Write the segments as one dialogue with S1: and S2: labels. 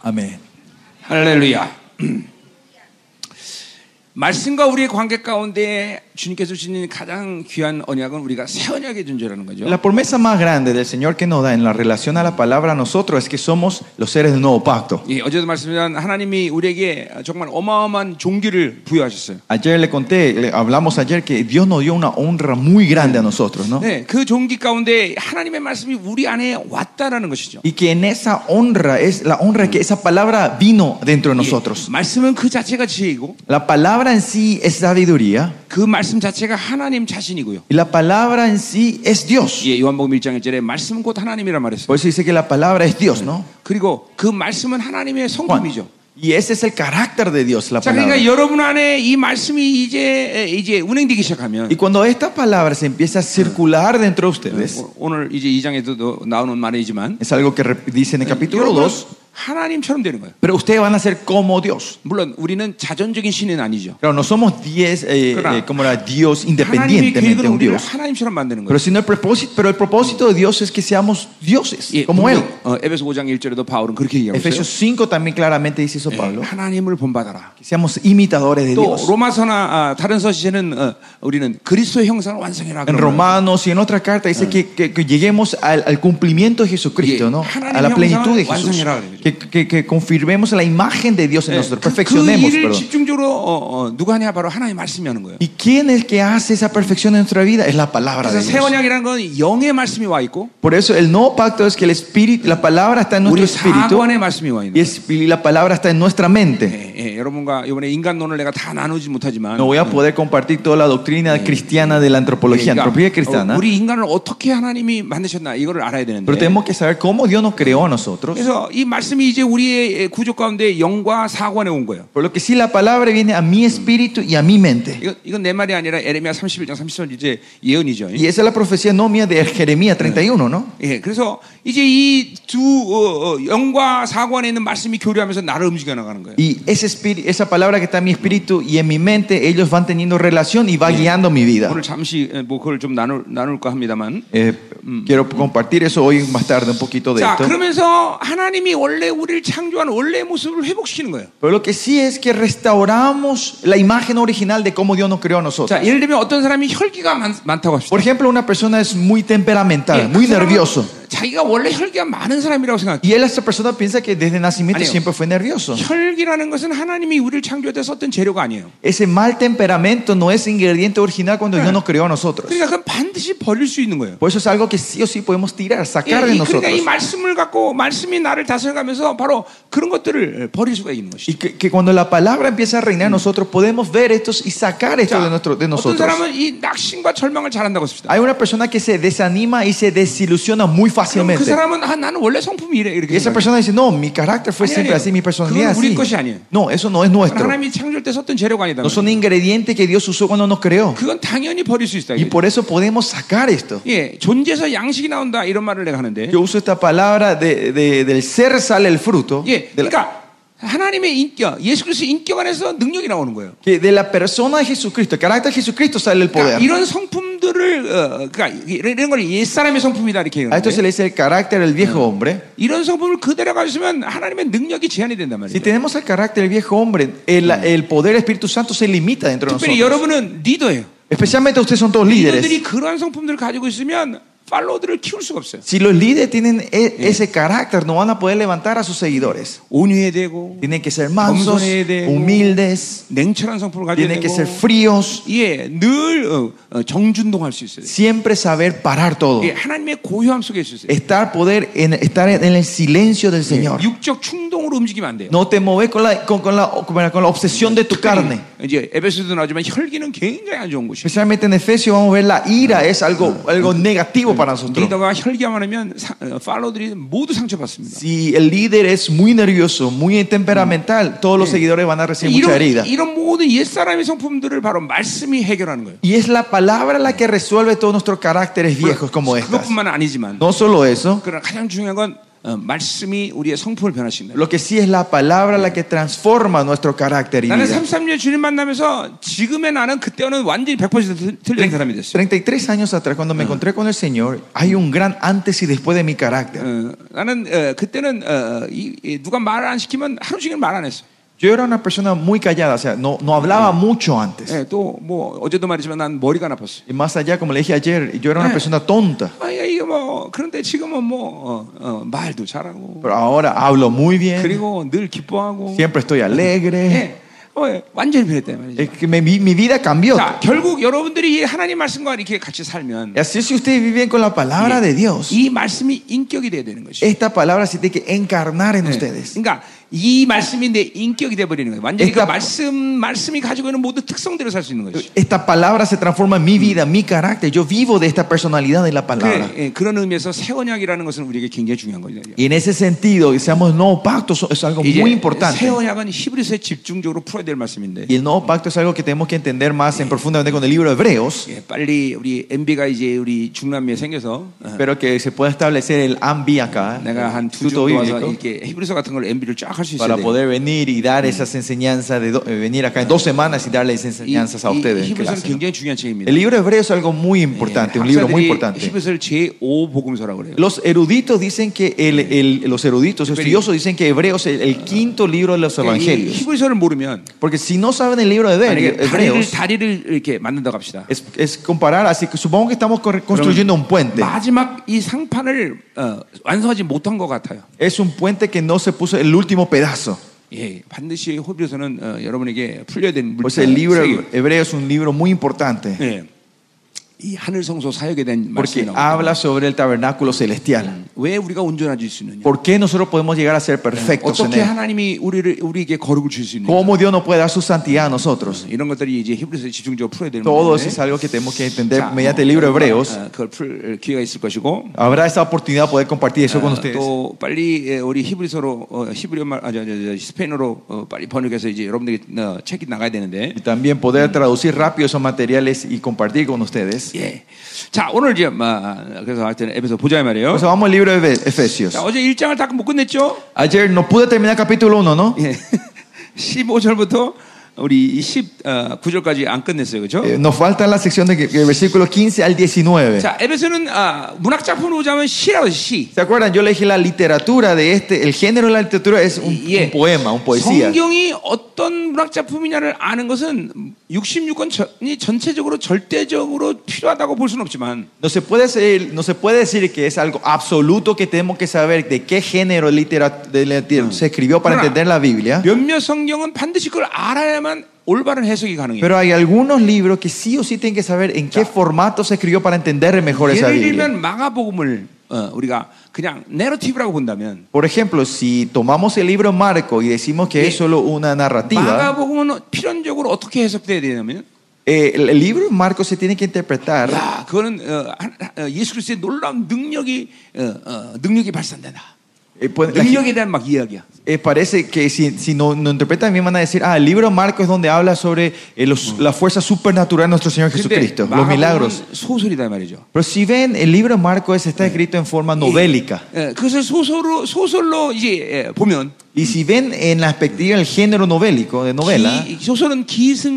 S1: 아멘.
S2: 할렐루야. 말씀과 우리의 관계 가운데 주님께서 주시는 가장 귀한 언약은 우리가 새 언약의 존재라는 거죠.
S3: La promesa más grande del Señor que nos da en la relación a la palabra a nosotros es que somos los seres del nuevo pacto.
S2: 예, 어제도 말씀드린 하나님이 우리에게 정말 어마어마한 종기를 부여하셨어요.
S3: Ayer le conté, le hablamos ayer que Dios nos dio una honra muy grande a nosotros, ¿no?
S2: 네, 그 종기 가운데 하나님의 말씀이 우리 안에 왔다라는 것이죠.
S3: Y que en esa honra es la honra que esa palabra vino dentro de
S2: 예,
S3: nosotros.
S2: 말씀은 그 자체가 지혜이고
S3: La palabra en sí es sabiduría
S2: 그 말씀 자체가 하나님 자신이고요.
S3: y la palabra en sí es Dios.
S2: 예, 요한복음 1장 1절에 말씀은 곧 하나님이란 말했어요.
S3: Por eso dice que la palabra es Dios, ¿no?
S2: 그리고 그 말씀은 하나님의
S3: Juan.
S2: 성품이죠.
S3: Y ese es el carácter de Dios, la
S2: 자,
S3: palabra.
S2: 그러니까 여러분 안에 이 말씀이 이제 이제 운행되기 시작하면
S3: Y cuando esta palabra se empieza a circular dentro de ustedes,
S2: 오- 오늘 이제 2장에도 나오는 말이지만
S3: es algo que rep- dice en el capítulo
S2: 여러분은
S3: 2,
S2: 하나님처럼 되는 거예요.
S3: pero ustedes van a ser como Dios.
S2: 물론 우리는 자전적인 신은 아니죠.
S3: Claro, no somos 10, eh,
S2: Claro.
S3: eh, como era Dios
S2: 하나님의 계획은
S3: independientemente un
S2: 우리를
S3: Dios.
S2: 하나님처럼 만드는
S3: Pero
S2: 거예요.
S3: si no el propósito, pero el propósito de Dios es que seamos dioses,
S2: 예,
S3: como Él.
S2: 분명, 어, 에베소 5장 1절에도 바울은 그렇게 얘기하고 있어요.
S3: Efesios 5 también claramente dice eso Pablo.
S2: 하나님을 본받아라.
S3: Que seamos imitadores de
S2: 또
S3: Dios.
S2: 로마서나 아, 다른 서시에는 어, 우리는 그리스도의 형상을 완성해라.
S3: En
S2: 그러면
S3: Romanos y en otra carta dice que, que- que lleguemos al, al cumplimiento de Jesucristo,
S2: Yeah.
S3: ¿no? a
S2: 하나님의
S3: la plenitud de
S2: 형상을
S3: Jesús.
S2: 완성해라 그래요.
S3: Que, que- que confirmemos la imagen de Dios en
S2: 예,
S3: nosotros,
S2: 그, 그
S3: perfeccionemos.
S2: 일을
S3: perdón.
S2: 집중적으로 어, 어, 누가 하냐 바로 하나님의 말씀이 하는 거예요.
S3: ¿Y quién es que hace esa perfección en nuestra vida? Es la palabra
S2: 그래서
S3: de
S2: 새
S3: Dios.
S2: 언약이라는 건 영의 말씀이 와 있고
S3: Por eso el nuevo pacto es que el espíritu, la palabra está en nuestro
S2: 우리
S3: espíritu
S2: 사관의 말씀이 예. 와
S3: y,
S2: 있는
S3: el esp- y la palabra está en nuestra mente.
S2: 예, 예, 여러분과 이번에 인간론을 내가 다 나누지 못하지만
S3: No voy a poder compartir toda la doctrina cristiana de la antropología, antropología
S2: 어,
S3: cristiana,
S2: 우리 인간을 어떻게 하나님이 만드셨나 이거를 알아야
S3: pero
S2: 되는데
S3: tenemos que saber cómo Dios nos creó a nosotros.
S2: 그래서 이 말씀이 이제 우리의 구조 가운데 영과 사관에 온 거예요.
S3: Por lo que sí la palabra viene a mi espíritu y a mi mente.
S2: 이건, 이건 내 말이 아니라 에레미야 31장 30절 이제 예언이죠.
S3: Y esa es la profecía no mía de Jeremías 31, ¿no?
S2: 예, 그래서 이제 이 두 어, 영과 사관에 있는 말씀이 교류하면서 나를 움직여 나가는 거예요.
S3: Y ese espíritu, esa palabra que está en mi espíritu y en mi mente, ellos van teniendo relación y va guiando mi vida.
S2: 오늘 잠시 예, 뭐 그걸 좀 나눌 나눌까 합니다만.
S3: Eh, quiero compartir eso hoy más tarde un poquito de
S2: 자,
S3: esto.
S2: 그러면서 하나님이 원래 우리를 창조한 원래 모습을 회복시키는 거예요.
S3: Pero lo que sí es que restauramos la imagen original de cómo Dios nos creó a nosotros.
S2: 자, 예를 들면 어떤 사람이 혈기가 많, 많다고 합시다.
S3: Por ejemplo, una persona es muy temperamental,
S2: 예,
S3: muy
S2: 그 사람은
S3: nervioso.
S2: 자기가 원래 혈기가 많은 사람이라고 생각해.
S3: Y él, esa persona piensa que desde nacimiento
S2: Adiós.
S3: siempre fue nervioso.
S2: 혈기라는 것은 하나님이 우리를 창조할 때 썼던 재료가 아니에요.
S3: Ese mal temperamento no es ingrediente original cuando Dios nos creó a nosotros.
S2: 그러니까 그건 반드시 버릴 수 있는 거예요.
S3: Por eso es algo que sí o sí podemos tirar,
S2: 예,
S3: sacar de
S2: 이, 그러니까
S3: nosotros.
S2: 이 말씀을 갖고 말씀이 나를 다스려가면서 바로 그런 것들을 버릴 수가 있는 것이죠.
S3: Y que, que cuando la palabra empieza a reinar en nosotros, podemos ver estos y sacar esto
S2: 자,
S3: de, nuestro- de
S2: 어떤 아,
S3: nosotros.
S2: 사람은 이 낙심과 절망을 잘한다고 씁니다.
S3: Hay una persona que se desanima y se desilusiona muy
S2: 그럼 그
S3: fácilmente.
S2: 사람은 아, 나는 원래 성품이 이래 이렇게
S3: Y esa
S2: 생각해요.
S3: persona dice, no, mi carácter fue
S2: Año,
S3: siempre
S2: año.
S3: así, mi personalidad
S2: 그건 우리
S3: así.
S2: 것이 아니에요.
S3: No, eso no es nuestro.
S2: 하나님이 창조할 때 썼던 재료가 아니다.
S3: No son ingredientes que Dios usó cuando nos creó.
S2: 그건 당연히 버릴 수 있다.
S3: Y por eso podemos sacar esto.
S2: 예, 존재에서 양식이 나온다 이런 말을 내가 하는데
S3: Yo uso esta palabra de, de- del ser sale el fruto.
S2: 예,
S3: De la,
S2: 그러니까 하나님의 인격, 예수 그리스도 인격 안에서 능력이 나오는 거예요.
S3: que de la persona de Jesucristo, el carácter de Jesucristo sale el
S2: 그러니까
S3: poder.
S2: 이런 성품들을 어, 그러니까 이런 이런 걸 옛사람의 성품이다 이렇게
S3: A esto se
S2: 얘기하는데
S3: le dice el carácter del viejo hombre.
S2: 이런 성품을 그대로 가지면 하나님의 능력이 제한이 된단
S3: Si
S2: 말이에요.
S3: tenemos el carácter del viejo hombre, el, el poder del Espíritu Santo se limita dentro de nosotros.
S2: 특별히 여러분은 리더예요.
S3: Especialmente ustedes son todos líderes.
S2: 리더들이 그러한 성품들을 가지고 있으면 팔로우들을 키울 수가 없어요.
S3: Si los líderes tienen e- ese carácter, no van a poder levantar a sus seguidores.
S2: 온유해야 되고
S3: Tienen que ser mansos,
S2: Hombre de-
S3: humildes,
S2: 냉철한 성품을 가져야
S3: tienen que ser
S2: 되고
S3: fríos,
S2: 예, 늘 어, 어, 정준동할 수 있어야 돼요.
S3: siempre saber parar todo.
S2: 예, 하나님의 고요함 속에 있어야 돼요.
S3: Estar, poder en, estar en el silencio del Señor.
S2: 육적 충동으로 움직이면 안 돼요.
S3: No te mueves con la, con, con la, con la obsesión de tu carne.
S2: 이제 에베소도 나오지만 혈기는 굉장히 안 좋은 곳이에요.
S3: Especialmente en Efesios vamos a ver la ira es algo, algo negativo para nosotros.
S2: 리더가 혈기가 많으면 사- 어, 팔로우들이 모두 상처받습니다.
S3: Si el líder es muy nervioso, muy temperamental, todos los seguidores van a recibir mucha
S2: 이런,
S3: herida.
S2: 이런 모든 옛사람의 성품들을 바로 말씀이 해결하는 거예요.
S3: Y es la palabra la 예, que resuelve todos nuestros caracteres viejos como estas.
S2: 그것뿐만 아니지만
S3: No solo eso,
S2: 그러나 가장 중요한 건 어, 말씀이 우리의 성품을 변화시킨다.
S3: Lo que sí es la palabra la que transforma nuestro carácter y
S2: 나는
S3: vida.
S2: 33년 주님 만나면서 지금의 나는 그때와는 완전히 100% 틀린 사람이 됐어.
S3: 33 años atrás, cuando me encontré con el Señor, hay un gran antes y después de mi carácter.
S2: 어, 나는 어, 그때는 어, 이, 이 누가 말을 안 시키면 하루 종일 말 안 했어.
S3: Yo era una persona muy callada, o sea, no, no hablaba mucho antes.
S2: 예, 또 뭐 어제도 말했지만 난 머리가 나빴어.
S3: Y más allá, como le dije ayer, yo era una persona tonta.
S2: 아, 이거- 이거 뭐 그런데 지금은 뭐 어, 어, 말도 잘하고
S3: Pero ahora hablo muy bien,
S2: 그리고 늘 기뻐하고
S3: siempre estoy alegre.
S2: 예, 어, 예, 완전히 변했단 말이죠.
S3: Es que me- mi, mi vida cambió.
S2: 자, 결국 여러분들이 이 ha나님 말씀과 이렇게 같이 살면
S3: Y Así si ustedes viven con la palabra de Dios,
S2: 이 말씀이 인격이 돼야 되는 거죠.
S3: esta palabra se tiene que encarnar en
S2: 네.
S3: ustedes.
S2: 그러니까 이 말씀이 내 인격이 돼 버리는 거예요. 완전히 그
S3: 일단-
S2: 말씀 말씀이 가지고 있는 모든 특성대로 살 수 있는 거죠.
S3: Esta palabra se transforma en mi vida, mi carácter. Yo vivo de esta personalidad de la palabra.
S2: 그, 예, 그런 의미에서 새 언약이라는 것은 우리에게 굉장히 중요한 거죠.
S3: Y en ese sentido, que seamos nuevo pacto, eso es algo
S2: 이제
S3: muy
S2: 새
S3: importante.
S2: 언약은 히브리서에 집중적으로 풀어야 될 말씀인데
S3: Y el nuevo pacto es algo que tenemos que entender más en profundamente con el libro de Hebreos,
S2: 예, 빨리 우리 MB가 이제 우리 중남미에 생겨서 어,
S3: pero que se pueda establecer el AMBI acá,
S2: 내가 한 두 주
S3: Instituto
S2: 와서
S3: Bíblico,
S2: 이렇게 히브리서 같은 걸 MB를 쫙 할 수 있어야
S3: para
S2: 돼요.
S3: poder venir y dar esas enseñanzas, de do- eh, venir acá en dos semanas Mm. y darles
S2: 이, 이
S3: enseñanzas a ustedes. en
S2: 히브리서는
S3: clase, ¿no?
S2: 굉장히 중요한 책입니다.
S3: El libro de Hebreos es algo muy importante, un libro muy
S2: 학자들이
S3: importante.
S2: 히브리서를 제5 복음서라고 그래요.
S3: Los eruditos dicen que, el, el- los eruditos, los estudiosos dicen que Hebreos es el quinto libro de los
S2: 그러니까 이
S3: evangelios.
S2: 히브리서를 모르면
S3: Porque si no saben el libro de
S2: 만약에
S3: Hebre-
S2: 다리를
S3: Hebreos,
S2: 다리를 이렇게 만든다고 합시다.
S3: es, es comparar, así que supongo que estamos cor- construyendo un puente.
S2: 마지막 이 상판을 어, 완성하지 못한 것 같아요.
S3: Es un puente que no se puso el último pedazo.
S2: 예, 반드시 히브리서는 어, 여러분에게 풀려야 되는
S3: O
S2: 물-
S3: sea, el libro
S2: 세계.
S3: hebreo es un libro muy importante
S2: 예, 이 하늘 성소 사역에 대한 말씀이
S3: porque
S2: 나오고
S3: habla sobre el tabernáculo celestial.
S2: 왜 우리가 온전해질 수 있느냐?
S3: ¿Por qué nosotros podemos llegar a ser perfectos en
S2: 어떻게
S3: él?
S2: 하나님이 우리를 우리에게 거룩을 줄 수 있느냐?
S3: ¿Cómo Dios nos puede dar su santidad a nosotros?
S2: 이런 것들이 이제 히브리서에 집중적으로 풀어야 되는
S3: Todo eso
S2: 건데.
S3: es algo que tenemos que entender
S2: 자,
S3: mediante el libro de
S2: 여러분과,
S3: Hebreos.
S2: 어, 그걸 풀 기회가 있을 것이고
S3: Habrá esa oportunidad de poder compartir eso con
S2: 아,
S3: ustedes.
S2: 또 빨리 예, 우리 히브리서로 어, 히브리어 말 아니 아니 아니, 스페인어로 어, 빨리 번역해서 이제 여러분들이 어, 책이 나가야 되는데
S3: Y también poder traducir rápido esos materiales y compartir con ustedes.
S2: 예. 자, 오늘 이제 마, 그래서 하여튼 앱에서 보자 이 말이에요.
S3: Entonces vamos al libro de Efe- Efesios.
S2: 자, 어제 1장을 다 못 끝냈죠?
S3: Ayer no pude terminar capítulo 1, ¿no?
S2: 예. 15절부터 우리 어, 19절까지 안 끝냈어요. 그렇죠?
S3: Eh, nos falta la sección de que- que versículo 15 al 19.
S2: 자, 에베소는 아, 문학 작품으로 보자면 시라고 해서 시.
S3: ¿Se acuerdan? Yo le dije la literatura de este, el género de la literatura es un,
S2: 예.
S3: un poema, un poesía.
S2: 성경이 어떤 문학 작품이냐를 아는 것은 66권이 전체적으로 절대적으로 필요하다고 볼 수는 없지만
S3: No se, puede decir, no se puede decir que es algo absoluto que tenemos que saber de qué género litera- de literatura se escribió para
S2: Ahora,
S3: entender la Biblia.
S2: 몇몇 성경은 반드시 그걸 알아야만 올바른 해석이 가능해요.
S3: Pero hay algunos libros que sí o sí tienen que saber en qué formato se escribió para entender mejor esa
S2: 예를
S3: Biblia.
S2: 들면 마가복음을 어, 우리가 그냥 내러티브라고 본다면
S3: Por ejemplo, si tomamos el libro Marco y decimos que es solo una narrativa,
S2: 마가복음은 필연적으로 어떻게 해석돼야 되냐면
S3: eh, el el libro Marco se tiene que interpretar.
S2: 야 그거는 어, 한- 어, 예수 그리스도의 놀라운 능력이 어, 어, 능력이 발산된다.
S3: eh, puede- la gente-
S2: 능력에 대한 막 이야기야.
S3: eh, parece que si, si no, no interpretan bien van a decir, ah, el libro Marco es donde habla sobre eh, los- la fuerza supernatural de nuestro Señor Jesucristo,
S2: 뭐
S3: los milagros.
S2: 마가복음은 소설이다 이 말이죠.
S3: Pero si ven, el libro Marco es- está escrito en forma novélica.
S2: 예, 그것을 소설로 소설로 이제 예, 보면
S3: Y si ven en la perspectiva del género novélico, de novela,
S2: 기, 소설은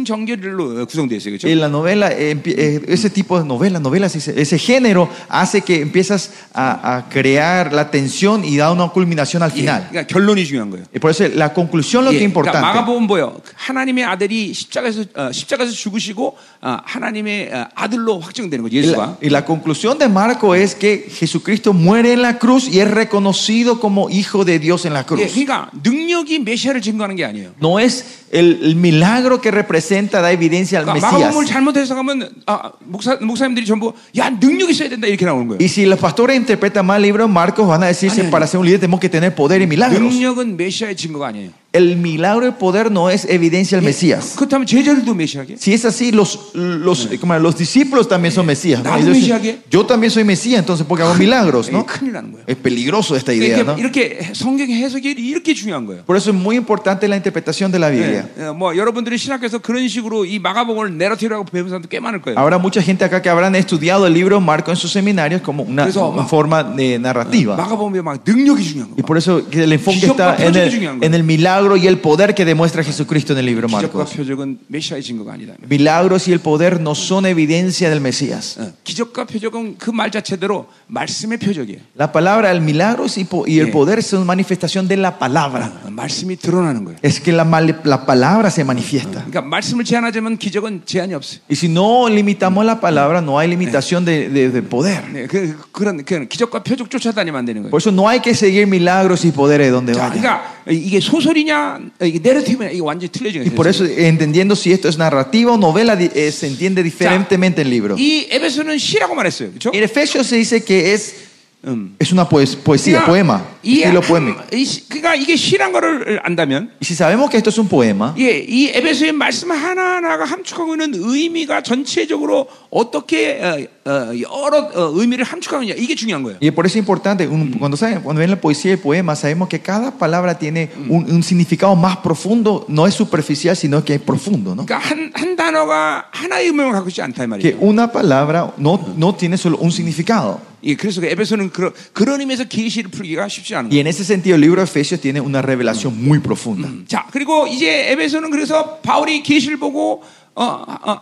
S2: 기승전결로 구성되어 있어요, 그렇죠?
S3: Eh, la novela, eh, empie- eh, ese tipo de novela, novelas, ese, ese género hace que empiezas a, a crear la tensión y da una culminación al
S2: 예,
S3: final.
S2: 그러니까 결론이 중요한 거예요.
S3: Y por eso la conclusión lo que es
S2: 예, 그러니까
S3: importante.
S2: 마가복음 뭐요? 하나님의 아들이 십자가에서 어, 십자가에서 죽으시고 어, 하나님의 어, 아들로 확정되는 거죠.
S3: Y
S2: 예수가.
S3: la, y la conclusión de Marco es que Jesucristo muere en la cruz y es reconocido como hijo de Dios en la
S2: 예,
S3: cruz.
S2: 그러니까 능력이 메시아를 증거하는 게 아니에요.
S3: No es el, el milagro que representa da evidencia al
S2: 그러니까 마가복음을
S3: Mesías.
S2: 잘못 해석하면 아, 목사 목사님들이 전부 야 능력이 있어야 된다 이렇게 나오는 거예요.
S3: Y si los pastores interpretan mal el libro de Marcos, van a decirse,
S2: Ay, ay,
S3: para ser un líder tenemos que tener poder y milagros.
S2: 능력은 메시아의 증거가 아니에요.
S3: el milagro de poder no es evidencia del Mesías.
S2: 그렇다면 제자들도 메시아게?
S3: Si es así, los, los, como los discípulos también son Mesías. ¿no?
S2: ¿Nada
S3: Ellos dicen,
S2: Mesías qué?
S3: yo también soy Mesías, entonces porque hago milagros,
S2: 이게
S3: ¿no?
S2: 큰일 나는 거예요. 그러니까
S3: Es peligroso esta idea, ¿no?
S2: 이렇게, 이렇게 성경 해석이 이렇게 중요한 거예요.
S3: Por eso es muy importante la interpretación
S2: Eh,
S3: de la Biblia.
S2: 예, 어, 뭐 여러분들이 신학교에서 그런 식으로 이 마가복음을 내러티브라고 배운 사람도 꽤 많을 거예요.
S3: Habrá mucha gente acá que habrán estudiado el libro Marco en sus seminarios como una,
S2: Eso,
S3: una
S2: ma-
S3: forma de narrativa.
S2: 마가복음이 막 능력이 중요한
S3: Y
S2: 거예요.
S3: por eso que el enfoque está en el, en el milagro y el poder que demuestra Jesucristo en el libro
S2: 기적과
S3: Marcos.
S2: 표적은 메시아의 증거가 아니다.
S3: Milagros y el poder no son evidencia del Mesías.
S2: 어, 기적과 표적은 그 말 자체대로 말씀의 표적이에요.
S3: La palabra, el milagro y, po- y el
S2: Sí.
S3: poder son manifestación de la palabra.
S2: 어, 말씀이 드러나는 거예요.
S3: Es que la, mal- la palabra se manifiesta.
S2: 그러니까 말씀을 제한하자면 기적은 제한이 없어요.
S3: Y si no limitamos la palabra, no hay limitación de, de- de poder.
S2: 네, 그, 그런, 그런 기적과 표적 쫓아다니면 안 되는 거예요.
S3: Por eso no hay que seguir milagros y poderes donde
S2: 자,
S3: vaya.
S2: 그러니까 이게 소설이냐, 이게 내러티브냐, 이게 완전히 틀려지는
S3: Y por
S2: 거예요.
S3: eso, entendiendo si esto es narrativa o novela, di- eh, se entiende diferentemente el libro.
S2: 이 에베소는 시라고 말했어요. 그렇죠?
S3: En Efesios se dice que es,
S2: 음.
S3: es una poes- poesía, poema,
S2: 이
S3: estilo
S2: 한-
S3: poémico.
S2: 이 시- 그러니까 이게 시란 거를 안다면
S3: Y si sabemos que esto es un poema,
S2: 예, 이 에베소의 말씀 하나하나가 함축하고 있는 의미가 전체적으로 어떻게 어, 어, 여러 어, 의미를 함축하느냐 이게 중요한 거예요.
S3: y por eso es importante, un- cuando, saben, cuando ven la poesía y el poema, sabemos que cada palabra tiene un, un significado más profundo, no es superficial, sino que es profundo. ¿no?
S2: 그러니까 한, 한 단어가 하나의 의미만 갖고 있지 않다 이
S3: Que
S2: 말이에요.
S3: una palabra no, no tiene solo un significado.
S2: 예, 그래서 그 에베소는 그런 그런 의미에서 계시를 풀기가 쉽지 않은
S3: Y
S2: 거예요.
S3: en ese sentido, el libro de Efesios tiene una revelación muy profunda.
S2: 자, 그리고 이제 에베소는 그래서 바울이 계시를 보고 어, 어, 어,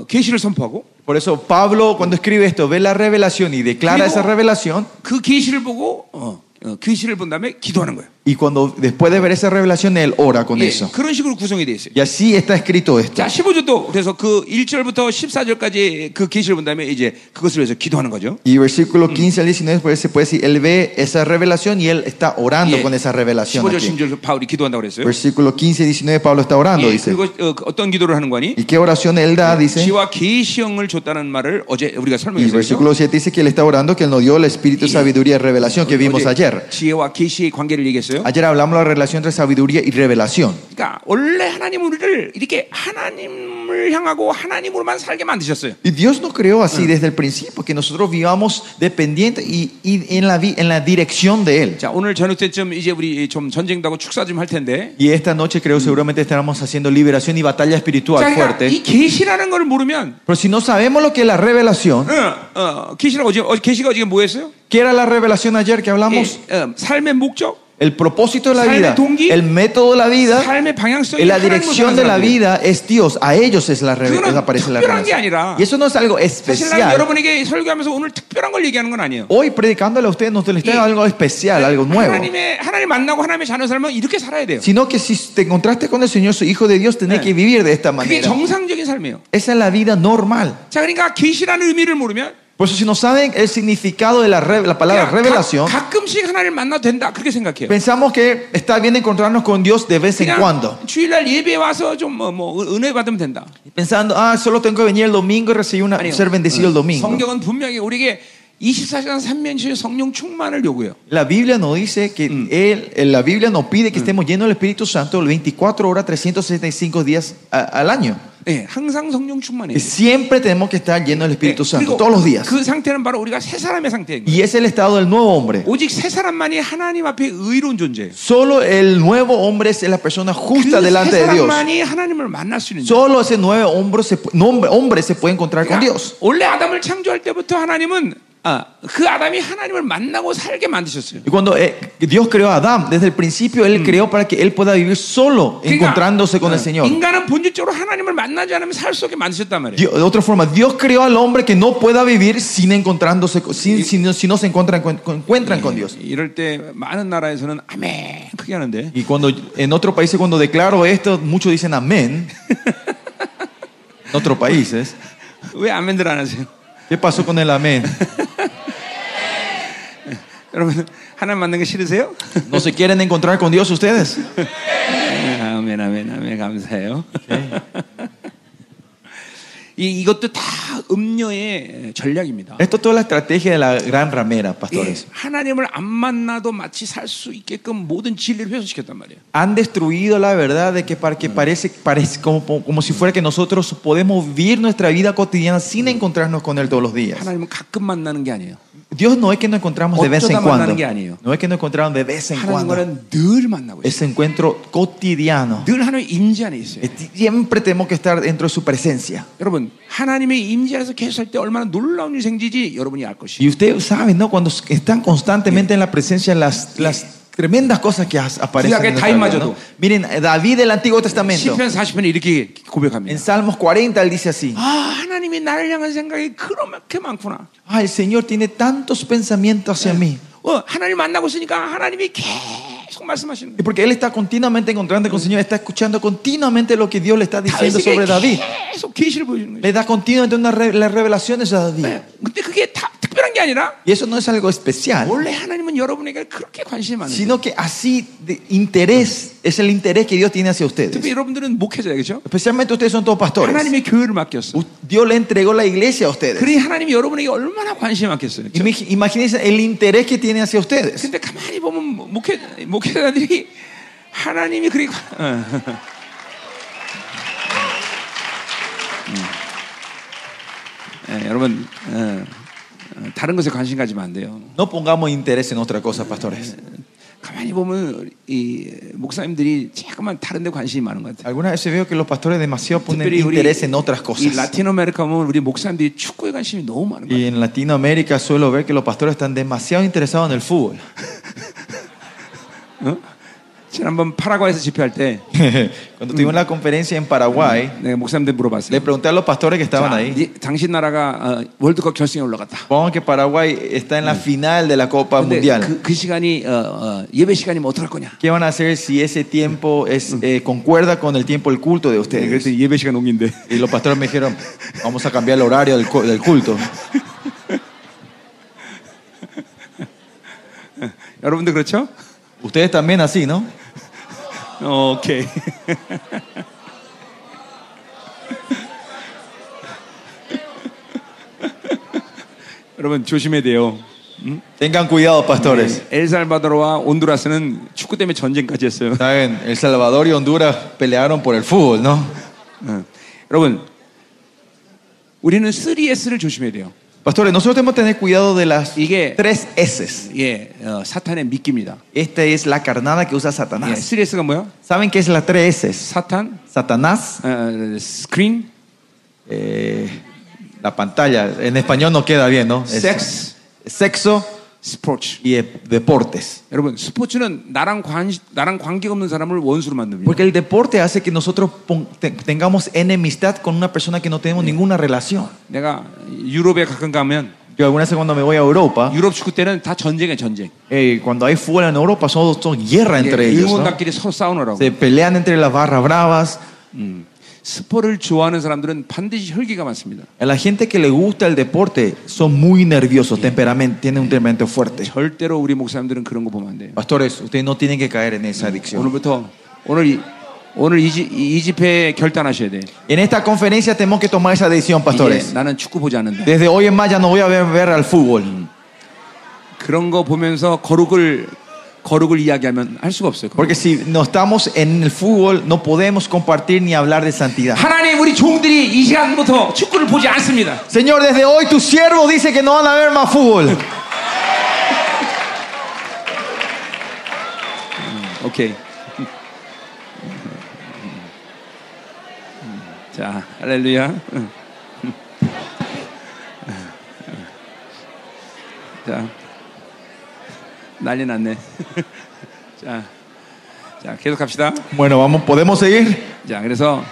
S2: 어, 계시를 선포하고
S3: Por eso Pablo cuando escribe esto ve la revelación y declara
S2: Digo-
S3: esa revelación
S2: 그 계시를 보고 어, 어, 계시를 본 다음에 기도하는 거예요.
S3: y cuando después de ver esa revelación él ora con
S2: 예,
S3: eso.
S2: 그런 식으로 구성이 되어 있어요.
S3: Y así está escrito esto.
S2: 자, 15절도 그래서 그 1절부터 14절까지 그 계시를 본 다음에 이제 그것을 위해서 기도하는 거죠.
S3: Y versículo 15 al 19 por eso se puede decir él ve esa revelación y él está orando
S2: 예,
S3: con esa revelación.
S2: 15절,
S3: aquí.
S2: 16절 바울이 기도한다고 그랬어요.
S3: Versículo 15 y 19 Pablo está orando
S2: 예,
S3: dice.
S2: 그리고 어, 그 어떤 기도를 하는 거니?
S3: ¿Y qué oración él da? Dice.
S2: 지와 계시형을 줬다는 말을 어제 우리가
S3: Y
S2: 설명했었죠.
S3: versículo 7 dice que él está orando que él nos dio el espíritu de sabiduría y revelación que vimos
S2: 어제
S3: ayer.
S2: 지혜와 계시의 관계를 얘기했어요.
S3: Ayer hablamos de la relación entre sabiduría y revelación.
S2: 그러니까 원래 하나님 우리를 이렇게 하나님을 향하고 하나님으로만 살게 만드셨어요.
S3: Y Dios nos creó así desde el principio, que nosotros vivamos dependientes y, y en, la vi- en la dirección de Él.
S2: 자, 오늘 저녁 때쯤 이제 우리 좀 전쟁도 하고 축사 좀 할 텐데.
S3: Y esta noche creo seguramente estaremos haciendo liberación y batalla
S2: 자,
S3: espiritual
S2: 그러니까
S3: fuerte.
S2: 이 계시라는 걸 모르면
S3: Pero si no sabemos lo que es la revelación,
S2: 어, 어, 계시라고 어제 어제 계시가 어제 뭐 했어요?
S3: ¿qué era la revelación ayer que hablamos?
S2: 예, 어, 삶의 목적,
S3: El propósito Eh, de la
S2: Salve
S3: vida,
S2: Tungi.
S3: el método de la vida,
S2: 삶의 방향성이
S3: 네? la
S2: 하나님으로
S3: dirección de
S2: 사는
S3: la
S2: 사람들.
S3: vida es Dios. A ellos es la reve-
S2: Kyonan-
S3: aparece la
S2: 특별한 게 아니라.
S3: revelación. Y eso no es algo
S2: 사실 나는
S3: especial.
S2: 여러분에게 설교하면서 오늘 특별한 걸 얘기하는 건 아니에요.
S3: Hoy predicándole a ustedes, nos les traigo
S2: Y-
S3: algo especial, algo nuevo.
S2: 하나님의 하나님 만나고 하나님의 자녀 살면 이렇게 살아야 돼요.
S3: sino que si te encontraste con el Señor, su Hijo de Dios, tenés
S2: Sí.
S3: que vivir de esta
S2: 그게
S3: manera.
S2: 정상적인 삶이에요.
S3: Esa es la vida normal.
S2: 자, 그러니까 계시라는 의미를 모르면
S3: Por eso si no saben el significado de la, re- la palabra
S2: 그냥
S3: revelación,
S2: 가, 가끔씩 하나님을 만나도 된다 그렇게 생각해요.
S3: pensamos que está bien encontrarnos con Dios de vez en cuando.
S2: 그냥 주일날 예배 와서 좀뭐 뭐 은혜 받으면 된다.
S3: Pensando, ah, solo tengo que venir el domingo y recibir una,
S2: 아니요.
S3: ser bendecido el domingo.
S2: 성경은 분명히 우리에게 24시간 3면시 성령 충만을 요구해요.
S3: La Biblia no dice que él, eh, la Biblia nos pide que estemos llenos del Espíritu Santo el 24 horas, 365 días a- al año.
S2: 예, 항상 성령 충만해요.
S3: Y siempre tenemos que estar llenos del
S2: 예,
S3: Espíritu Santo,
S2: 그리고
S3: todos los días.
S2: 그 상태는 바로 우리가 새 사람의 상태인 거예요.
S3: Y es el estado del nuevo hombre.
S2: 오직 새 사람만이 하나님 앞에 의로운 존재예요.
S3: Solo el nuevo hombre es la persona justa delante
S2: 그새
S3: de Dios.
S2: 사람만이 하나님을 만날 수 있는 존재.
S3: Solo ese nuevo hombre se, pu- nombre- hombre se puede encontrar con
S2: 그러니까
S3: Dios.
S2: 원래 아담을 창조할 때부터 하나님은 아, 그 아담이 하나님을 만나고 살게 만드셨어요.
S3: Y cuando eh, Dios creó a Adán, desde el principio Él creó para que Él pueda vivir solo, encontrándose con el
S2: 어,
S3: Señor.
S2: 인간은 본질적으로 하나님을 manna지 않으면 살 수 없게 만드셨단 말이에요.
S3: Dios- de otra forma, Dios creó al hombre que no pueda vivir sin encontrándose, co- sin, si, no, si no se encuentran con, con- encuentran con Dios.
S2: 이럴 때 많은 나라에서는 아멘 크게 하는데
S3: Y cuando en otros países cuando declaro esto, muchos dicen amén. En otros países,
S2: 왜 아멘들 안 하세요?
S3: ¿qué pasó con el amén?
S2: 여러분 하나님 만난 게 싫으세요?
S3: ¿No se quieren encontrar con Dios ustedes? 네.
S2: 아멘 아멘 아멘 감사해요. 이, 이것도 다 음녀의 전략입니다.
S3: Esto es toda la estrategia de la gran ramera,
S2: 예,
S3: pastores.
S2: 하나님을 안 만나도 마치 살 수 있게끔 모든 진리를 훼손시켰단 말이에요.
S3: Han destruido la verdad de que, para que parece, parece como, como si fuera que nosotros podemos vivir nuestra vida cotidiana sin encontrarnos con Él todos los días.
S2: 하나님은 가끔 만나는 게 아니에요.
S3: Dios no es que nos encontramos de vez en
S2: 어쩌다
S3: cuando.
S2: 만나는 게 아니에요.
S3: No es que nos encontramos de vez en cuando.
S2: 하나님과는 늘 만나고 있어요.
S3: Ese encuentro cotidiano.
S2: 늘 하나님의 임재 안에 있어요.
S3: Siempre tenemos que estar dentro de su presencia.
S2: 여러분 하나님의 임재 안에서 계속 살 때 얼마나 놀라운 일이 생기지 여러분이 알 것이에요.
S3: Y ustedes saben, ¿no? Cuando están constantemente en la presencia, las, las tremendas cosas que as- aparecen.
S2: Sí,
S3: en nuestra
S2: que
S3: vida,
S2: David
S3: ¿no?
S2: mayordomo.
S3: Miren, David del Antiguo Testamento,
S2: 시편 40편에 이렇게
S3: en
S2: 고백합니다.
S3: Salmos 40, él dice así:
S2: 아 하나님이 나를 향한 생각이 그렇게 많구나.
S3: Ah, el Señor tiene tantos pensamientos hacia mí.
S2: 어, 하나님 만나고 있으니까 하나님이 계속 말씀하시는
S3: Y porque él está continuamente encontrando con el Señor, está escuchando continuamente lo que Dios le está
S2: 거예요.
S3: diciendo sobre David.
S2: 계속 계시를 보여주는 거예요.
S3: Le da continuamente una re- las revelaciones a David.
S2: 네. 근데 그게 다 특별한 게 아니라
S3: Y eso no es algo especial,
S2: 원래 하나님은 여러분에게 그렇게 관심이 많은 거예요.
S3: sino que así de interés es el interés que Dios tiene hacia
S2: 특히
S3: ustedes.
S2: 여러분들은 목회자예요, 그렇죠?
S3: Especialmente ustedes son todos pastores.
S2: 하나님의 교회를 맡겼어.
S3: U- Dios le entregó la iglesia a ustedes.
S2: 그러니 하나님이 여러분에게 얼마나 관심이 많겠어요. 그렇죠?
S3: Imag- Imagínense el interés que tiene hacia ustedes.
S2: 근데 가만히 보면 목회 목회자들이 하나님이 어. 그리고 음. 예, 여러분 어, 어, 다른 것에 관심 가지면 안 돼요.
S3: No pongamos interés en otra cosa, pastores.
S2: 가만히 보면 이 목사님들이 자꾸만 다른 데 관심이 많은 것 같아요.
S3: Algunas veces veo que los pastores demasiado ponen
S2: 특별히 우리
S3: interés en otras
S2: 이
S3: cosas.
S2: 라틴 아메리카 보면 우리 목사님들이 축구에 관심이 너무 많은 거예요.
S3: Y en Latinoamérica suelo ver que los pastores están demasiado interesados en el fútbol.
S2: 어? 지난번 파라과이에서 집회할 때
S3: Cuando tuvimos la conferencia en Paraguay,
S2: 내가 목사님들 물어봤어요.
S3: le pregunté a los pastores que estaban
S2: 자,
S3: ahí.
S2: 네, 당신 나라가 어, 월드컵 결승에 올라갔다.
S3: Vamos que Paraguay está en la final de la Copa
S2: 근데
S3: Mundial.
S2: 그, 그 시간이 어, 어, 예배 시간이면 어떡할 거냐?
S3: ¿Qué van a hacer si ese tiempo es, eh, concuerda con el tiempo del culto de
S2: 네,
S3: ustedes?
S2: 예배 시간 옮긴데.
S3: Y los pastores me dijeron, vamos a cambiar el horario del, cu- del culto.
S2: 여러분들 그렇죠?
S3: Ustedes también así, ¿no?
S2: 어, 오케이. 여러분 조심해야 돼요.
S3: Tengan cuidado, pastores.
S2: Mm. 엘살바도르와 온두라스는 축구 때문에 전쟁까지 했어요.
S3: Saben, El Salvador y Honduras pelearon por el fútbol, ¿no?
S2: 어. 여러분 우리는 3S를 조심해야 돼요.
S3: Pastores, nosotros tenemos que tener cuidado de las
S2: ¿Y qué?
S3: tres S.
S2: 예, 어, 사탄의 미끼입니다.
S3: Esta es la carnada que usa
S2: 예,
S3: Satanás.
S2: 3S가 뭐야?
S3: ¿Saben qué es la tres S?
S2: 사탄,
S3: Satanás,
S2: 어, 스크린,
S3: eh, la pantalla. En español no queda bien, ¿no? Es-
S2: 섹스,
S3: sexo
S2: 스포츠.
S3: y eh, deportes.
S2: 여러분 스포츠는 나랑 관 나랑 관계 없는 사람을 원수로 만듭니다.
S3: Porque el deporte hace que nosotros pon- te- tengamos enemistad con una persona que no tenemos ninguna relación.
S2: 내가 유럽에 가끔 가면
S3: Yo alguna vez cuando me voy a Europa,
S2: 유럽 축구 때는 다 전쟁이야 전쟁.
S3: eh, cuando hay fútbol en Europa, son, son guerra
S2: 이게
S3: entre ellos. ¿no?
S2: 응원가끼리 서로 싸우느라고.
S3: Se pelean entre las barras bravas.
S2: 스포를 좋아하는 사람들은 반드시 혈기가 많습니다.
S3: A la gente que le gusta el deporte son muy nerviosos, temperamen- tienen un temperamento fuerte.
S2: 절대로 우리 목사님들은 그런 거 보면 안 돼요.
S3: Pastores, ustedes no tienen que caer en esa adicción.
S2: 오늘부터 오늘 이, 오늘 이, 지- 이 집회 결단하셔야 돼.
S3: En esta conferencia tenemos que tomar esa decisión,
S2: 이제
S3: pastores.
S2: 나는 축구 보지 않는다.
S3: Desde hoy en más ya no voy a ver, ver al fútbol.
S2: 그런 거 보면서 거룩을 거룩을 이야기하면 할 수가 없어요.
S3: Porque si no estamos en el fútbol, no podemos compartir ni hablar de santidad.
S2: 하나님 우리 종들이 이 시간부터 축구를 보지 않습니다.
S3: Señor, desde hoy tu siervo dice que no van a ver más fútbol.
S2: 오케이. 자, 할렐루야. 자, 난리 났네. 자, 자, 계속 합시다.
S3: Bueno, vamos, podemos seguir.
S2: 자, 그래서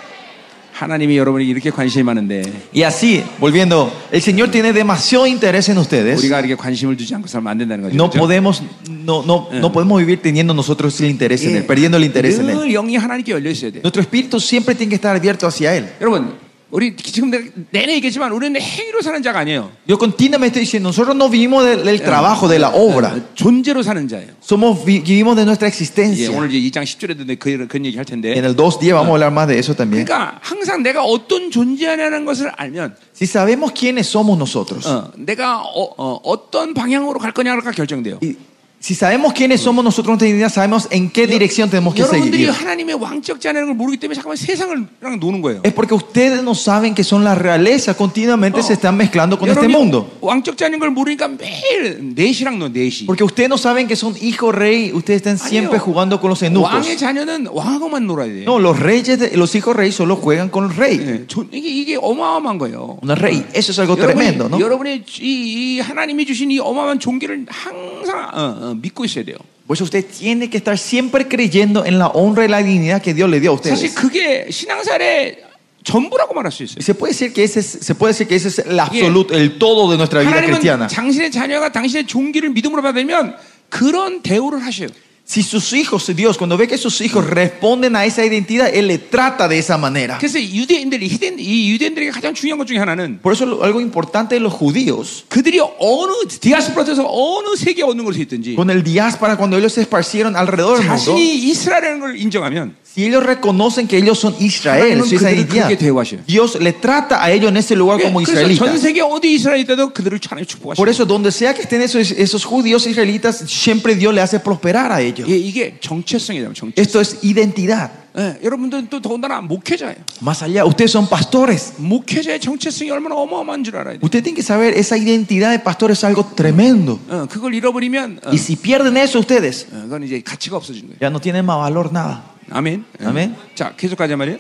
S2: 하나님이 여러분에게 이렇게 관심이 많은데
S3: Y así, volviendo, el Señor tiene demasiado interés en ustedes.
S2: 우리가 이렇게 관심을 주지 않고 살면 안 된다는 거죠.
S3: No
S2: 그죠?
S3: podemos, no, no, no podemos vivir teniendo nosotros el interés en
S2: 예,
S3: Él, perdiendo el interés en Él.
S2: 늘 영이 하나님께 열려 있어야 돼. 요
S3: Nuestro espíritu siempre tiene que estar abierto hacia Él.
S2: 여러분 우리 지금 내가 내내 얘기했지만 우리는 행위로 사는 자가 아니에요.
S3: Yo continuamente diciendo, nosotros no vivimos del, del trabajo, de la obra.
S2: 어, 존재로 사는 자예요.
S3: Somos, vi- vivimos de nuestra
S2: 예,
S3: existencia.
S2: 오늘 i제 2장 10절에도 그, 그런 얘기 할 텐데.
S3: En el 2.10 vamos a hablar más de eso también.
S2: 그러니까 항상 내가 어떤 존재냐는 것을 알면
S3: Si sabemos quiénes somos nosotros,
S2: 어, 내가 어, 떤 방향으로 갈 거냐가 결정돼요.
S3: y si sabemos quiénes somos nosotros, nuestra identidad, sabemos en qué dirección tenemos que
S2: 여러분들이
S3: seguir.
S2: 하나님의 왕적 자라는 걸 모르기 때문에 잠깐만 세상을랑 노는 거예요.
S3: Es porque ustedes no saben que son la realeza, continuamente se están mezclando con este mundo.
S2: 왕적 자인 걸 모르니까 매일 내시랑 노 내시.
S3: Porque ustedes no saben que son hijo rey, ustedes están siempre jugando con los eunucos.
S2: 왕의 자녀는 왕하고만 놀아야 돼요.
S3: No, los reyes, de- los hijos rey solo juegan con el rey.
S2: 예, 존- 이게, 이게 어마어마한 거예요.
S3: Un rey, eso es algo
S2: 여러분이,
S3: tremendo, ¿no?
S2: 여러분의 이, 이 하나님이 주신 이 어마어마한 종기를 항상 어, 어, 믿고 있어야 돼요.
S3: Por eso usted tiene que estar siempre creyendo en la honra y la dignidad que Dios le dio a
S2: 사실
S3: ustedes.
S2: 그게 신앙살의 전부라고 말할 수 있어요.
S3: Y se puede decir que ese es, se puede decir que ese es el absoluto, el todo de nuestra vida
S2: 하나님은
S3: cristiana.
S2: 당신의 자녀가 당신의 종기를 믿음으로 받으면 그런 대우를 하셔요.
S3: Si sus hijos, Dios, cuando ve que sus hijos responden a esa identidad, Él le trata de esa manera.
S2: 그래서 유대인들이 히덴- 이 유대인들에게 가장 중요한 것 중에 하나는
S3: Por eso lo- algo importante de los judíos,
S2: 그들이 어느 디아스포라에서 어느 세계 어느 곳에 있든지
S3: con el diáspora, cuando ellos se esparcieron
S2: 뭐
S3: alrededor del mundo,
S2: 자신이 이스라엘이라는 걸 인정하면
S3: si ellos reconocen que ellos son Israel,
S2: 하나님은
S3: su esa
S2: 그들을
S3: identidad,
S2: 그렇게 대우하셔요.
S3: Dios le trata a ellos en ese lugar como
S2: 그래서 전
S3: israelitas.
S2: 세계 어디 이스라엘 있다도 뭐 그들을 하나님
S3: Por
S2: 축복하시고
S3: eso, donde sea que estén esos, esos judíos israelitas, siempre Dios le hace prosperar a ellos.
S2: 예, 이게 정체성이라고 정체.
S3: Esto es identidad.
S2: 예, 여러분들은 또 더군다나 목회자예요.
S3: Más allá, ustedes son pastores.
S2: 목회자의 정체성이 얼마나 어마어마한 줄 알아야 돼.
S3: Usted tiene que saber, esa identidad de pastor es algo tremendo.
S2: 어, 그걸 잃어버리면 어,
S3: Y si pierden eso ustedes,
S2: 어, 그건 이제 가치가 없어진 거예요.
S3: ya no tienen más valor nada.
S2: 아멘. 예.
S3: 아멘.
S2: 자, 계속 가자 말이에요.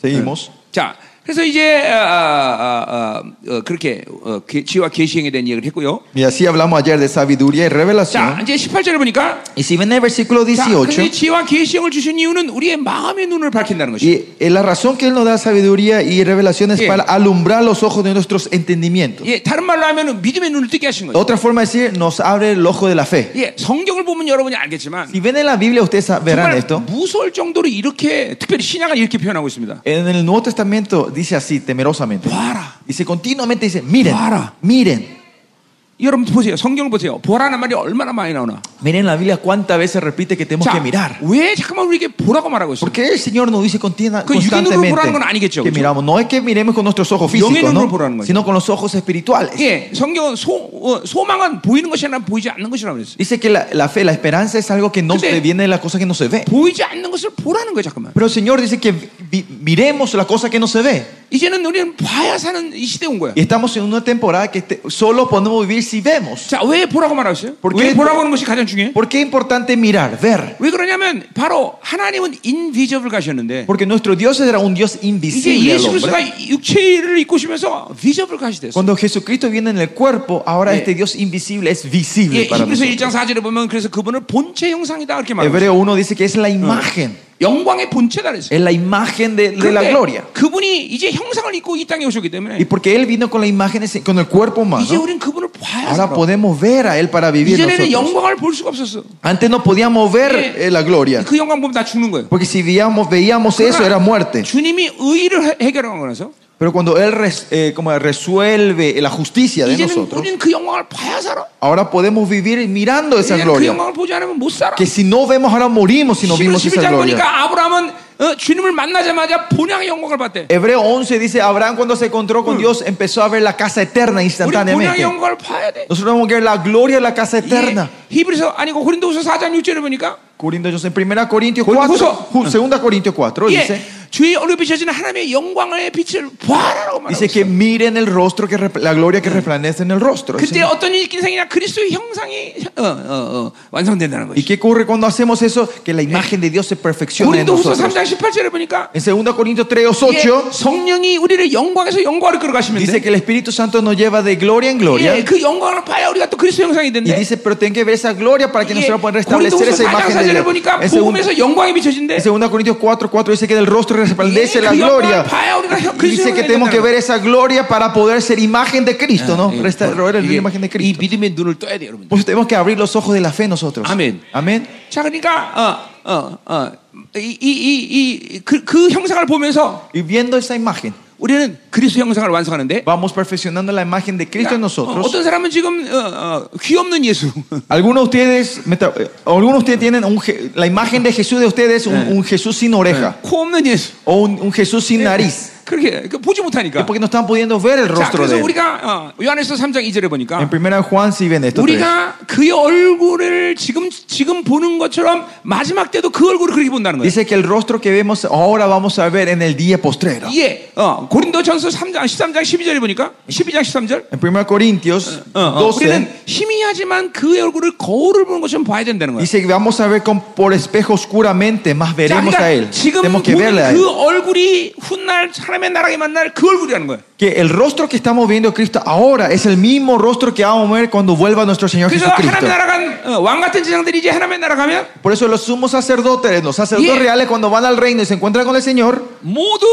S3: Seguimos.
S2: 자, 그래서 이제 아, 아, 아, 어, 그렇게 어, 게- 지와 계시행에 대한 얘기를 했고요.
S3: Y así hablamos ayer de sabiduría y
S2: 자,
S3: revelación.
S2: 이제 18절을 보니까
S3: Y si ven el versículo
S2: 자,
S3: 18,
S2: 그 지와 계시형을 주신 이유는 우리의 마음의 눈을 밝힌다는 것이.
S3: y eh, la razón que Él nos da sabiduría y revelación es
S2: Sí.
S3: para alumbrar los ojos de nuestros entendimientos.
S2: 예, 어? 다른 말로 하면 믿음의 눈을 뜨게 하신 거예요.
S3: Otra forma de decir, nos abre el ojo de la fe.
S2: 예, 성경을 보면 여러분이 알겠지만
S3: Si ven en la Biblia, ustedes sa- verán
S2: 정말
S3: esto.
S2: 무서울 정도로 이렇게 특별히 신약을 이렇게 표현하고 있습니다.
S3: En el Nuevo Testamento dice así, temerosamente.
S2: 봐라.
S3: Dice continuamente, dice, miren,
S2: Para.
S3: miren.
S2: 여러분 보세요. 성경을 보세요. 보라는 말이 얼마나 많이 나오나.
S3: Miren la Biblia cuántas veces repite que tenemos que
S2: 자,
S3: mirar.
S2: 왜 잠깐만 우리에게 보라고 말하고 있어요?
S3: ¿Por qué el Señor nos dice continua-
S2: Que 유대인으로 보라는 건
S3: constantemente
S2: 아니겠죠,
S3: que
S2: 그렇죠?
S3: miramos? No es que miremos con nuestros ojos físicos,
S2: 영의
S3: ¿no?
S2: 눈으로 보라는 거죠.
S3: sino con los ojos espirituales.
S2: 예, 성경은 소, 어, 소망은 보이는 것이 아니라 보이지 않는 것이라고 그랬어요.
S3: Dice que la, la fe, la esperanza es algo que no
S2: Pero-
S3: se viene de las cosas que no se ve.
S2: 보이지 않는 것을 보라는 거예요, 잠깐만.
S3: Pero el Señor dice que vi- miremos la cosa que no se ve.
S2: 이제는 우리는 봐야 사는 이 시대에 온 거야.
S3: Y estamos en una temporada que te- solo podemos vivir si vemos.
S2: 자, 왜 보라고 말하고 있어요?
S3: Porque-
S2: 왜 보라고 하는 것이 가장 중요해?
S3: ¿Por qué es importante mirar, ver?
S2: 왜 그러냐면 바로 하나님은 인비저블 가셨는데
S3: Porque nuestro Dios era un Dios
S2: 이제
S3: invisible. al
S2: 예수
S3: hombre.
S2: 그리스도가 육체를 입고 오시면서 비저블 가시됐어.
S3: Cuando Jesucristo viene en el cuerpo, ahora este Dios invisible es
S2: 예,
S3: visible para
S2: 히브리서
S3: nosotros.
S2: 1장 4절에 보면 그래서 그분을 본체 형상이다 그렇게 말해요.
S3: Hebreo 1 dice que es la imagen,
S2: 영광의 본체다 그랬어요.
S3: es la imagen de, de la
S2: 그런데
S3: gloria.
S2: 그분이 이제 형상을 입고 이 땅에 오셨기 때문에
S3: Y porque Él vino con la imagen, ese- con el cuerpo
S2: 이제
S3: humano,
S2: 우리는 그분을 봐야
S3: ahora
S2: 살아.
S3: podemos ver a Él para vivir
S2: 이전에는
S3: nosotros.
S2: 영광을 볼 수가 없었어.
S3: Antes no podíamos ver
S2: 예.
S3: eh, la gloria,
S2: 그 영광 보면 다 죽는 거예요.
S3: porque si veíamos, veíamos eso era
S2: 네.
S3: muerte.
S2: 주님이 의를 해- 해결한 거라서
S3: Pero cuando Él res- eh, como resuelve la justicia de
S2: 이제는
S3: nosotros,
S2: 우리는 그 영광을 봐야 살아.
S3: ahora podemos vivir mirando esa
S2: 이제는 그
S3: gloria.
S2: 영광을 보지 않으면 못 살아.
S3: Que si no vemos, ahora morimos si no
S2: 히브리서
S3: vimos esa
S2: 11장
S3: gloria.
S2: 보니까 아브라함은 어, 주님을 만나자마자 본향의 영광을 봤대.
S3: Hebreo 11 dice, Abraham cuando se encontró con Dios empezó a ver la casa eterna
S2: 우리 본향의
S3: instantáneamente.
S2: 영광을 봐야 돼.
S3: Nosotros vamos a ver la gloria de la casa
S2: 이게
S3: eterna.
S2: 히브리서 아니고 고린도후서 4장 6절에 보니까
S3: Corintios, en 1 Corintios
S2: Justo.
S3: 4, ju- 2 Corintios 4
S2: 예,
S3: dice,
S2: 주의 얼굴 비춰지는 하나님의 영광의 빛을 보아라고 말하고
S3: dice
S2: 있어.
S3: que miren el rostro, que rep- la gloria que resplandece en el rostro.
S2: 그때
S3: Señor.
S2: 어떤 인생이나 그리스도의 형상이 어, 어, 어, 완성된다는
S3: ¿Y
S2: 거지.
S3: qué ocurre cuando hacemos eso? Que la imagen de Dios se perfecciona en
S2: 고린도후서
S3: nosotros.
S2: 3장 18절에 보니까
S3: En 2 Corintios 3,
S2: 예,
S3: 8
S2: 성령이 우리를 영광에서 영광으로
S3: dice
S2: 끌어가시는데
S3: que el Espíritu Santo nos lleva de gloria en
S2: 예,
S3: gloria.
S2: 그 영광을 봐야 우리가 또 그리스도 형상이
S3: Y
S2: 된대.
S3: dice, pero tienen que ver esa gloria para que
S2: 예,
S3: nosotros podamos
S2: 고린도후서
S3: restablecer esa
S2: 4장
S3: imagen de Dios.
S2: 4절에 보니까
S3: En segun-
S2: 복음에서 영광이 비춰진대.
S3: En 2 Corintios 4, 4 dice que del rostro
S2: 예,
S3: resplandece
S2: 그
S3: la
S2: 영광을
S3: gloria.
S2: 봐야 우리가 형-
S3: Y dice
S2: 그리스도
S3: que
S2: 형상이
S3: tenemos que
S2: 된다는
S3: ver esa gloria para poder ser imagen de Cristo, ¿no?
S2: 거예요.
S3: Restaurar la
S2: 이게
S3: imagen de
S2: 이
S3: Cristo.
S2: 믿음의 눈을 떠야 돼요, 여러분.
S3: Pues tenemos que abrir los ojos de la fe nosotros.
S2: Amén.
S3: Amén.
S2: 자, 그러니까 어, 어, 어, 이, 이, 이, 이, 그, 그 형상을 보면서
S3: Y viendo esa imagen,
S2: 우리는 그리스도 형상을 완성하는데
S3: Vamos perfeccionando la imagen de Cristo en
S2: 어,
S3: nosotros.
S2: 어떤 사람은 지금 어, 어, 귀 없는 예수
S3: Algunos de ustedes, meta- eh, algunos de ustedes tienen un Je- la imagen de Jesús de ustedes, un, un Jesús sin oreja
S2: 코 없는 예수
S3: o un, un Jesús
S2: Eh.
S3: sin nariz,
S2: 그렇게 그 보지 못하니까
S3: porque no están pudiendo ver el
S2: 자
S3: rostro
S2: 그래서
S3: de él.
S2: 우리가 어, 요한에서 3장 2절에 보니까
S3: En primera Juan si ven esto. tres.
S2: 우리가 그의 얼굴을 지금 지금 보는 것처럼 마지막 때도 그 얼굴을 그렇게 본다는 거예요.
S3: Dice que el rostro que vemos ahora vamos a ver en el día postrero.
S2: 이게 어, 고린도전서 3장 13장 12절에 보니까 12장 13절
S3: En 1 Corintios
S2: 어, 어,
S3: 12
S2: 우리는 희미하지만 그의 얼굴을 거울을 보는 것처럼 봐야 된다는 거예요.
S3: dice que vamos a ver con, por espejo oscuramente, más
S2: 자,
S3: veremos a él.
S2: 그러니까 지금
S3: Tenemos que verle a
S2: 보는
S3: él.
S2: 그 얼굴이 훗날 사람의 나라에 만날 그 얼굴이라는 거예요.
S3: Que el rostro que estamos viendo de Cristo ahora es el mismo rostro que vamos a ver cuando vuelva nuestro Señor
S2: 그래서
S3: Jesucristo.
S2: 하나님의 나라가 어, 왕 같은 제사장들이 이제 하나님의 나라 가면
S3: Por eso los sumos sacerdotes, los sacerdotes
S2: Yeah.
S3: reales cuando van al reino y se encuentran con el Señor,
S2: 모두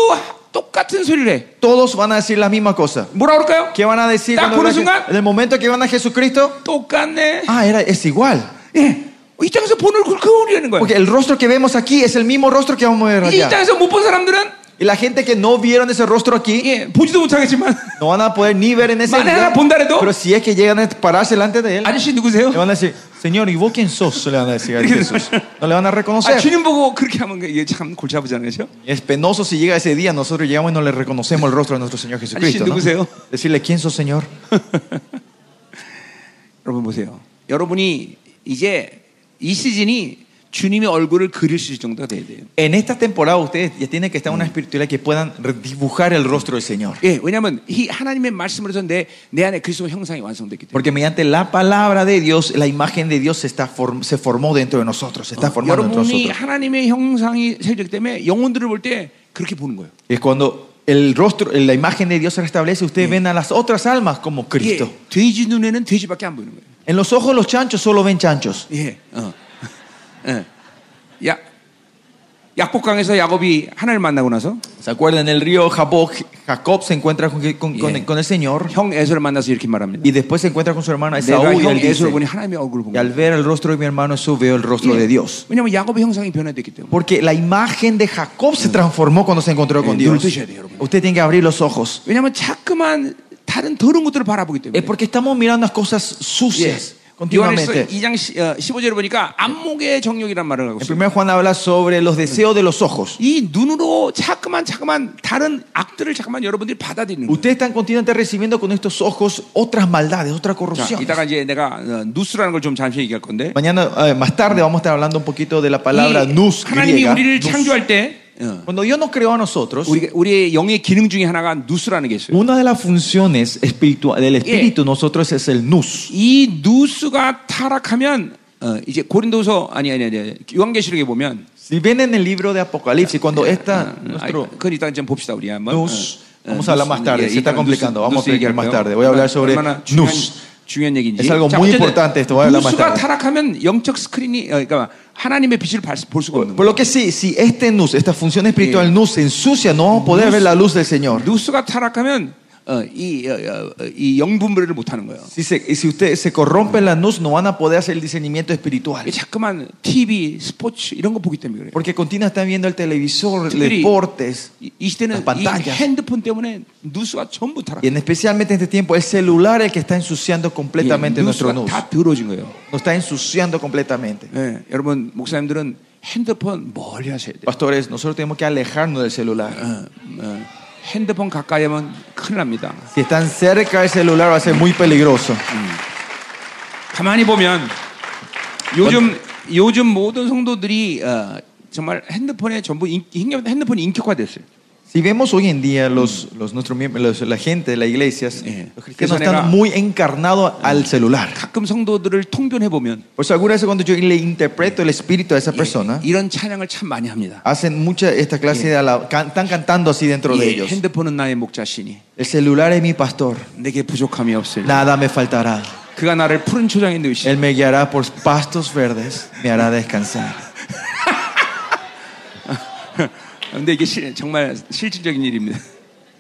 S2: 똑같은 소리를 해.
S3: todos van a decir la misma cosa.
S2: 뭐라 그럴까요?
S3: ¿Qué van a decir
S2: Ta-
S3: cuando
S2: por
S3: vean
S2: un
S3: a Je-
S2: lugar.
S3: en el momento que van a Jesucristo?
S2: 똑같네.
S3: Ah, era, es igual.
S2: 예. 이 땅에서 본 얼굴 그 얼굴이라는 거예요.
S3: Porque el rostro que vemos aquí es el mismo rostro que vamos a ver
S2: 이제 이
S3: allá.
S2: 땅에서 못 본 사람들은
S3: Y la gente que no vieron ese rostro aquí
S2: 예, 보지도 못하겠지만
S3: no van a poder ni ver en ese
S2: 만에
S3: día.
S2: 하나 본다래도
S3: Pero si es que llegan a pararse delante de él,
S2: 아저씨 누구세요?
S3: le van a decir, Señor, ¿y vos quién sos? Le van a decir a
S2: Porque-
S3: Jesús. No le van a
S2: 아,
S3: reconocer.
S2: 주님 보고 그렇게 하면 이게 참 골치 아프잖아요. 그렇죠? 그죠?
S3: Es penoso si llega ese día, nosotros llegamos y no le reconocemos el rostro de nuestro Señor Jesucristo. ¿no?
S2: 누구세요?
S3: Decirle, ¿quién sos, Señor?
S2: 여러분 보세요. 여러분이 이제 이 시즌이 주님의 얼굴을 그릴 수 있을 정도가 돼야 돼요.
S3: En esta temporada ustedes ya tienen que estar en una espiritualidad que puedan re- dibujar el rostro del Señor.
S2: 예, 왜냐하면 이 하나님의 말씀으로서 내, 내 안에 그리스도 형상이 완성됐기 때문에.
S3: Porque mediante la palabra de Dios, la imagen de Dios se, está form- se formó dentro de nosotros, se
S2: Ah,
S3: está formando dentro de
S2: 여러분이
S3: nosotros.
S2: 하나님의 형상이 세워졌기 때문에 영혼들을 볼 때 그렇게 보는 거예요.
S3: Es cuando el rostro, la imagen de Dios se restablece, ustedes ven a las otras almas como
S2: 예,
S3: Cristo.
S2: 돼지 눈에는 돼지밖에 안 보이는 거예요.
S3: En los ojos de los chanchos solo ven chanchos.
S2: 예. 어. 예. 야, 약복강에서 야곱이 하나님을 만나고 나서
S3: ¿Se acuerdan? En el río Jaboc, Jacob se encuentra con, con- con-
S2: Yeah.
S3: con el Señor
S2: 형 에서를 만나서 이렇게 말합니다.
S3: y después se encuentra con su hermano
S2: 내가
S3: Esaú y
S2: 형
S3: él dice,
S2: 에서를 보니 하나님의 얼굴을 본
S3: y al
S2: 거야.
S3: ver el rostro de mi hermano Esaú veo el rostro de Dios.
S2: 왜냐하면 야곱의 형상이 변화됐기 때문에.
S3: Porque la imagen de Jacob se transformó cuando se encontró con
S2: Eh,
S3: Dios.
S2: dulce ya de hermano.
S3: Usted tiene que abrir los ojos.
S2: 왜냐하면 자꾸만 다른 더러운 것들을 바라보기 때문에.
S3: Es porque estamos mirando las cosas
S2: 예.
S3: sucias
S2: 요한에서
S3: continuamente.
S2: 2장 어, 15절을 보니까 안목의 정욕이란 말을 하고
S3: En
S2: 있어요.
S3: 1 Juan habla sobre los deseos de los ojos.
S2: 이 눈으로 자꾸만 자꾸만 다른 악들을 자꾸만 여러분들이 받아들이는 거예요.
S3: Ustedes están continuamente recibiendo con estos ojos otras maldades, otra
S2: 자,
S3: corrupción.
S2: 이따가 이제 내가 어, 누스라는 걸 좀 잠시 얘기할 건데.
S3: Mañana, eh, más tarde, vamos a estar hablando un poquito de la
S2: 이
S3: palabra nous.
S2: 하나님이
S3: griega.
S2: 우리를
S3: Nous.
S2: 창조할 때 어,
S3: Cuando Dios nos creó a nosotros,
S2: 우리 우리의 영의 기능 중에 하나가 누스라는 게 있어요.
S3: una de las funciones espiritual, del espíritu en nosotros es el nous.
S2: 이 누스가 타락하면 어, 이제 고린도서 아니 아니 아니 요한계시록에 보면
S3: Si ven en el libro de Apocalipsis, cuando esta,
S2: 아이,
S3: nuestro
S2: 그건 일단 좀 봅시다 우리 한번.
S3: Nous,
S2: 어,
S3: vamos
S2: 어,
S3: a hablar más tarde,
S2: 예,
S3: se está
S2: 일단은
S3: complicando,
S2: 누스-
S3: vamos
S2: 누스
S3: a explicar
S2: 얘기할까요?
S3: más tarde. Voy a hablar sobre
S2: 얼마나 중요한-
S3: nous.
S2: 중요한 얘기인지.
S3: Es algo
S2: 자,
S3: muy
S2: 어쨌든
S3: importante esto, voy a hablar más
S2: 누스가
S3: tarde.
S2: 타락하면 영적 스크린이 어, 그러니까 하나님의 빛을 발- 볼 수가 없는
S3: Por
S2: 거예요.
S3: lo que sí, si este nous, esta función espiritual nous se ensucia, no vamos a poder ver la luz del Señor.
S2: 누스가 타락하면 어, 이, 어, 어, 이 영분별을 못 하는 거예요.
S3: Si, se, y si ustedes se corrompen la nous, no van a poder hacer el discernimiento espiritual.
S2: 이게 자꾸만 TV, 스포츠 이런 거 보기 때문에 그래요.
S3: Porque continúan están viendo el televisor,
S2: 특별히
S3: deportes.
S2: 이, 이 시대는
S3: 다
S2: 이
S3: pantallas.
S2: 핸드폰 때문에 누수가 전부 타락.
S3: Y en especialmente en este tiempo, el celular es el que está ensuciando completamente nuestro
S2: 누수가
S3: nous.
S2: 다 더러워진 거예요.
S3: Nos está ensuciando completamente.
S2: 예, 여러분 목사님들은 핸드폰 멀리 하셔야 돼요.
S3: Pastores, nosotros tenemos que alejarnos del celular.
S2: 어, 어, 핸드폰 가까이 하면 큰일 납니다.
S3: Si están cerca del celular va a ser muy peligroso.
S2: 가만히 보면 요즘 요즘 모든 성도들이 어, 정말 핸드폰에 전부 인, 핸- 핸드폰이 인격화됐어요.
S3: Si vemos hoy en día los, los, nuestros miemb- los- la gente de las iglesias,
S2: Eh.
S3: los cristianos
S2: Mm. Que son Mm.
S3: están
S2: era-
S3: muy encarnados al celular.
S2: 가끔 성도들을 통변해 보면
S3: Por eso algunas veces cuando yo le interpreto el espíritu a esa
S2: 예,
S3: persona,
S2: 이런 찬양을 참 많이 합니다.
S3: hacen mucha esta clase de ala- can- están cantando así dentro de
S2: 예,
S3: ellos.
S2: 아, 핸드폰은 나의 목자시니
S3: El celular es mi pastor,
S2: 내게 부족함이 없으리.
S3: nada me faltará.
S2: 그가 나를 푸른 초장에 누이시.
S3: Él me guiará por pastos verdes, me hará descansar.
S2: 근데 이게 실- 정말 실질적인 일입니다.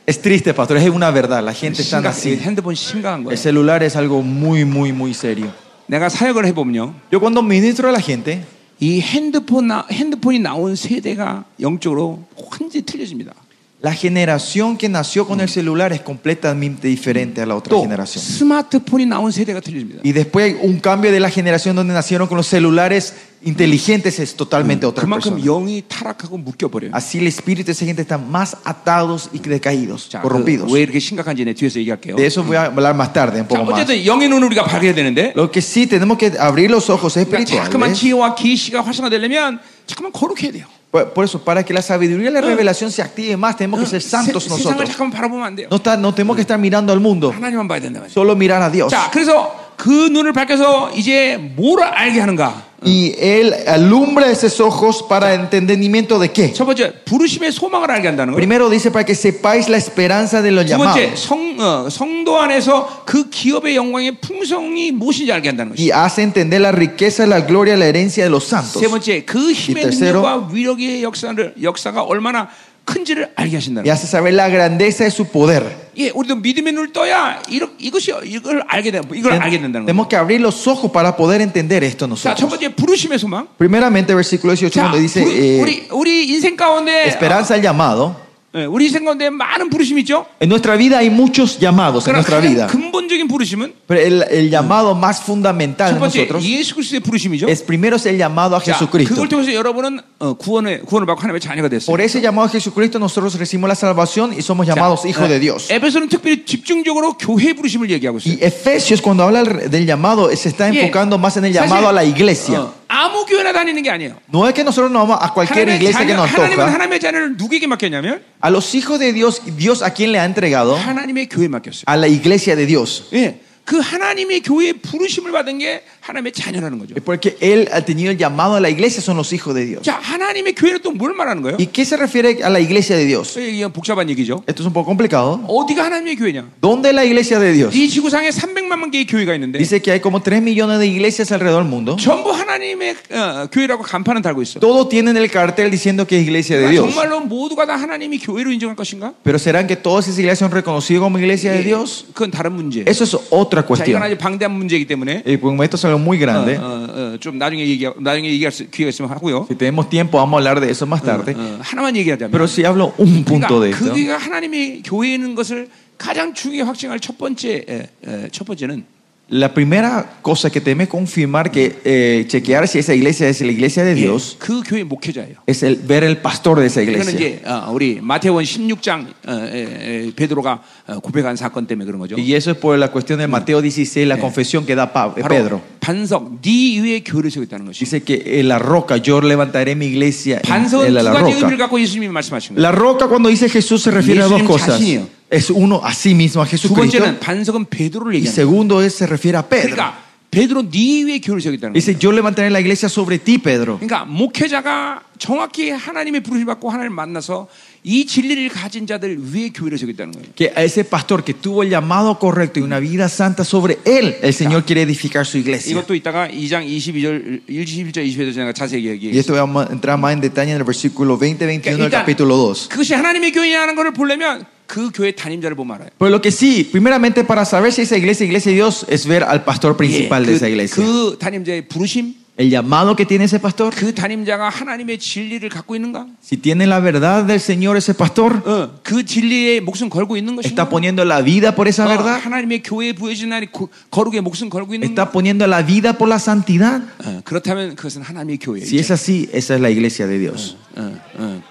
S3: Es triste, pastor, es una verdad, la gente está
S2: 심각, 이
S3: así.
S2: 핸드폰 심각한
S3: El
S2: 거예요.
S3: celular es algo muy, muy, muy serio.
S2: 내가 사역을 해보면요,
S3: Yo cuando ministro a la gente,
S2: 이 핸드폰 나, 핸드폰이 나온 세대가 영적으로 완전히 틀려집니다.
S3: La generación que nació con el celular es completamente diferente a la otra
S2: 또
S3: generación.
S2: 스마트폰이 나온 세대가 틀립니다.
S3: Y después hay un cambio de la generación donde nacieron con los celulares inteligentes es
S2: Mm.
S3: totalmente otra
S2: 그만큼
S3: persona.
S2: 영이 타락하고 묶여버려요.
S3: Así el espíritu de esa gente está más atados y decaídos,
S2: 자, 그
S3: corrompidos.
S2: 왜 이렇게 심각한지 내 뒤에서 얘기할게요.
S3: De eso voy a hablar más tarde, un
S2: 자,
S3: poco más.
S2: 어쨌든 영의 눈을 우리가 밝혀야 되는데
S3: Lo que sí tenemos que abrir los ojos
S2: 그러니까 자꾸만
S3: espirituales.
S2: 지혜와 계시가 활성화되려면 자꾸만 거룩해야 돼요.
S3: Por, por eso, para que la sabiduría y la revelación se active más, tenemos que ser santos
S2: 세- 세상을
S3: nosotros.
S2: 잠깐만 바라보면 안 돼요.
S3: No, está- no tenemos que estar mirando al mundo,
S2: 하나님만 봐야 된다 말이죠.
S3: solo mirar a Dios.
S2: 자, 그래서 그 눈을 밝혀서 이제 뭘 알게 하는가?
S3: Y Él alumbra esos ojos para entendimiento de qué.
S2: 첫 번째, 부르심의 소망을 알게 한다는 거예요.
S3: Primero dice para que sepáis la esperanza de los
S2: 두
S3: llamados.
S2: 번째, 성, 어, 성도 안에서 그 기업의 영광의 풍성이 무엇인지 알게 한다는 거죠.
S3: y hace entender la riqueza, la gloria, la herencia de los santos.
S2: 세 번째, 그 힘의
S3: 이 tercero.
S2: 능력과 위력의 역사를, 역사가 얼마나 큰지를 알게
S3: Y
S2: 하신다는 거예요.
S3: hace saber la grandeza de su poder.
S2: 예, 우리도 믿음의 눈을 떠야 이러, 이것이 이걸 알게 된, 이걸 알게 된다는 거예요.
S3: Tenemos que abrir los ojos para poder entender esto
S2: 자, 첫
S3: nosotros.
S2: 번째 부르심의 소망.
S3: Primeramente, versículo 18,
S2: 자,
S3: donde dice
S2: 부르-
S3: eh,
S2: 우리 우리 인생 가운데
S3: esperanza al llamado.
S2: 어, 예, 우리 인생 가운데 많은 부르심이 있죠.
S3: En nuestra vida hay muchos llamados en
S2: 그러나
S3: nuestra
S2: 가장
S3: vida.
S2: 근본적인 부르심은
S3: Pero el, el llamado más fundamental
S2: 첫
S3: de
S2: 번째
S3: nosotros
S2: 예수 그리스도의 부르심이죠.
S3: es primero es el llamado a
S2: 자,
S3: Jesucristo.
S2: 그걸 통해서 여러분은 어, 구원의 구원을 받고 하나님의 자녀가 됐어요.
S3: Por ese llamado a Jesucristo nosotros recibimos la salvación y somos llamados hijos
S2: eh,
S3: de Dios.
S2: 그러니까 네. 에베소는 특별히 집중적으로 교회 부르심을 얘기하고 있어요.
S3: Y Efesios cuando habla del llamado se está
S2: 예,
S3: enfocando más en el llamado
S2: 사실,
S3: a la iglesia.
S2: 어, 아무 교회나 다니는 게 아니에요.
S3: No es que nosotros nos vamos a cualquier
S2: 하나님의
S3: iglesia que
S2: 자녀,
S3: nos
S2: 하나님은
S3: toca.
S2: 하나님의 자녀를 누구에게 맡겼냐면
S3: A los hijos de Dios, Dios a quien le ha entregado,
S2: 하나님의 교회에 맡겼어요.
S3: a la iglesia de Dios.
S2: 예, 그 하나님의 교회에 부르심을 받은 게 하나님의 자녀라는 거죠.
S3: Porque Él ha tenido el llamado a la iglesia, son los hijos de Dios.
S2: 자, 하나님의 교회는 또 뭘 말하는 거예요?
S3: ¿Y qué se refiere a la iglesia de Dios?
S2: 예, 이건 복잡한 얘기죠.
S3: Esto es un poco complicado.
S2: 어디가 하나님의 교회냐?
S3: ¿Dónde es la iglesia de Dios?
S2: 이 지구상에 300만 개의 교회가 있는데
S3: Dice que hay como 3 millones de iglesias alrededor del mundo.
S2: 전부 하나님의 어, 교회라고 간판은 달고 있어.
S3: Todos tienen el cartel diciendo que es iglesia de
S2: 아,
S3: Dios.
S2: 정말로 모두가 다 하나님이 교회로 인정할 것인가?
S3: Pero ¿serán que todas esas iglesias son reconocidas como iglesia de Dios?
S2: 그건 다른 문제.
S3: Eso es otra
S2: 자, 이건
S3: cuestión.
S2: 아주 방대한 문제이기 때문에
S3: Y por un momento es algo muy
S2: 어,
S3: grande.
S2: 어, 어, 좀 나중에 얘기 나중에 얘기할 수, 기회가 있으면 하고요.
S3: Si tenemos tiempo, vamos a hablar de eso más tarde.
S2: 어, 하나만 얘기하자면
S3: Pero si hablo un punto de
S2: 그러니까
S3: esto.
S2: 그가 하나님이 교회에 있는 것을 가장 중요히 확증할 첫 번째 에, 에, 첫 번째는
S3: La primera cosa que teme confirmar que eh, chequear si esa iglesia es la iglesia de Dios
S2: 그 교회 목회자예요.
S3: es el ver el pastor de esa
S2: 그거는
S3: iglesia.
S2: 이제 어, 우리 마태원 16장 어, 에, 에, 베드로가 어, 고백한 사건 때문에 그런 거죠.
S3: Y eso es por la cuestión de Mateo 16, la confesión que da Pa- eh, Pedro.
S2: 바로 반석 네 위에 교회를 세우겠다는 것이.
S3: Dice que en la roca yo levantaré mi iglesia en,
S2: 반석은
S3: en
S2: 두
S3: la,
S2: 가지 의미를
S3: roca.
S2: 갖고 예수님이 말씀하신 거예요.
S3: La roca cuando dice Jesús se refiere a dos
S2: 예수님
S3: cosas.
S2: 자신이에요.
S3: Es uno a sí mismo, a
S2: 두
S3: Jesucristo.
S2: 번째는 반석은 베드로를
S3: Y
S2: 얘기하는 거예요.
S3: segundo es se refiere a Pedro.
S2: 그러니까 베드로 네 위에 교회를 세우겠다는 거예요.
S3: Dice yo levantaré la iglesia sobre ti, Pedro.
S2: 그러니까 목회자가 정확히 하나님의 부르심 받고 하나님을 만나서 이 진리를 가진 자들 위에 교회를 세우겠다는 거예요.
S3: Que a ese pastor que tuvo el llamado correcto y una vida santa sobre él, el Señor quiere edificar su iglesia.
S2: 이것도 이따가 2장 22절 21절 22절 제가 자세히
S3: Y
S2: 얘기해.
S3: esto vamos a entrar más en detalle en el versículo 20, 21 del capítulo 2.
S2: 그것이 하나님의 교회라는 것을 보려면 그 교회 담임자를 보면 알아요.
S3: Pero lo que sí, primeramente para saber si esa iglesia es iglesia de Dios, es ver al pastor
S2: 예,
S3: principal de esa
S2: 그,
S3: iglesia.
S2: 그 담임자의 부르심,
S3: El llamado que tiene ese pastor,
S2: 그 담임자가 하나님의 진리를 갖고 있는가?
S3: si tiene la verdad del Señor ese pastor,
S2: 어, 그 진리에 목숨 걸고 있는 것인가?
S3: está poniendo la vida por esa
S2: 어,
S3: verdad,
S2: 하나님의 교회에 부여진 하나님 고- 거룩에 목숨 걸고 있는가?
S3: está poniendo la vida por la santidad.
S2: 어, 그렇다면 그것은 하나님의 교회예요.
S3: Si es así, esa es la iglesia de Dios.
S2: 응, 응.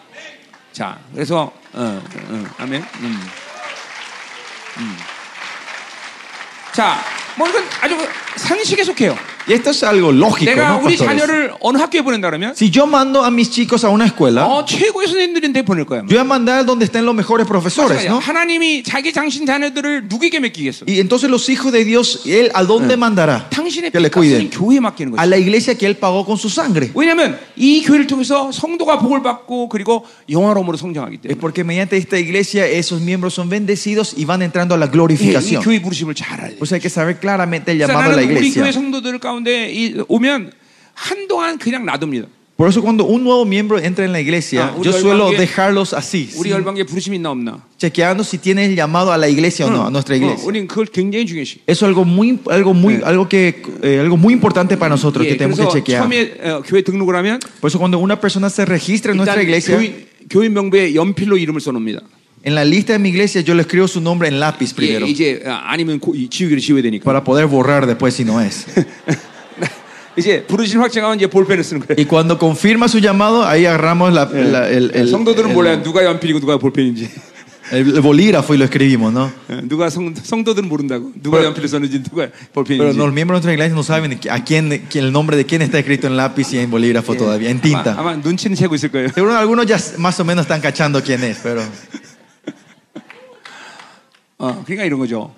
S2: 자, 그래서 응, 응, 아멘. 음. 음. 자, 뭐 이건 아주 그 상식에 속해요.
S3: Y esto es algo lógico,
S2: 내가
S3: ¿no,
S2: 우리
S3: pastores?
S2: 자녀를 어느 학교에 보낸다 그러면
S3: Si yo mando a mis chicos a una escuela,
S2: 어, 최고의 선생님들인데 보낼 거야. 아마.
S3: yo voy a mandar donde estén los mejores profesores, ¿no?
S2: 하나님이 자기 장신 자녀들을 누구에게 맡기겠어?
S3: Y entonces los hijos de Dios, él a dónde mandará?
S2: 당신의
S3: Eh. Que le
S2: 빚값은
S3: cuiden.
S2: 교회에 맡기는
S3: A
S2: 거지.
S3: la iglesia que él pagó con su sangre.
S2: 왜냐하면 이 교회를 통해서 성도가 복을 받고 그리고 영화로움으로 성장하기
S3: Es
S2: 때문에
S3: porque mediante esta iglesia esos miembros son bendecidos y van entrando a la
S2: 예, 이
S3: glorificación.
S2: 교회 부르심을 잘 알아야 돼.
S3: Pues hay que saber claramente el
S2: 그래서
S3: llamado a la
S2: 나는 우리 교회
S3: iglesia.
S2: 성도들 가운데 이- 오면 한동안 그냥 놔둡니다.
S3: Por eso cuando un nuevo miembro entra en la
S2: Ah,
S3: iglesia,
S2: 우리
S3: yo suelo
S2: 열방에-
S3: dejarlos así,
S2: 우리
S3: sin-
S2: 열방에 부르심이 있나 없나.
S3: chequeando si tiene el llamado a la
S2: 어,
S3: iglesia o no, a nuestra iglesia.
S2: 우리는 그걸 굉장히 중요시.
S3: Eso es algo muy, algo muy, algo que, eh, algo muy importante para nosotros que
S2: 예,
S3: tenemos que
S2: 그래서
S3: chequear.
S2: 처음에 어, 교회 등록을 하면
S3: Por eso cuando una persona se registra en nuestra
S2: 일단
S3: iglesia,
S2: 교인, 교인 명부에 연필로 이름을 써놓습니다.
S3: En la lista de mi iglesia yo le escribo su nombre en lápiz
S2: 예,
S3: primero
S2: 이제 아, 아니면 고- 이 지우개를 지워야 되니까.
S3: para poder borrar después si no es.
S2: 이제 부르심 확정하면 이제 볼펜을 쓰는 거예요.
S3: Y cuando confirma su llamado, ahí agarramos la- la- el, el-
S2: 성도들은
S3: el-
S2: 몰라요. 누가 연필이고 누가 볼펜인지.
S3: el bolígrafo y lo escribimos, ¿no?
S2: 예, 누가 성, 성도들은 모른다고. 누가 연필을 썼는지 누가
S3: Pero
S2: 볼펜인지.
S3: los miembros de nuestra iglesia no saben a quién, quién- el nombre de quién está escrito en lápiz y en bolígrafo todavía, en
S2: 아마,
S3: tinta.
S2: 아마 눈치는 채고 있을 거예요.
S3: Seguro algunos ya más o menos están cachando quién es, pero
S2: 어, 그러니까 이런 거죠.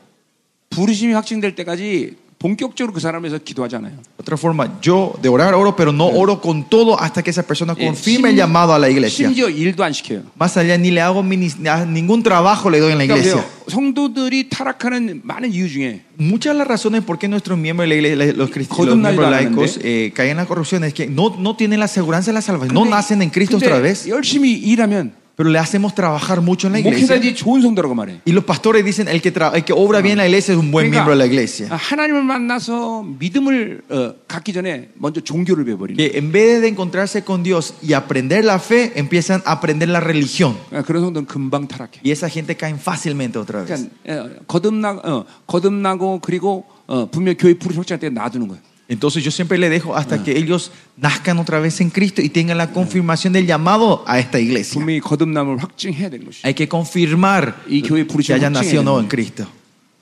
S2: 부르심이 확증될 때까지 본격적으로 그 사람에서 기도하잖아요.
S3: otra forma, yo de orar oro, pero no oro con todo hasta que esa persona confirme el llamado a la iglesia.
S2: 예, 심지어 일도 안 시켜요.
S3: Más allá ni le hago minis- ni- ningún trabajo le doy en la
S2: 그러니까
S3: iglesia.
S2: 보세요. 성도들이 타락하는 많은 이유 중에
S3: Muchas de las razones por qué nuestros miembros de la iglesia, los, cristianos, los
S2: 거듭나지도
S3: miembros
S2: 않았는데.
S3: laicos eh, caen en la corrupción es que no, no tienen la aseguranza de la salvación, no
S2: 근데-
S3: nacen en Cristo
S2: 근데
S3: otra vez,
S2: 열심히 일하면
S3: pero le hacemos trabajar mucho en la iglesia.
S2: 목회자들이 좋은 성도라고 말해. 그러니까
S3: Y los pastores dicen, el que, tra- el que obra bien en la iglesia es un buen miembro de la
S2: Ah.
S3: iglesia.
S2: 아, 하나님을 만나서 믿음을 어, 갖기 전에 먼저 종교를 배워버리는
S3: Que en vez de encontrarse con Dios y aprender la fe, empiezan a aprender la religión.
S2: 아, 그런 성도는 금방 타락해.
S3: Y esa gente caen fácilmente otra vez.
S2: 그러니까 어, 거듭나 어, 거듭나고 그리고 어, 분명 교회 부르심 확정할 때 놔두는 거예요.
S3: Entonces yo siempre le dejo hasta que ellos nazcan otra vez en Cristo y tengan la confirmación del llamado a esta iglesia.
S2: 분명히 거듭남을 확증해야 되는 것이.
S3: Hay que confirmar
S2: Y que hoy Eh.
S3: que
S2: purísimo
S3: hayan nacido o no en
S2: chinguen.
S3: Cristo.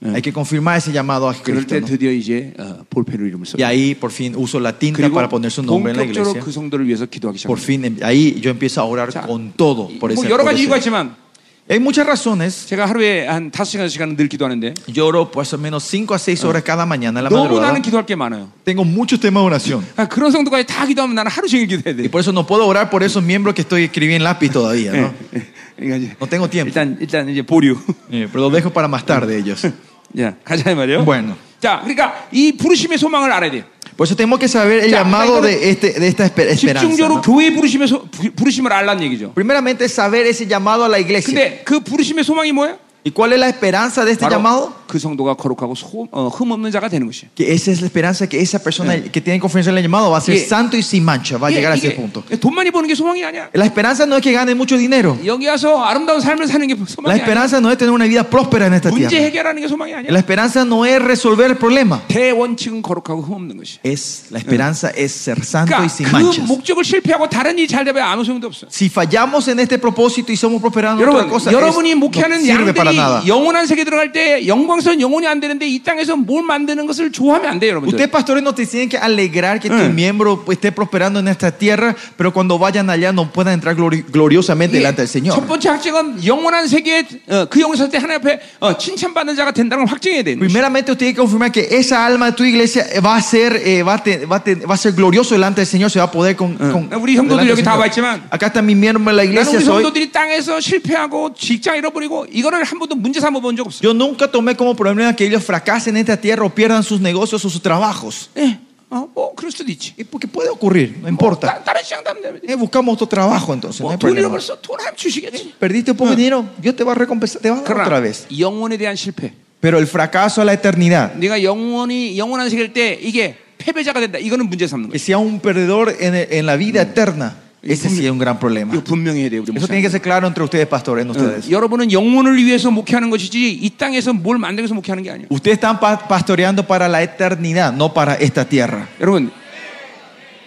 S3: Hay que confirmar ese llamado a
S2: 그럴
S3: Cristo.
S2: 때
S3: ¿no?
S2: 드디어 이제 어, 볼펜으로 이름을 써.
S3: Y ahí por fin uso la tinta
S2: 그리고
S3: para poner su nombre en la
S2: 본격적으로
S3: iglesia.
S2: 그 성도를 위해서 기도하기 시작.
S3: Por fin em- ahí yo empiezo a orar
S2: 자,
S3: con todo por ese,
S2: 뭐 여러
S3: por
S2: 가지
S3: ese-
S2: 이유가 있지만
S3: Hay muchas razones.
S2: 제가 하루에 한 다섯 시간 시간은 늘 기도하는데
S3: Yo oro por al menos 5 a
S2: Ah.
S3: 6 horas cada mañana en la
S2: 너무
S3: madrugada.
S2: 나는 기도할 게 많아요.
S3: Tengo muchos temas de oración.
S2: 아, 그런 성도까지 다 기도하면 나는 하루 종일 기도해야 돼.
S3: Y por eso no puedo orar por esos miembros que estoy escribiendo en lápiz todavía.
S2: Eh.
S3: ¿no?
S2: 그러니까 이제
S3: No tengo tiempo.
S2: 일단 일단 이제 보류.
S3: Eh, Pero los dejo para más tarde ellos.
S2: Eh. 자, 가자 이 말이에요.
S3: Bueno.
S2: 자, 그러니까 이 부르심의 소망을 알아야 돼. 요
S3: Por eso tenemos que saber el
S2: Ya,
S3: llamado
S2: ahora-
S3: de, este, de esta esper- esperanza.
S2: 집중적으로
S3: ¿no?
S2: 교회 부르심의 소, 부- 부르심을 알란 얘기죠.
S3: Primeramente saber ese llamado a la iglesia.
S2: 근데 그 부르심의 소망이 뭐예요?
S3: ¿Y cuál es la esperanza de este
S2: 바로
S3: llamado?
S2: 그 성도가 거룩하고 소, 어, 흠 없는 자가 되는 것이에요.
S3: Que esa es la esperanza que esa persona que tiene confianza en el llamado va a ser
S2: Yeah.
S3: santo Eh. y sin mancha, va a
S2: 이게-
S3: llegar a ese
S2: 이게
S3: punto.
S2: 돈 많이 버는 게 소망이 아니야.
S3: La esperanza no es que gane mucho dinero.
S2: 여기 와서 아름다운 삶을 사는 게
S3: La
S2: 소망이 아니야.
S3: esperanza no es tener una vida próspera en esta
S2: 문제
S3: tierra.
S2: 해결하는 게 소망이 아니야.
S3: La esperanza no es resolver el problema.
S2: 대원칙은 거룩하고 흠 없는 것이.
S3: Es la esperanza es ser santo y
S2: 그러니까
S3: sin
S2: 그
S3: manchas.
S2: 목적을 실패하고 다른 일이 잘 되면 아무 소용도 없어. 요
S3: Si fallamos en este propósito y somos prosperados en otra
S2: 여러분,
S3: cosa, es-
S2: 여러분이
S3: no
S2: 목회하는
S3: sirve para nada.
S2: 양들이 영원한 세계 들어갈 때 영광스러운 영혼이 안 되는데 이 땅에서 뭘 만드는 것을 좋아하면 안 돼요, 여러분들.
S3: Ustedes, pastores, no te tienen que alegrar que
S2: Eh.
S3: tu miembro esté prosperando en esta tierra, pero cuando vayan allá no puedan entrar glori- gloriosamente delante del
S2: 이게
S3: Señor.
S2: 예, 첫 번째 확증은 영원한 세계에 어, 그 영혼 때 하나님 앞에 어, 칭찬받는 자가 된다는 걸 확증해야 되는 거예요.
S3: Primeramente, usted tiene que confirmar que esa alma de tu iglesia va a ser, eh, va a te- va a te- va a ser glorioso delante del Señor, se va a poder con. con-
S2: Eh, 우리 형제들
S3: delante del
S2: 여기 다
S3: Señor.
S2: 와 있지만
S3: Acá está mi miembro en la
S2: 나는
S3: iglesia.
S2: 우리
S3: Soy,
S2: 성도들이 땅에서 실패하고 직장 잃어버리고 이거를 한 번도 문제 삼아 본 적 없어.
S3: yo nunca tomé como problema que ellos fracasen en esta tierra o pierdan sus negocios o sus trabajos.
S2: 예, 어, 뭐 그럴 수도 있지.
S3: Eh, Porque puede ocurrir, no importa.
S2: 따- 다른 예, 시장 담당.
S3: Eh, buscamos otro trabajo entonces, no hay
S2: 뭐 돈
S3: problema.
S2: 잃어버렸어. 돈 하면 주시겠지.
S3: Perdiste un poco de dinero, Dios te va a recompensar, te va a dar otra
S2: 그러나
S3: vez.
S2: 영혼에 대한 실패.
S3: Pero el fracaso a la eternidad.
S2: 네가 영원히 영원한 세계일 때 이게 패배자가 된다. 이거는 문제 삼는
S3: Que
S2: 거야.
S3: sea un perdedor en, en la vida eterna. Ese sí es un gran problema.
S2: 이거 분명히 해야 돼요, 우리
S3: Eso tiene
S2: 목사님. 예.
S3: que ser claro entre ustedes, pastores, en ustedes.
S2: 응. 여러분은 영혼을 위해서 목회하는 것이지 이 땅에서 뭘 만들기 위해서 목회하는 게 아니에요.
S3: Ustedes están pa- pastoreando para la eternidad, no para esta tierra.
S2: 여러분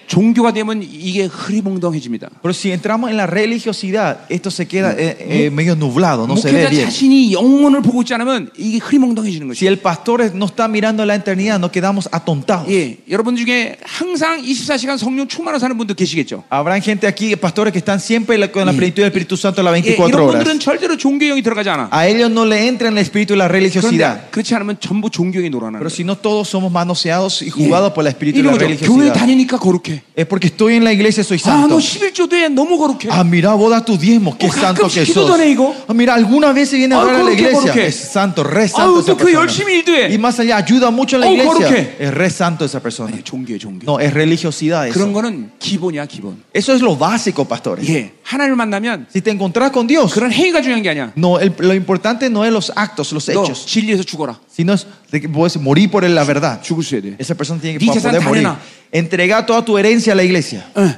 S2: 종교가 되면 이게 흐리멍덩해집니다.
S3: Pero si entramos en la religiosidad, esto se queda eh, eh, medio nublado, no se ve
S2: 목회자
S3: bien.
S2: 자신이 영혼을 보고 있지 않으면 이게 흐리멍덩해지는
S3: Si
S2: 것이에요.
S3: el pastor no está mirando la eternidad, nos quedamos atontados.
S2: 예, 여러분 중에 항상 24시간 성령 충만으로 사는 분도 계시겠죠.
S3: Habrán gente aquí, pastores, que están siempre la- con la plenitud del Espíritu Santo las
S2: 예, 이런
S3: 24 horas.
S2: 분들은 절대로 종교형이 들어가지 않아.
S3: A ellos no le entra en el espíritu de la religiosidad.
S2: 그런데 그렇지 않으면 전부 종교형이 놀아나는
S3: Pero
S2: 거예요.
S3: si no todos somos manoseados y jugados por el espíritu de Ah, la
S2: 예. 이런 거죠. 교회
S3: religiosidad.
S2: 다니니까 거룩해.
S3: Es porque estoy en la iglesia soy
S2: 아, 너
S3: santo.
S2: 11조도에 너무 거룩해.
S3: Ah, mira, vos das tu diezmo, qué
S2: Oh,
S3: santo
S2: 가끔
S3: que
S2: 기도도
S3: sos.
S2: 안 해, 이거.
S3: Ah, mira, alguna vez se viene a
S2: Ah,
S3: hablar a la
S2: 거룩해,
S3: iglesia.
S2: 거룩해.
S3: Es santo, re
S2: 아유,
S3: santo esa
S2: 또그 열심히
S3: persona.
S2: 일도해.
S3: Y más allá, ayuda mucho en la
S2: Oh,
S3: iglesia.
S2: 거룩해.
S3: Es re santo esa persona.
S2: 아니, 종교예요, 종교.
S3: No, es religiosidad
S2: 그런
S3: eso.
S2: 거는 기본이야, 기본.
S3: Eso es lo básico, pastores.
S2: 예, 하나님을 만나면
S3: Si te encontrás con Dios,
S2: 그런 행위가 중요한 게 아니야.
S3: no, el- lo importante no es los actos, los
S2: 너
S3: hechos,
S2: 진리에서 죽어라.
S3: sino es de que vos morir por la verdad.
S2: 죽으셔야 돼.
S3: Esa persona tiene que
S2: Dice
S3: poder
S2: Santa
S3: morir.
S2: Elena.
S3: Entregar toda tu herencia a la iglesia.
S2: 예.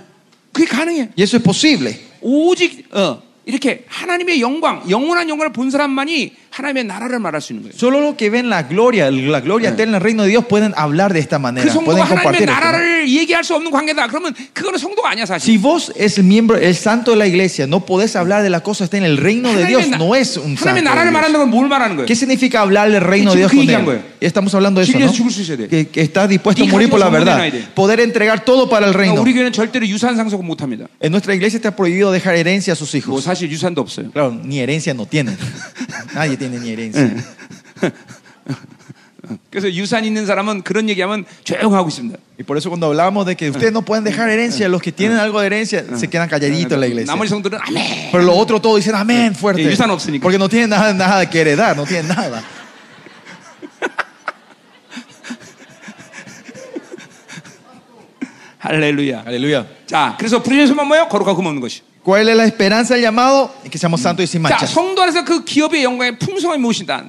S2: 그게 예. 어. 가능해.
S3: Y eso es posible.
S2: 오직 어, 이렇게 하나님의 영광, 영원한 영광을 본 사람만이 하나님의 나라를 말할 수 있는 거예요.
S3: Solo los que ven la gloria, la gloria eterna del reino de Dios pueden hablar de esta
S2: 그
S3: manera,
S2: 성도가
S3: pueden
S2: 하나님의
S3: compartir. esto, ¿no?
S2: 나라를 얘기할 수 없는 관계다. 그러면 그거는 성도가 아니야 사실.
S3: Si vos es el miembro, el santo de la iglesia, no podés hablar de la cosa está en el reino de Dios,
S2: 나-
S3: no es un
S2: 하나님의
S3: santo. de
S2: 나라를
S3: Dios.
S2: 말하는 건 뭘 말하는 거예요?
S3: ¿Qué significa hablar del reino de Dios
S2: 지금
S3: con
S2: 그 얘기한
S3: él?
S2: 거예요.
S3: Estamos hablando de eso,
S2: pues. Chile
S3: ¿no?
S2: 죽을 수 있어야 돼.
S3: Que, que está dispuesto a
S2: 네
S3: morir por la
S2: 가지고서
S3: verdad,
S2: morir어야 돼.
S3: poder entregar todo para el
S2: 그러니까
S3: reino.
S2: 우리 교회는 절대로 유산 상속은 못 합니다.
S3: En nuestra iglesia está prohibido dejar herencia a sus
S2: 뭐
S3: hijos.
S2: 사실 유산도 없어요.
S3: Claro, ni herencia no tienen. Nadie tiene ni
S2: Eh.
S3: herencia.
S2: 그래서 유산 있는 사람은 그런 얘기하면 조용하고 있습니다.
S3: Y por eso cuando hablamos de que ustedes no pueden dejar herencia, los que tienen algo de herencia se quedan calladitos en la iglesia.
S2: 나머지 성들은 아멘.
S3: Pero los otros todos dicen amén fuerte.
S2: Y usan obscenico.
S3: Porque no tienen nada, nada que heredar, no tienen nada.
S2: 할렐루야.
S3: Aleluya.
S2: 자, 그래서 불의의 소만 뭐예요? 거룩하고 흠없는 것이.
S3: ¿Cuál es la esperanza del llamado? Que seamos santos y sin
S2: 자,
S3: mancha.
S2: 성도 안에서 그 기업의 영광의 풍성함이 무엇이다.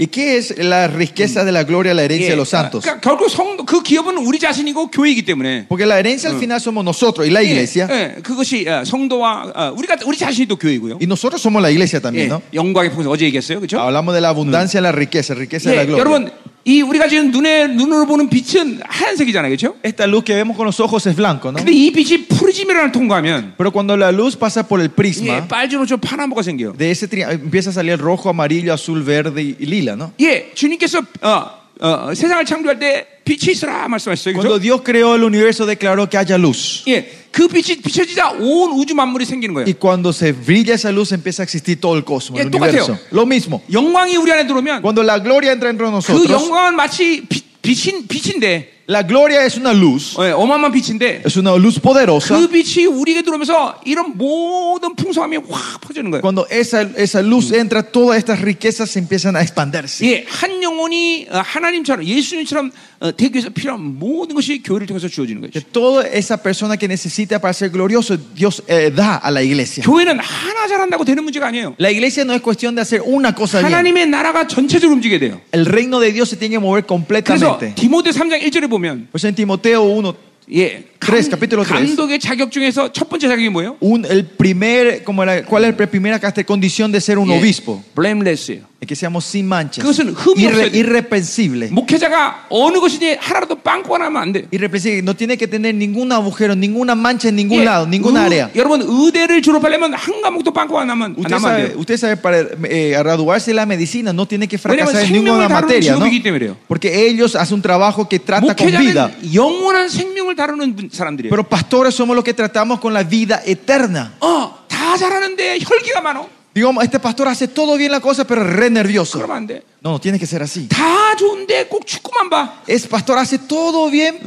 S3: ¿Y qué es la riqueza de la gloria, la herencia de los santos?
S2: 그러니까 결국 성도 그 기업은 우리 자신이고 교회이기 때문에.
S3: Porque la herencia al final somos nosotros y la
S2: 예,
S3: iglesia.
S2: 예, 그것이 어, 성도와 어, 우리가 우리 자신이 또 교회고요.
S3: Y nosotros somos la iglesia
S2: 예,
S3: también, ¿no?
S2: 영광의 풍성 어제 얘기했어요, 그렇죠?
S3: Hablamos de la abundancia de la riqueza, riqueza de
S2: Eh,
S3: la gloria.
S2: 여러분 이 우리가 지금 눈에 눈으로 보는 빛은 하얀색이잖아요, 그렇죠?
S3: Esta luz que vemos con los ojos es blanco, ¿no?
S2: 근데 이 빛이 프리즘이라는 통과하면
S3: Pero cuando la luz pasa por el
S2: 예,
S3: prisma,
S2: 빨주노 좀 파란보가 생겨요.
S3: de ese tri- empieza a salir rojo, amarillo, azul, verde y y lila, ¿no?
S2: 예, 주님께서 어, 어, 세상을 창조할 때 빛이 있으라 말씀하셨어요,
S3: Cuando
S2: 그렇죠?
S3: Dios creó el universo, declaró que haya luz.
S2: 예, 그 빛이 비춰지자 온 우주 만물이 생기는 거예요.
S3: Y cuando se brilla esa luz, empieza a existir todo el cosmos, el
S2: Yeah, 똑같아요.
S3: universo. Lo mismo.
S2: 영광이 우리 안에 들어오면
S3: Cuando la gloria entra entre
S2: 그
S3: nosotros,
S2: 영광은 마치 빛, 빛인 빛인데
S3: la gloria es una luz.
S2: 예, 어마어마한 빛인데
S3: Es una luz poderosa.
S2: 그 빛이 우리에게 들어오면서 이런 모든 풍성함이 확 퍼지는 거예요.
S3: Cuando esa, esa luz entra, todas estas riquezas empiezan a expandirse.
S2: 예, 한 영혼이 어, 하나님처럼 예수님처럼 어, 대교에서 필요한 모든 것이 교회를 통해서 주어지는
S3: Que
S2: 거죠.
S3: toda esa persona que necesita para ser glorioso, Dios eh, da a la iglesia.
S2: 교회는 하나 잘한다고 되는 문제가 아니에요.
S3: La iglesia no es cuestión de hacer una cosa bien.
S2: 하나님의 나라가 전체적으로 움직여야 돼요.
S3: El reino de Dios se tiene que mover
S2: 그래서
S3: completamente.
S2: 디모데 3장 1절에 보면
S3: Pues en Timoteo 1,
S2: 예,
S3: Tres, capítulo tres.
S2: 감독의 자격 중에서 첫 번째 자격이 뭐예요?
S3: un- el primer, como era, ¿cuál es la primera casta- condición de ser un obispo?
S2: 예, blameless예요.
S3: Es que seamos sin manchas,
S2: 그것은 흠이
S3: irre-
S2: 없어야 돼.
S3: irreprensible.
S2: 목회자가 어느 것이지 하나라도 빵꾸가 나면 안 돼요.
S3: Irreprensible, no tiene que tener ningún agujero, ninguna mancha en
S2: 예,
S3: ningún lado, ninguna
S2: 의-
S3: área.
S2: 여러분 의대를 졸업하려면 한 과목도 빵꾸가 나면 안
S3: Usted
S2: 나면 안
S3: sabe,
S2: 돼요.
S3: usted sabe, para eh, graduarse en la medicina no tiene que
S2: 왜냐면
S3: fracasar en
S2: 생명을
S3: ninguna
S2: 다루는
S3: materia, ¿no?
S2: 직업이기 때문에 그래요.
S3: Porque ellos hacen un trabajo que trata con vida.
S2: 목회자는 영원한 생명을 다루는 분- 사람들이에요.
S3: Pero pastores somos los que tratamos con la vida eterna.
S2: 어, 다 잘하는데 혈기가 많어.
S3: Digamos, este pastor hace todo bien la cosa, pero es re nervioso.
S2: 그러면 안 돼.
S3: No, no tiene que ser así.
S2: 다 좋은데 꼭 축구만 봐.
S3: Es pastor hace todo bien,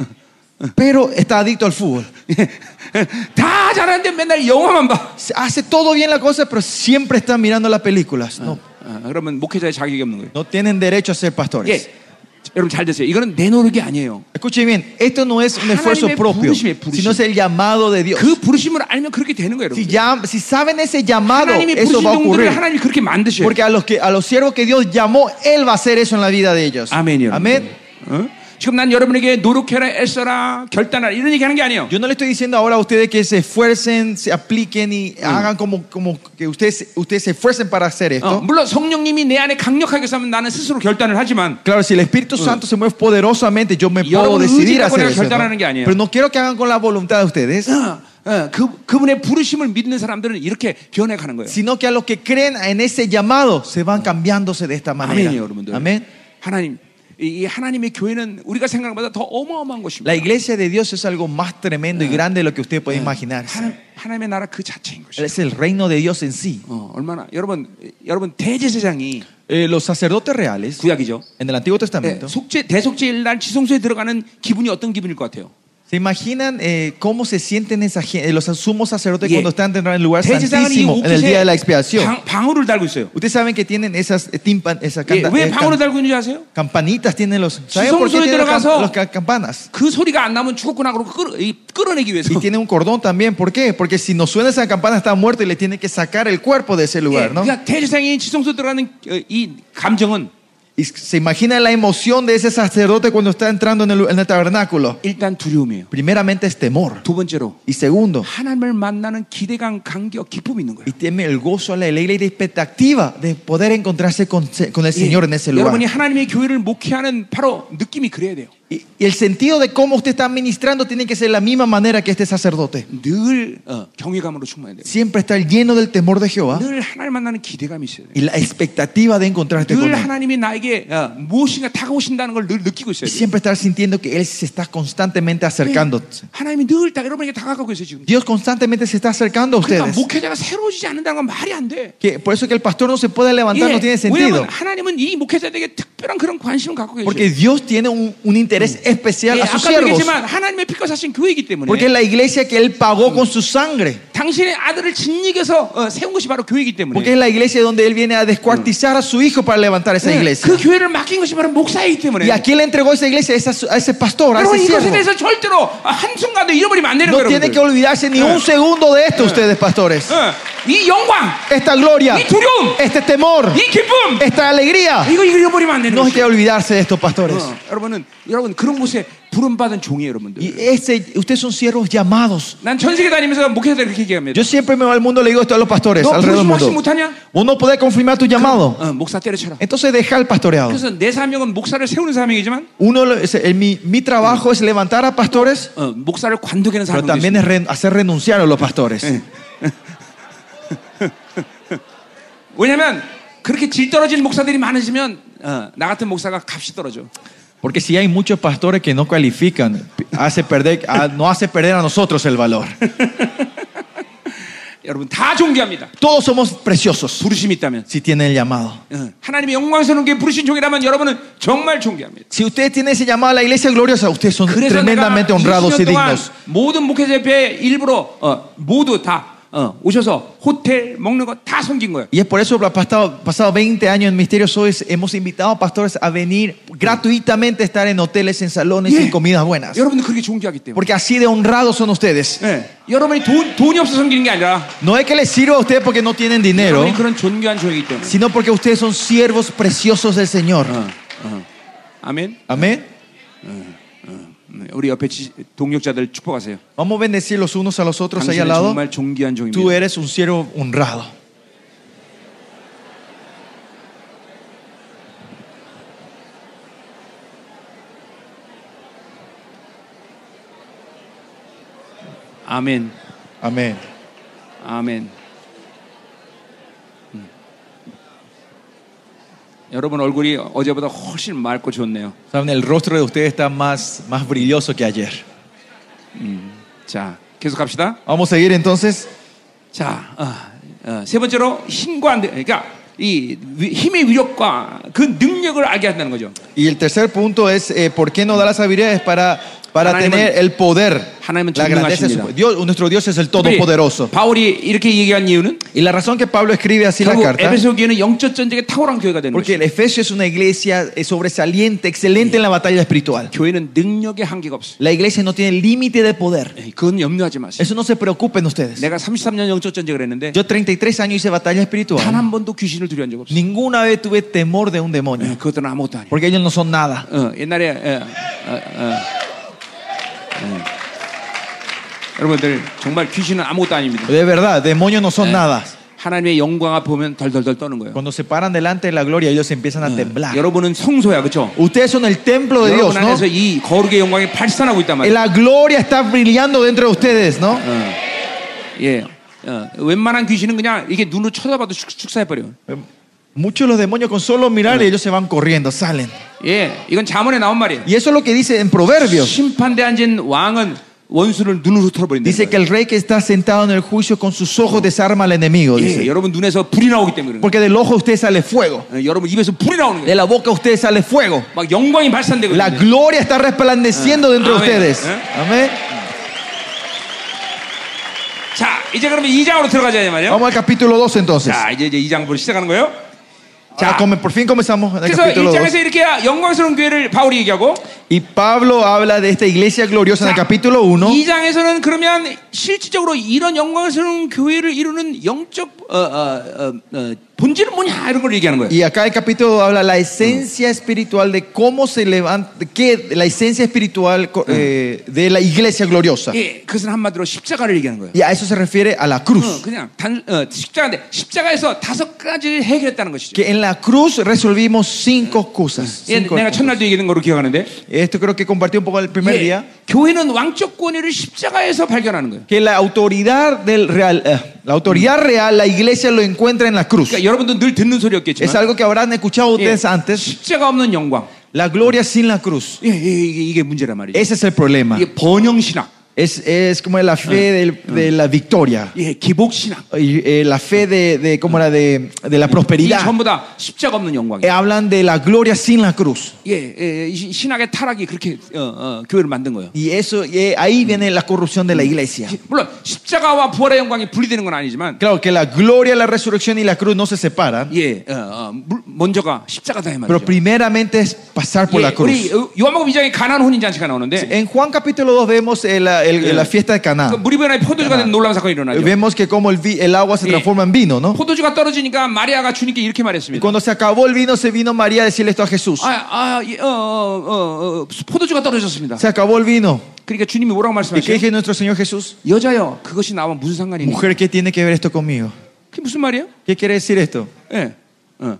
S3: pero está adicto al fútbol.
S2: 다 잘하는데 맨날 영화만 봐.
S3: Hace todo bien la cosa, pero siempre está mirando las películas. No,
S2: 아, 그러면 목회자의 자격이 없는 거예요.
S3: no tienen derecho a ser pastores.
S2: 예. 여러분 잘 되세요. 이거는 내 노력이 아니에요.
S3: Escuchen bien, esto no es un esfuerzo
S2: 하나님의
S3: propio,
S2: 부르심이에요, 부르심.
S3: sino es el llamado de Dios.
S2: 그 부르심을 알면 그렇게 되는 거예요,
S3: Si,
S2: 여러분.
S3: llam- si saben ese llamado,
S2: 하나님이
S3: eso
S2: 부르신
S3: va a ocurrir.
S2: 종들을 하나님이 그렇게 만드셔요.
S3: Porque a los, que, a los siervos que Dios llamó, Él va a hacer eso en la vida de ellos.
S2: 아멘이요.
S3: Amén.
S2: 어? 지금 난 여러분에게 노력해라, 애써라, 결단하라 이런 얘기하는 게 아니에요.
S3: Yo no le estoy diciendo ahora a ustedes que se esfuercen, se apliquen y hagan como, como que ustedes, ustedes se esfuercen para hacer
S2: 어,
S3: esto.
S2: 물론 성령님이 내 안에 강력하게 사면 나는 스스로 결단을 하지만
S3: Claro, si el Espíritu Santo se mueve poderosamente, Mm. yo me
S2: Y
S3: puedo
S2: 여러분
S3: decidir
S2: 의지라고
S3: a hacer
S2: 내가
S3: eso. ¿no?
S2: 결단하는 게 아니에요.
S3: Pero no quiero que hagan con la voluntad de ustedes,
S2: 어, 어, 그 그분의 부르심을 믿는 사람들은 이렇게 변해가는 거예요.
S3: sino que a los que creen en ese llamado se van cambiándose de esta manera.
S2: 아멘이요, 여러분들.
S3: Amén.
S2: 하나님, 이, 이 하나님의 교회는 우리가 생각보다 더 어마어마한 것입니다.
S3: La iglesia de Dios es algo más tremendo y grande de lo que usted puede imaginarse.
S2: 하나, 하나님의 나라 그 자체인 것이죠.
S3: Es el reino de Dios en sí.
S2: 어, 얼마나 여러분, 여러분 대제사장이
S3: Eh, los sacerdotes reales
S2: 구약이죠.
S3: en el Antiguo
S2: 네,
S3: Testamento
S2: 속죄 대속죄일 날 지성소에 들어가는 기분이 어떤 기분일 것 같아요?
S3: se imaginan eh, cómo se sienten esa gen- eh, los sumos sacerdotes
S2: Yeah.
S3: cuando están dentro del lugar
S2: 대제사장은 이
S3: santísimo en el día de la
S2: 옷깃에
S3: expiación.
S2: 방, 방울을 달고 있어요.
S3: Ustedes saben que tienen esas eh, timpan, esas
S2: 예,
S3: canta-
S2: 왜
S3: eh, can-
S2: 방울을 달고 있는지 아세요?
S3: campanitas tienen los ¿Saben por qué
S2: Sisongso에
S3: tienen los,
S2: 들어가서-
S3: cam- los ca- campanas?
S2: 그 소리가 안 나면 죽었구나 그러고 끌어, 이, 끌어내기 위해서
S3: Y tiene un cordón también, ¿por qué? Porque si no suena esa campana está muerto y le tiene que sacar el cuerpo de ese
S2: 예,
S3: lugar, ¿no?
S2: 그러니까 대제사장이 지성소 들어가는 어, 이 감정은
S3: Y se imagina la emoción de ese sacerdote cuando está entrando en el, en el tabernáculo.
S2: 일단 두려움이에요.
S3: Primeramente es temor.
S2: 두 번째로
S3: Y segundo,
S2: 하나님을 만나는 기대감, 감격, 기쁨이 있는 거예요.
S3: y teme el gozo, la alegría y la expectativa de poder encontrarse con, con el
S2: 예,
S3: Señor en ese lugar.
S2: 여러분이 하나님의 교회를 목회하는 바로 느낌이 그래야 돼요.
S3: Y, y el sentido de cómo usted está ministrando tiene que ser la misma manera que este sacerdote.
S2: 늘 어, 경외감으로 충만해야 돼요.
S3: Siempre estar lleno del temor de Jehová
S2: 늘 하나님 만나는 기대감이 있어야 돼요.
S3: y la expectativa de encontrarte con
S2: 늘
S3: Él.
S2: 하나님이 나에게 어, 무엇인가 다가오신다는 걸 늘 느끼고 있어야
S3: Y
S2: 돼요.
S3: siempre estar sintiendo que Él se está constantemente acercando.
S2: 예, 하나님이 늘 다, 여러분에게 다가가고 있어요 지금.
S3: Dios constantemente se está acercando a
S2: 그러니까
S3: ustedes.
S2: 목회자가 새로워지지 않는다는 건 말이 안 돼. 예.
S3: Que por eso que el pastor no se puede levantar no tiene
S2: 왜냐하면
S3: sentido.
S2: 하나님은 이 목회자들에게 특별한 그런 관심을 갖고 계세요.
S3: Porque Dios tiene un, un interés especial
S2: 예,
S3: a sus
S2: 아까도
S3: siervos.
S2: 얘기했지만 하나님의 피가 사신 교회이기 때문에
S3: Porque es la iglesia que Él pagó con su sangre.
S2: 당신의 아들을 진리에서 어, 세운 것이 바로 교회이기 때문에
S3: Porque es la iglesia donde Él viene a descuartizar a su hijo para levantar esa
S2: 예,
S3: iglesia.
S2: 그 교회를 맡긴 것이 바로 목사이기
S3: Y
S2: 때문에
S3: a quién le entregó esa iglesia, Es a, su- a ese pastor, a
S2: 여러분
S3: ese
S2: 이것에
S3: siervo.
S2: 대해서 절대로 아, 한순간도 잃어버리면 안 되는
S3: No
S2: 거예요
S3: tiene que
S2: 여러분들.
S3: olvidarse ni un segundo de esto ustedes, pastores.
S2: 예, 이 영광,
S3: Esta gloria,
S2: 이 두려움,
S3: este temor,
S2: 이 기쁨
S3: esta alegría.
S2: 이거 잃어버리면 안 되는
S3: No hay
S2: 거예요
S3: que olvidarse de estos pastores.
S2: 어, 여러분은 여러분 그런 곳에 부름받은 종이에요 여러분들
S3: Y ese, ustedes son siervos llamados.
S2: 난 전 세계 다니면서 목회자들 그렇게 얘기합니다
S3: Yo siempre me voy al mundo le digo esto a los pastores,
S2: 너
S3: alrededor del
S2: 부르심 확신
S3: mundo.
S2: 못하냐?
S3: Vos no podés confirmar tu llamado.
S2: 어, 목사 때려쳐라
S3: Entonces deja el pastoreado.
S2: 그래서 내 사명은 목사를 세우는 사명이지만
S3: Uno, lo- es- el- mi, mi trabajo es levantar a pastores,
S2: 어, 목사를 관두게는
S3: pero
S2: 사람도
S3: también
S2: 있습니다.
S3: es ren- hacer renunciar a los pastores.
S2: 왜냐하면 그렇게 질 떨어진 목사들이 많으시면 어, 나 같은 목사가 값이 떨어져.
S3: Porque si hay muchos pastores que no cualifican, hace perder, a- no hace perder a nosotros el valor.
S2: 여러분 다 존귀합니다.
S3: Todos somos preciosos
S2: 부르심이 있다면
S3: si tienen el llamado.
S2: 어, 하나님의 영광스러운 게 부르신 종이라면 여러분은 정말 존귀합니다.
S3: Si ustedes tienen ese llamado a la iglesia gloriosa, ustedes son
S2: 그래서 내가
S3: tremendamente honrados
S2: 20년
S3: y
S2: 동안
S3: dignos.
S2: 모든 목회자 협회에 일부러 어, 모두 다 어, 오셔서 호텔 먹는 거 다 섬긴 거예요.
S3: Y es por eso que los pasado, pasado 20 años en Misterios Hoy hemos invitado a pastores a venir gratuitamente a estar en hoteles, en salones,
S2: 예.
S3: en comidas buenas.
S2: 여러분은 그렇게 존귀하기 때문에.
S3: Porque así de honrados son ustedes.
S2: 예. 여러분이 돈, 돈이 없어 섬기는 게 아니라
S3: No es que les sirva a ustedes porque no tienen dinero,
S2: 여러분이 그런 존귀한 종이기 때문에.
S3: sino porque ustedes son siervos preciosos del Señor.
S2: 어, 어. 아멘.
S3: Amén.
S2: 네, 우리 옆에 지- 동력자들 축복하세요.
S3: Vamos a bendecir los unos a los otros ahí
S2: 당신은
S3: al lado.
S2: 정말 존귀한
S3: Tú
S2: 종입니다.
S3: eres un siervo honrado.
S2: 아멘.
S3: Amén.
S2: 아멘. 음. 여러분 얼굴이 어제보다 훨씬 맑고 좋네요.
S3: Saben, el rostro de ustedes está más, más brilloso que ayer.
S2: 자, 계속 갑시다.
S3: Vamos a seguir entonces.
S2: 자, 어, 어, 세 번째로 힘과 능- 그러니까 이 위- 힘의 위력과 그 능력을 알게 한다는 거죠.
S3: Y el tercer punto es eh, por qué no da las habilidades para, para
S2: 하나님은-
S3: tener el poder,
S2: 하나님은
S3: la grandeza. de su-
S2: 전능하십니다.
S3: Dios, nuestro Dios es el todopoderoso.
S2: 바울이 이렇게 얘기한 이유는
S3: Y la razón que Pablo escribe así la
S2: 결국
S3: carta,
S2: 에베소 교회는 영적 전쟁의 탁월한 교회가 되는
S3: porque el
S2: 거죠.
S3: Efesio es una iglesia eh, sobresaliente, excelente en la batalla espiritual.
S2: 교회는 능력의 한계가 없어요.
S3: La iglesia no tiene límite de poder.
S2: 에이, 그건 염려하지 마세요.
S3: Eso no se preocupen ustedes.
S2: 내가 33년 영적 전쟁을 했는데
S3: Yo 33 años hice batalla
S2: 단
S3: espiritual.
S2: 한 번도 귀신을 두려운 적 없어요.
S3: Ninguna vez tuve temor de un
S2: 예,
S3: demonio,
S2: 그것들은 아무것도 아니에요.
S3: porque ellos no son nada.
S2: 어, 옛날에 예, 어, 어, 예. 여러분들 정말 귀신은 아무것도 아닙니다.
S3: De verdad, demonios no son nada.
S2: 하나님의 영광 앞에 보면 덜덜덜 떠는 거예요.
S3: Cuando se paran delante de la gloria, ellos empiezan a temblar.
S2: 여러분은 성소야, 그렇죠?
S3: Ustedes son el templo de Dios,
S2: 여러분
S3: ¿no?
S2: 안에서 이 거룩의 영광이 발산하고 있단 말이에요.
S3: La gloria está brillando dentro de ustedes, ¿no?
S2: Ah. 어, 예, 어, 웬만한 귀신은 그냥 이게 눈으로 쳐다봐도 축, 축사해버려요.
S3: Muchos de los demonios con solo mirar ellos se van corriendo, salen.
S2: 예, 이건 자문에 나온 말이에요.
S3: Y eso es lo que dice en Proverbios.
S2: 심판대 앉은 왕은 원수를 눈으로 흩어버린다.
S3: Dice que el rey que está sentado en el juicio con sus ojos desarma al enemigo,
S2: 예,
S3: dice.
S2: 여러분 눈에서 불이 나오기 때문에 그래요.
S3: Porque del ojo a usted sale fuego,
S2: 어, 여러분 입에서 불이 나오는
S3: de
S2: 거예요.
S3: la boca a usted sale fuego.
S2: 막 영광이 발산되고
S3: La gloria está resplandeciendo dentro de
S2: Ah. Amén.
S3: ustedes.
S2: ¿Eh?
S3: Amén.
S2: 자, 이제 그러면 2장으로 들어가자 이 말이에요.
S3: Vamos al capítulo 2 entonces.
S2: 자, 이제 이제 2장부터 시작하는 거예요.
S3: Ya,
S2: 자,
S3: come- por fin comenzamos en el
S2: 그래서
S3: capítulo 2.
S2: 1장에서 이렇게 영광스러운 교회를 바울이 얘기하고
S3: Y Pablo habla de esta iglesia gloriosa en el
S2: 자,
S3: capítulo 1.
S2: 2장에서는 그러면 실질적으로 이런 영광스러운 교회를 이루는 영적 어, 어, 어, 어, 본질은 뭐냐 이런 걸 얘기하는 거예요.
S3: Y acá el capítulo habla la esencia espiritual de cómo se levanta, que la esencia espiritual co- eh, de la iglesia gloriosa.
S2: 예, 그것은 한마디로 십자가를 얘기하는 거예요.
S3: Y a eso se refiere a la cruz.
S2: 어, 그냥 단 어, 십자가인데 십자가에서 다섯 가지를 해결했다는 것이죠.
S3: Que en la cruz resolvimos cinco cosas.
S2: 예,
S3: Cinco
S2: 내가
S3: cosas.
S2: 첫날도 얘기하는 거로 기억하는데
S3: Esto creo que compartí un poco el primer
S2: 예,
S3: día.
S2: 교회는 왕적 권위를 십자가에서 발견하는 거예요.
S3: Que la autoridad del real, eh, la autoridad real, la iglesia lo encuentra en la cruz.
S2: 그러니까 여러분도 늘 듣는
S3: Es
S2: 소리였겠지만
S3: algo que habrán escuchado
S2: 예,
S3: ustedes antes.
S2: 십자가 없는 영광
S3: La gloria sin la cruz.
S2: 예, 예, 이게, 이게 문제란 말이죠.
S3: Ese es el problema.
S2: 이게 번영신학,
S3: Es, es como la fe del- de la victoria.
S2: 예, 기복신학
S3: Y, eh, la fe de, de- ¿cómo era? De, de la
S2: 이
S3: prosperidad.
S2: 전부 다 십자가 없는 영광이에요.
S3: Eh, hablan de la gloria sin la cruz.
S2: 예, 예, 이 시- 신학의 타락이 그렇게 어, 어, 교회를 만든 거예요.
S3: Y eso, eh, ahí viene la corrupción de la iglesia.
S2: 시- 물론 십자가와 부활의 영광이 분리되는 건 아니지만,
S3: Claro que la gloria, la resurrección y la cruz no se separan,
S2: 예, 어, 어, 물- 먼저가 십자가다 이
S3: pero
S2: 말이죠.
S3: primeramente es pasar por la
S2: 예, 우리
S3: cruz.
S2: 요한복음 2장에 가난 혼인 잔치가 나오는데
S3: En Juan capítulo 2 vemos eh, la, el- la fiesta de
S2: 그
S3: Caná.
S2: 물이 변해 포도주가 되는 놀라운 사건이
S3: Eh,
S2: 일어나죠.
S3: Vemos que como el, vi- el agua se
S2: Sí.
S3: transforma en vino, ¿no?
S2: 포도주가 떨어지니까 마리아가 주님께
S3: Y
S2: 이렇게 말했습니다.
S3: cuando se acabó el vino, se vino María a decirle esto a Jesús.
S2: 아, 아, 예, 어, 어, 어, 어, 포도주가 떨어졌습니다.
S3: Se acabó el vino.
S2: 그러니까 주님이
S3: ¿Y qué
S2: 뭐라고 말씀하시죠?
S3: dice nuestro Señor Jesús?
S2: 여자여, 그것이 나와 무슨 상관이니?
S3: Mujer, ¿qué tiene que ver esto conmigo?
S2: 그게 무슨 말이에요?
S3: ¿Qué quiere decir esto?
S2: 예. 어.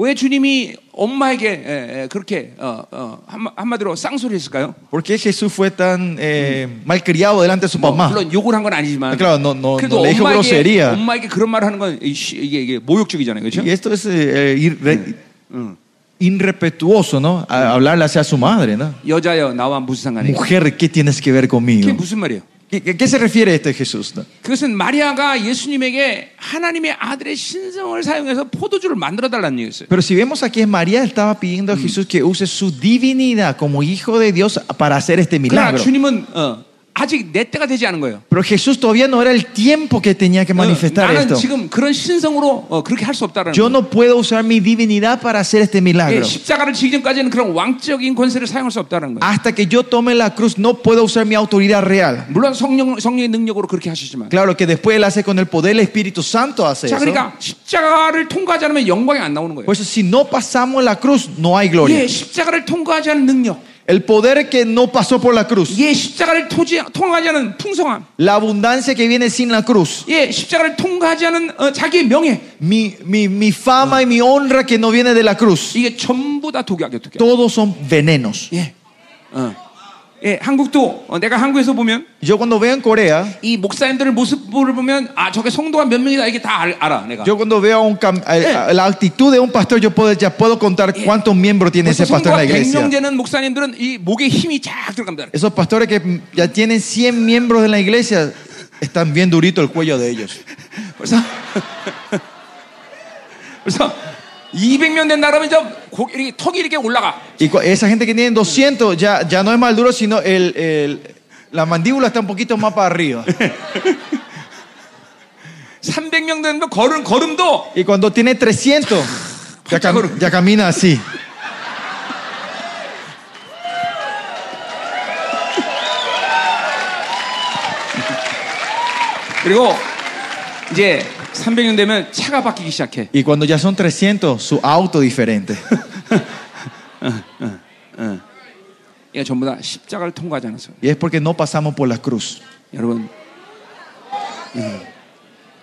S2: 왜 주님이 엄마에게 예, 예, 그렇게 어, 어, 한마, 한마디로 쌍소리 했을까요?
S3: ¿Por qué Jesús fue tan eh, malcriado delante de su
S2: 뭐,
S3: mamá?
S2: 물론 욕을 한 건 아니지만
S3: Claro, no- no-
S2: 그래도
S3: no le dijo
S2: 엄마에게,
S3: grosería.
S2: 엄마에게 그런 말을 하는 건 이- 시- 이게, 이게 모욕적이잖아요. 그렇죠?
S3: Y esto es eh, irre-
S2: 응.
S3: irrespetuoso, ¿no? A- hablarle hacia su madre, ¿no?
S2: 여자여 나와 무슨 상관이?
S3: Mujer, ¿qué tienes que ver
S2: 그게
S3: conmigo?
S2: 무슨 뭐, 말이에요?
S3: ¿Qué, qué- qué se refiere esto de Jesús? no?
S2: 그것은 마리아가 예수님에게 하나님의 아들의 신성을 사용해서 포도주를 만들어 달라는 얘기였어요.
S3: Pero si vemos aquí, es María estaba pidiendo a Jesús que use su divinidad como hijo de Dios para hacer este
S2: 그러나
S3: milagro.
S2: 주님은 어, 아직 내 때가 되지 않은 거예요.
S3: Pero Jesús todavía no era el tiempo que tenía que
S2: 어,
S3: manifestar
S2: 나는
S3: esto.
S2: 지금 그런 신성으로 어, 그렇게 할 수 없다라는
S3: Yo
S2: 거예요.
S3: no puedo usar mi divinidad para hacer este
S2: 예,
S3: milagro.
S2: 십자가를 지기 전까지는 그런 왕적인 권세를 사용할 수 없다는 거예요.
S3: Hasta que yo tome la cruz, no puedo usar mi autoridad real.
S2: 물론 성령 성령의 능력으로 그렇게 하시지만.
S3: Claro que después él hace con el poder del Espíritu Santo hace
S2: 자,
S3: eso.
S2: 그러니까 십자가를 통과하지 않으면 영광이 안 나오는 거예요.
S3: Por eso si no pasamos la cruz, no hay
S2: 예,
S3: gloria.
S2: 십자가를 통과하지 않은 능력,
S3: El poder que no pasó por la cruz,
S2: 예, 십자가를 토지, 통과하지 않은 풍성함,
S3: la abundancia que viene sin la cruz,
S2: 예, 십자가를 통과하지 않은 어, 자기의 명예,
S3: mi, mi, mi fama y mi honra que no viene de la cruz,
S2: 이게 전부 다 독약이에요, 독약.
S3: todos son venenos.
S2: 예, 어. 예, 한국도 어, 내가 한국에서 보면
S3: Yo cuando veo en Corea,
S2: 이 목사님들의 모습을 보면 아, 저게 성도가 몇 명이다 이게 다 알, 아 내가.
S3: yo cuando veo a un cam- a- a- la actitud de un pastor, yo puedo, ya puedo contar cuántos miembros tiene
S2: 벌써
S3: ese pastor en
S2: 성도가
S3: la iglesia.
S2: 100명 되는 목사님들은 이 목에 힘이 쫙 들어갑니다.
S3: Esos pastores que ya tienen 100 miembros en la iglesia, están bien durito el cuello de ellos.
S2: 벌써 벌써 200명 된다 그러면 저 고, 이렇게, 턱이 이렇게 올라가.
S3: Y cu- esa gente que tiene 200 ya, ya no es más duro, sino el, el- la mandíbula está un poquito más para arriba.
S2: 300명 되면 걸음 걸음도
S3: Y cuando tiene 300, ya, cam- ya camina así.
S2: 그리고 이제 300명 되면 차가 바뀌기 시작해.
S3: Y cuando ya son 300, su auto diferente.
S2: 이게 전부 다 십자가를 통과하지 않아서.
S3: Y es porque no pasamos por la cruz.
S2: 여러분 음,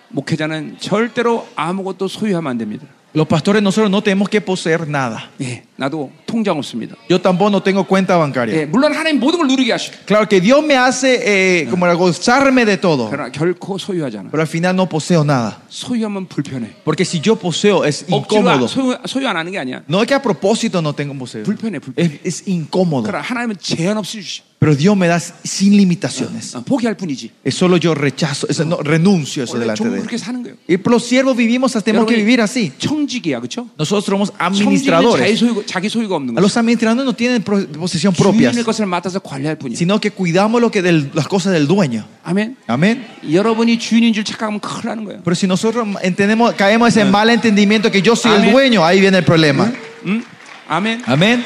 S2: 목회자는 절대로 아무것도 소유하면 안 됩니다.
S3: Los pastores nosotros no tenemos que poseer nada.
S2: 예, 나도 통장 없습니다.
S3: Yo tampoco no tengo cuenta bancaria.
S2: 예, 물론 하나님 모든 걸 누리게 하시죠.
S3: Claro que Dios me hace eh, como era, gozarme de todo,
S2: 그러나 결코 소유하지 않아.
S3: pero al final no poseo nada.
S2: 소유하면 불편해.
S3: Porque si yo poseo es
S2: 억지로 아-
S3: incómodo.
S2: 소유, 소유 안 하는 게 아니야.
S3: No es que a propósito no tengo poseo.
S2: 불편해, 불편해.
S3: Es, es incómodo.
S2: 그러나 하나님은 제한 없이 주시.
S3: Pero Dios me da sin limitaciones.
S2: 어, 포기할 뿐이지.
S3: Es solo yo rechazo, es- no, renuncio a eso
S2: 원래
S3: delante
S2: 종은
S3: de Él.
S2: 그렇게 사는 거예요.
S3: Y los siervos vivimos, hasta tenemos que
S2: 여러분이
S3: vivir así.
S2: 청직이야, 그렇죠?
S3: Nosotros somos
S2: 청직은 자기
S3: administradores.
S2: 소유가, 자기 소유가 없는
S3: A
S2: 거예요.
S3: los administradores no tienen pro- posesión propia,
S2: 주인의 것을 맡아서 관리할 뿐이에요.
S3: sino que cuidamos lo que del- las cosas del dueño.
S2: 아멘.
S3: Amén.
S2: 여러분이 주인인 줄 착각하면 큰일 나는 거예요.
S3: Pero si nosotros entendemos, caemos en ese mal entendimiento que yo soy
S2: Amén.
S3: el dueño, ahí viene el problema.
S2: 응? 아멘.
S3: Amén.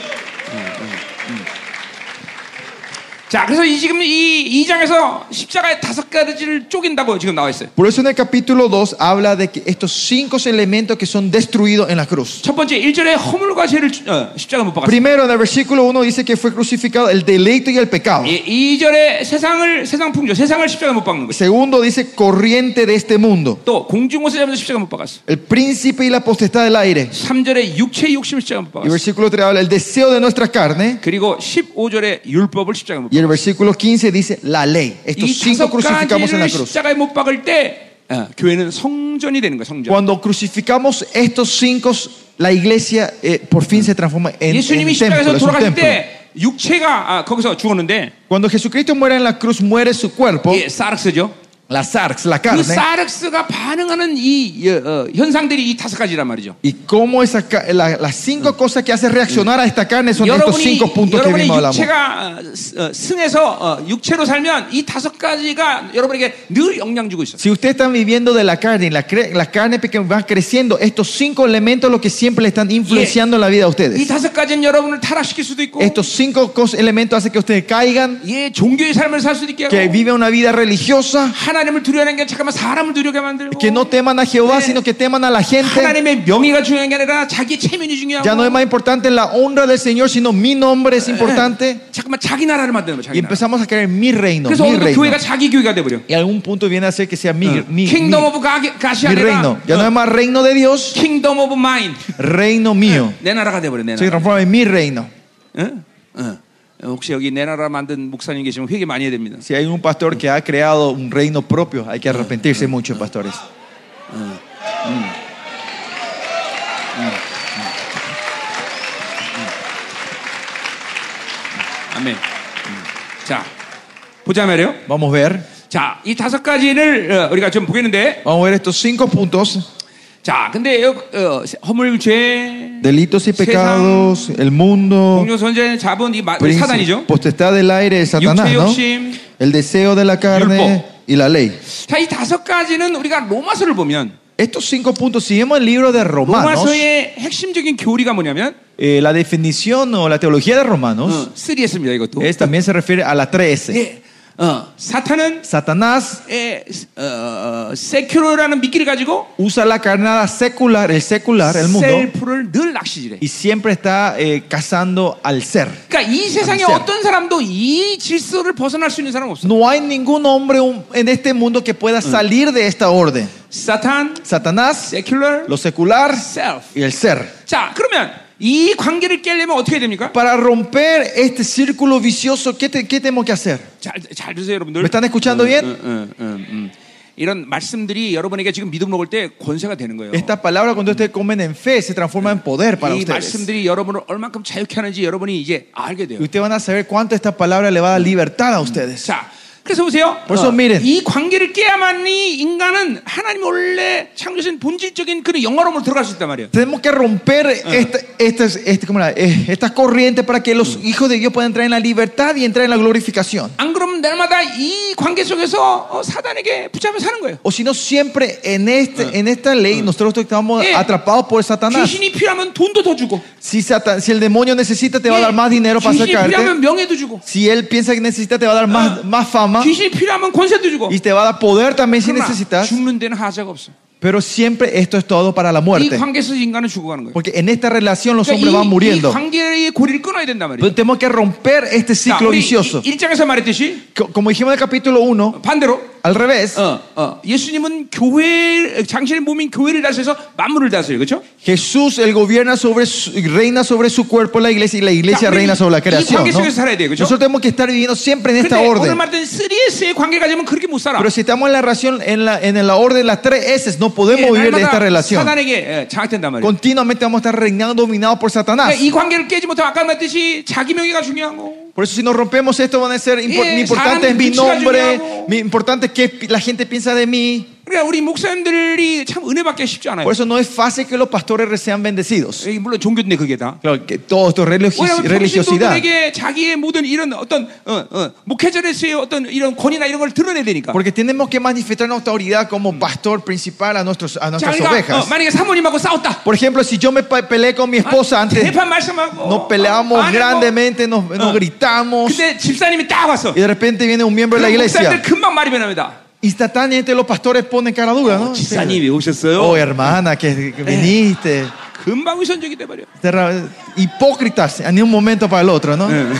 S2: 자, 그래서 이 지금 이 2장에서 십자가의 다섯 가지를 쪼갠다고 지금 나와 있어요.
S3: Por eso en el capítulo 2 habla de que estos cinco elementos que son destruidos en la cruz.
S2: 첫 번째 1절에 허물과 죄를 주- 어, 십자가 못 박았어요.
S3: Primero, en el versículo 1 dice que fue crucificado el deleito y el pecado.
S2: 이 2절에 세상을 세상 풍조, 세상을 십자가 못 박는 거예요.
S3: Segundo, dice corriente de este mundo.
S2: 또 공중곳에 잡면서 십자가 못 박았어.
S3: El príncipe y la potestad del aire.
S2: 3절에 육체의 욕심을 십자가 못
S3: Y el
S2: 박았어.
S3: versículo 3 habla el deseo de nuestra carne.
S2: 그리고 15절에 율법을 십자가 못
S3: Y
S2: 박았어.
S3: el versículo 15 dice la ley. Estos
S2: 이
S3: cinco
S2: 다섯
S3: crucificamos en la
S2: 가지를
S3: cruz.
S2: 십자가에 못 박을 때 어, 교회는 성전이 되는 거예요. 성전.
S3: Cuando crucificamos estos cinco, la iglesia eh, por fin se transforma en, en
S2: 예수님이
S3: un templo,
S2: 십자가에서
S3: es un
S2: 돌아가실
S3: templo.
S2: 때 육체가 아, 거기서 죽었는데
S3: Cuando Jesucristo muere en la cruz, muere su cuerpo,
S2: 예, 사르스죠.
S3: la sarx, la
S2: 그
S3: carne.
S2: 사르스가 반응하는 이 예, 어, 현상들이 이 다섯 가지란 말이죠.
S3: Y cómo esa ca- la- las cinco cosas que hacen reaccionar a esta carne son estos
S2: 여러분이
S3: cinco puntos que
S2: 여러분의
S3: vimos hablamos.
S2: 육체가 어, 스- 어, 승해서 어, 육체로 살면 이 다섯 가지가 여러분에게 늘 영향 주고 있어요.
S3: Si usted está viviendo de la carne y la, cre- la carne que va creciendo, estos cinco elementos lo que siempre le están influenciando en la vida a
S2: 이
S3: ustedes.
S2: 다섯 가지는 여러분을 타락시킬 수도 있고,
S3: Estos cinco cos- elementos hacen que ustedes caigan,
S2: 예 종교의 삶을 살 수도 있게
S3: que
S2: 하고,
S3: viven una vida religiosa,
S2: 하나님을 두려워하는 게 잠깐만 사람을 두려게 만들고,
S3: que no teman a Jehová,
S2: Sí.
S3: sino que teman a la gente.
S2: 하나님의 명예가 중요한 게 아니라 자기 체면이
S3: Ya no es
S2: 중요하고,
S3: más importante la honra del Señor, sino mi nombre es importante.
S2: 잠깐만 자기 나라를 만드는 거예요.
S3: Y
S2: 자기 나라.
S3: empezamos a creer mi reino,
S2: 그래서
S3: mi
S2: 오늘 그 교회가
S3: reino.
S2: 자기 교회가 돼 버려.
S3: Y algún punto viene a ser que sea mi,
S2: Eh.
S3: mi, mi,
S2: 킹덤 오브 가시
S3: mi reino.
S2: 아니라
S3: Ya no es más reino de Dios,
S2: 킹덤 오브 마인
S3: reino mío.
S2: 내 나라가 돼 버려. 내
S3: Se
S2: 나라.
S3: transforma en mi reino.
S2: 응? 응. 혹시 여기 내 나라 만든 목사님 계시면 회개 많이 해야 됩니다.
S3: Si hay un pastor que ha creado un reino propio, hay que arrepentirse mucho, pastores.
S2: 아멘. 음. 자, 보자 말이에요.
S3: Vamos a ver.
S2: 자, 이 다섯 가지를 어, 우리가 좀 보겠는데,
S3: Vamos a ver estos cinco puntos.
S2: 자, 근데 여- 어, 허물죄,
S3: Delitos y pecados, el mundo,
S2: 공유 선제, 자본 이 마-
S3: príncipe-
S2: 사단이죠.
S3: potestad del aire, Satanás,
S2: 육체
S3: ¿no?
S2: 욕심.
S3: El deseo de la carne
S2: 율법.
S3: y la ley.
S2: 자, 이 다섯 가지는 우리가 로마서를 보면
S3: Estos cinco puntos, si vemos el libro de Romanos,
S2: 로마서의 핵심적인 교리가 뭐냐면
S3: eh, la definición o la teología de Romanos
S2: 어, 3S입니다. 이것도.
S3: es, también se refiere a la 13.
S2: 예. 어, 사탄은
S3: Satanás
S2: 에, 어, 세큐로라는 미끼를 가지고
S3: usa la carnada secular, el secular, el mundo,
S2: 셀프를 늘 낚시질해.
S3: y siempre está eh, cazando al ser.
S2: 그러니까 이 세상에
S3: 셀프.
S2: 어떤 사람도 이 질서를 벗어날 수 있는 사람 은 없어.
S3: No hay ningún hombre un- en este mundo que pueda salir de esta orden.
S2: 사탄,
S3: Satanás,
S2: secular,
S3: lo secular
S2: self.
S3: y el ser.
S2: 자, 그러면 이 관계를 깨려면 어떻게 해야 됩니까?
S3: Para romper este círculo vicioso, ¿qué, te- qué tenemos que hacer?
S2: 잘, 잘 드세요, 여러분들. 어,
S3: ¿Me están escuchando bien?
S2: 응, 응, 응, 응. 음, 이런 말씀들이 여러분에게 지금 믿음 먹을 때 권세가 되는 거예요.
S3: Esta palabra cuando ustedes comen en fe se transforma en poder para
S2: 이
S3: ustedes.
S2: 말씀들이 여러분을 얼만큼 자유케 하는지 여러분이 이제 알게 돼요.
S3: Y ustedes van a saber cuánto esta palabra le va a dar libertad a ustedes.
S2: 자, 그래서 보세요.
S3: 벌써
S2: 어,
S3: 미래.
S2: 이 관계를 깨야만이 인간은 하나님 원래 창조신 본질적인 그런 영화로움으로 들어갈 수 있단 말이에요.
S3: Tenemos que romper esta- estas este, ¿cómo era? Eh, estas corrientes para que los hijos de Dios puedan entrar en la libertad y entrar en la glorificación.
S2: 안 그러면 날마다 이 관계 속에서 어, 사단에게 붙잡혀 사는 거예요.
S3: O si no, siempre en, este, en esta ley nosotros estamos
S2: Eh.
S3: atrapados por Satanás.
S2: 귀신이 필요하면 돈도 더 주고,
S3: Si, Satan- si el demonio necesita, te va a
S2: 예,
S3: dar más dinero para
S2: 귀신이
S3: sacarte.
S2: 필요하면 명예도 주고,
S3: Si él piensa que necesita, te va a dar
S2: Ah,
S3: más, más fama.
S2: 귀신이 필요하면 권세도 주고.
S3: Y te va a dar poder también si
S2: 그러나
S3: necesitas.
S2: 죽는 데는 하자가 없어.
S3: Pero siempre esto es todo para la
S2: 이
S3: muerte.
S2: 관계에서 인간은 뭐 죽어가는 거예요.
S3: Porque en esta relación los hombres
S2: 그러니까
S3: van
S2: 이, 이
S3: muriendo.
S2: 관계의 고리를 끊어야 된단 말이에요.
S3: Pero tenemos que romper este
S2: 자,
S3: ciclo
S2: 우리
S3: vicioso.
S2: 1장에서 말했듯이
S3: Co- Como dijimos en el capítulo 1,
S2: 반대로
S3: al revés,
S2: 어, 어. 예수님은 교회 당신의 몸인 교회를 다스려서 만물을 다스려요. 그렇죠?
S3: Jesús, él gobierna sobre su- reina sobre su cuerpo la iglesia y la iglesia
S2: Ya,
S3: reina
S2: y-
S3: sobre la
S2: y
S3: creación.
S2: 관계
S3: ¿no?
S2: 속에서 살아야 돼, ¿그죠?
S3: Nosotros tenemos que estar viviendo siempre en
S2: 근데
S3: esta
S2: 네, 오늘
S3: orden.
S2: 말했던 3S의 관계 가지면 그렇게 못 살아.
S3: Pero si estamos en la relación, en la, en la orden de las tres S, Eh, no
S2: 예,
S3: podemos vivir de esta
S2: 날마다
S3: relación.
S2: 사단에게 예, 장악된단 말이에요.
S3: Continuamente vamos a estar reinando dominados por Satanás.
S2: 그러니까 이 관계를 깨지 못하면 아까 말했듯이 자기 명예가 중요한 거.
S3: Por eso si nos rompemos esto van a ser impor-
S2: Eh,
S3: mi importante
S2: 사람
S3: es mi
S2: 눈치가
S3: nombre,
S2: 중요하고.
S3: mi importante es que la gente piensa de mí.
S2: 그러니까 우리 목사님들이 참 은혜 받기 쉽지 않아요.
S3: Por eso no es fácil que los pastores sean bendecidos.
S2: 예, 물론 종교인데 그게 다.
S3: Claro, que todo esto es religio-
S2: 왜냐하면
S3: religiosidad.
S2: 평신도들에게 자기의 모든 이런 어떤 어, 어, 목회자로서의 어떤 이런 권위나 이런 걸 드러내야 되니까.
S3: Porque tenemos que manifestar nuestra autoridad como pastor principal a, nuestros, a
S2: 자,
S3: nuestras
S2: 그러니까 어,
S3: ovejas.
S2: 만약에 사모님하고 싸웠다. 아,
S3: Por ejemplo, si yo me pe- peleé con mi esposa antes,
S2: 대판 말씀하고
S3: nos peleamos
S2: 아니, 뭐,
S3: grandemente, nos, nos gritamos,
S2: 근데 집사님이 딱 왔어.
S3: y de repente viene un miembro de la
S2: 그럼 목사님들
S3: iglesia.
S2: 금방 말이 변합니다.
S3: Instantáneamente los pastores ponen cara dura,
S2: Oh,
S3: ¿no?
S2: 집사님이 오셨어요.
S3: Oh, hermana, que, que viniste.
S2: 금방 위선적이 돼버려.
S3: Te ra- Hipócritas, ni un momento para el otro, ¿no?
S2: 응.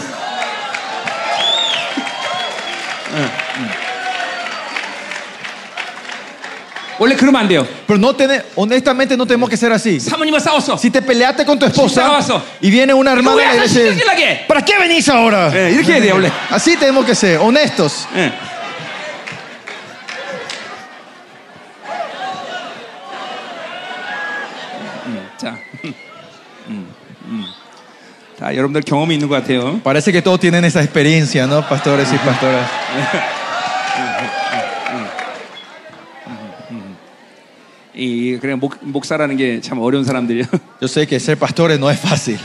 S2: 원래 그러면 안 돼요.
S3: Pero no tiene, honestamente no tenemos que ser así.
S2: 사모님과 싸웠어.
S3: Si te peleaste con tu
S2: Sí,
S3: esposa
S2: bravazo.
S3: y viene una hermana
S2: 왜
S3: de la
S2: 안
S3: iglesia,
S2: 시켜질라게?
S3: ¿para qué venís ahora? Eh,
S2: 예, 이렇게 해야 돼요 원래.
S3: Así tenemos que ser, honestos.
S2: 예. 음, 자, 음, 음. 다 여러분들 경험이 있는 것 같아요.
S3: Parece que todos tienen esa experiencia, ¿no? Pastores y pastoras.
S2: 이 그래 목 목사라는 게 참 어려운 사람들이요.
S3: Yo sé que ser pastores no es fácil.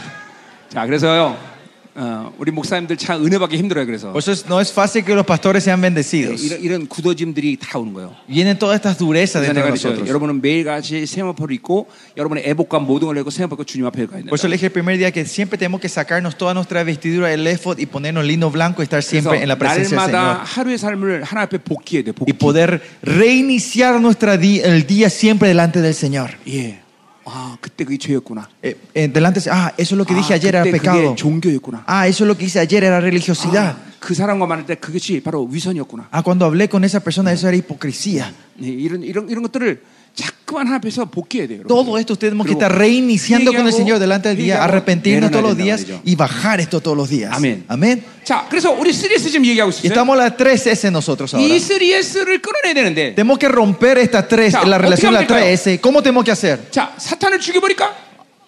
S2: 자, 그래서요. 어, 우리 목사님들 참 은혜 받기 힘들어요. 그래서 네,
S3: Por eso Pues es- no es fácil que los pastores sean bendecidos.
S2: 이런, 이런 굳어짐들이 다 오는 거예요.
S3: Vienen todas estas durezas
S2: 그래서
S3: dentro
S2: 내가
S3: de
S2: 그랬죠.
S3: nosotros.
S2: 여러분은 매일같이 세마포를 입고 여러분의 애복과 모든 걸 내고 세마포 그 주님 앞에 가야 된다.
S3: Por eso le dije el primer día que siempre tenemos que sacarnos toda nuestra vestidura del efod y ponernos lino blanco y estar
S2: 그래서
S3: siempre en la presencia del
S2: 날마다
S3: Señor.
S2: 하루의 삶을 하나 앞에 복귀해야 돼.
S3: Y
S2: 복귀.
S3: poder reiniciar nuestra di- el día siempre delante del Señor.
S2: 예. 아, 그때 그게 죄였구나.
S3: Eh, eh, delante, ah, eso es lo que dije
S2: 아,
S3: ayer era
S2: 그때 그게
S3: pecado.
S2: 종교였구나.
S3: Ah, eso es lo que hice ayer era
S2: 아,
S3: religiosidad.
S2: 그 사람과 만날 때 그것이 바로 위선이었구나.
S3: Ah, cuando hablé con esa persona eso era hipocresía.
S2: 예, 이런 이런 이런 것들을 자꾸만 하나 앞에서 복귀해야 돼요. 여러분들.
S3: Todo esto tenemos que
S2: 그리고
S3: estar reiniciando con el
S2: 회개하고,
S3: Señor delante del día,
S2: 회개하고
S3: arrepentirnos todos los
S2: 내려놔야
S3: días
S2: 된다고
S3: y bajar esto todos los días.
S2: Amén.
S3: Amén.
S2: 그러죠. 자, 그래서 우리 3S 지금 얘기하고
S3: Y
S2: 있어요.
S3: estamos a las 3S nosotros ahora.
S2: 이 3S를 끊어내야 되는데.
S3: Tenemos que romper estas tres,
S2: Ya,
S3: la relación de la
S2: ¿cómo
S3: 3S. ¿Cómo tenemos que hacer?
S2: 자, 사탄을 죽여 버릴까?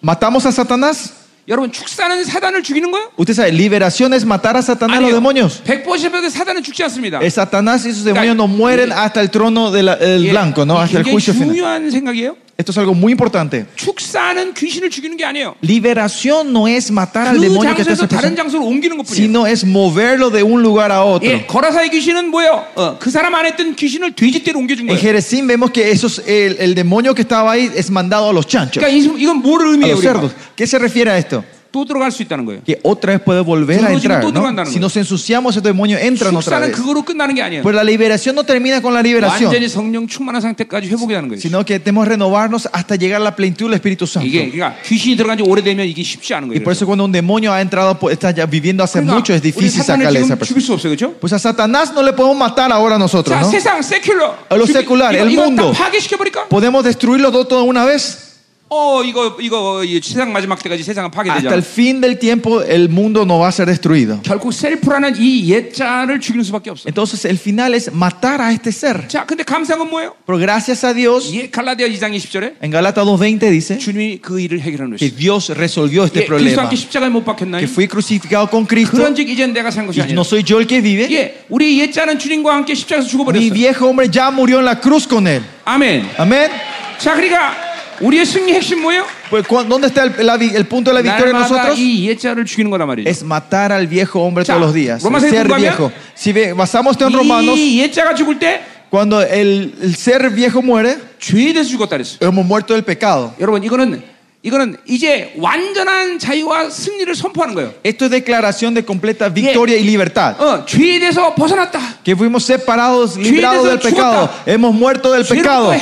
S3: ¿Matamos a Satanás?
S2: 여러분 축사는 사단을 죽이는 거예요?
S3: Usted sabe, liberación es matar a Satanás a los demonios.
S2: 100%의 사단은 죽지 않습니다.
S3: Eh, Satanás y sus demonios no mueren hasta el trono del
S2: 예,
S3: blanco, ¿no?
S2: 이
S3: Hasta el
S2: 굉장히
S3: juicio final.
S2: 중요한 생각이에요.
S3: Esto es algo muy importante.
S2: 축사는 귀신을 죽이는 게 아니에요.
S3: Liberación no es matar al
S2: 그
S3: demonio que está en
S2: 장소에서
S3: esa
S2: 다른
S3: persona,
S2: 장소로 옮기는 것뿐이에요.
S3: sino es moverlo de un lugar a otro.
S2: 예, 거라사의 귀신은 뭐예요? 어, 그 사람 안에 있던 귀신을 돼지떼로 옮겨준
S3: En
S2: 거예요.
S3: Jerezín vemos que esos, el, el demonio que estaba ahí es mandado a los chanchos,
S2: 그러니까 이- 이건 뭐를
S3: a
S2: 의미해요?
S3: los cerdos.
S2: 우리가?
S3: ¿Qué se refiere a esto?
S2: 또 들어갈 수 있다는 거예요.
S3: Que otra vez puede volver a
S2: Cerdos
S3: entrar.
S2: y todo
S3: ¿no?
S2: andan,
S3: Si
S2: güey.
S3: nos ensuciamos, esos demonios entran otra
S2: 축사는
S3: vez.
S2: 그거로 끝나는 게 아니에요.
S3: Pero Pues la liberación no termina con la liberación,
S2: 완전히 성령 충만한 상태까지 회복이라는 거예요.
S3: sino que tenemos que renovarnos hasta llegar a la plenitud del Espíritu Santo.
S2: 이게 그러니까 귀신이 들어간 지 오래되면 이게 쉽지 않은
S3: Y
S2: 거예요. 그러니까
S3: por eso cuando un demonio ha entrado, po- está ya viviendo hace mucho, es
S2: 우리
S3: difícil
S2: 사탄을
S3: sacarle a esa
S2: 지금
S3: persona.
S2: 죽일 수 없어요, 그렇죠?
S3: Pues a Satanás no le podemos matar ahora nosotros,
S2: 자,
S3: ¿no?
S2: 세상 세큘러,
S3: A lo
S2: 죽이-
S3: secular,
S2: 이거,
S3: el
S2: 이거 다
S3: mundo.
S2: 파괴시켜 버릴까?
S3: ¿Podemos destruirlo todo de una vez?
S2: 어, 이거 이거 이 세상 마지막 때까지 세상은
S3: Hasta
S2: 파괴되잖아.
S3: el fin del tiempo el mundo no va a ser destruido.
S2: 결국 셀프라는 이 옛자를 죽이는 수밖에 없어.
S3: Entonces el final es matar a este ser.
S2: 자, 근데 감상은 뭐예요?
S3: Pero gracias a Dios,
S2: 예, 갈라디아 2장 20절에
S3: en Galata 2.20 dice
S2: 주님이 그 일을 해결하는
S3: que
S2: 것이.
S3: Dios resolvió este
S2: 예, 그리스도
S3: problema.
S2: 함께 십자가에 못 박혔나요?
S3: Que fui crucificado con Cristo
S2: 그런즉 이젠 내가 산 것이
S3: y
S2: 아니라.
S3: no soy yo el que vive.
S2: 예, 우리 옛자는 주님과 함께 십자가에서
S3: Mi
S2: 죽어버렸어.
S3: viejo hombre ya murió en la cruz con él.
S2: 아멘.
S3: Amén.
S2: 자, 그러니까 우리의 승리 핵심 뭐예요?
S3: Pues, ¿cu- ¿Dónde está el, la vi- el punto de la
S2: 아,
S3: victoria en
S2: 날마다
S3: nosotros?
S2: 이 옛자를 죽이는 거란 말이죠.
S3: Es matar al viejo hombre todos
S2: Ya.
S3: los días.
S2: Romanos
S3: El ser
S2: 6:5,
S3: viejo. Si ve- basamos esto en Romanos,
S2: 이 옛자가 죽을 때
S3: cuando el, el ser viejo muere,
S2: 죄에 대해서 죽었다 그랬어요.
S3: hemos muerto del pecado.
S2: 여러분 이거는 이거는 이제 완전한 자유와 승리를 선포하는 거예요.
S3: Esto es declaración de completa victoria y libertad.
S2: 어, 죄에 대해서 벗어났다.
S3: Que fuimos separados, librados del pecado. Hemos muerto del pecado.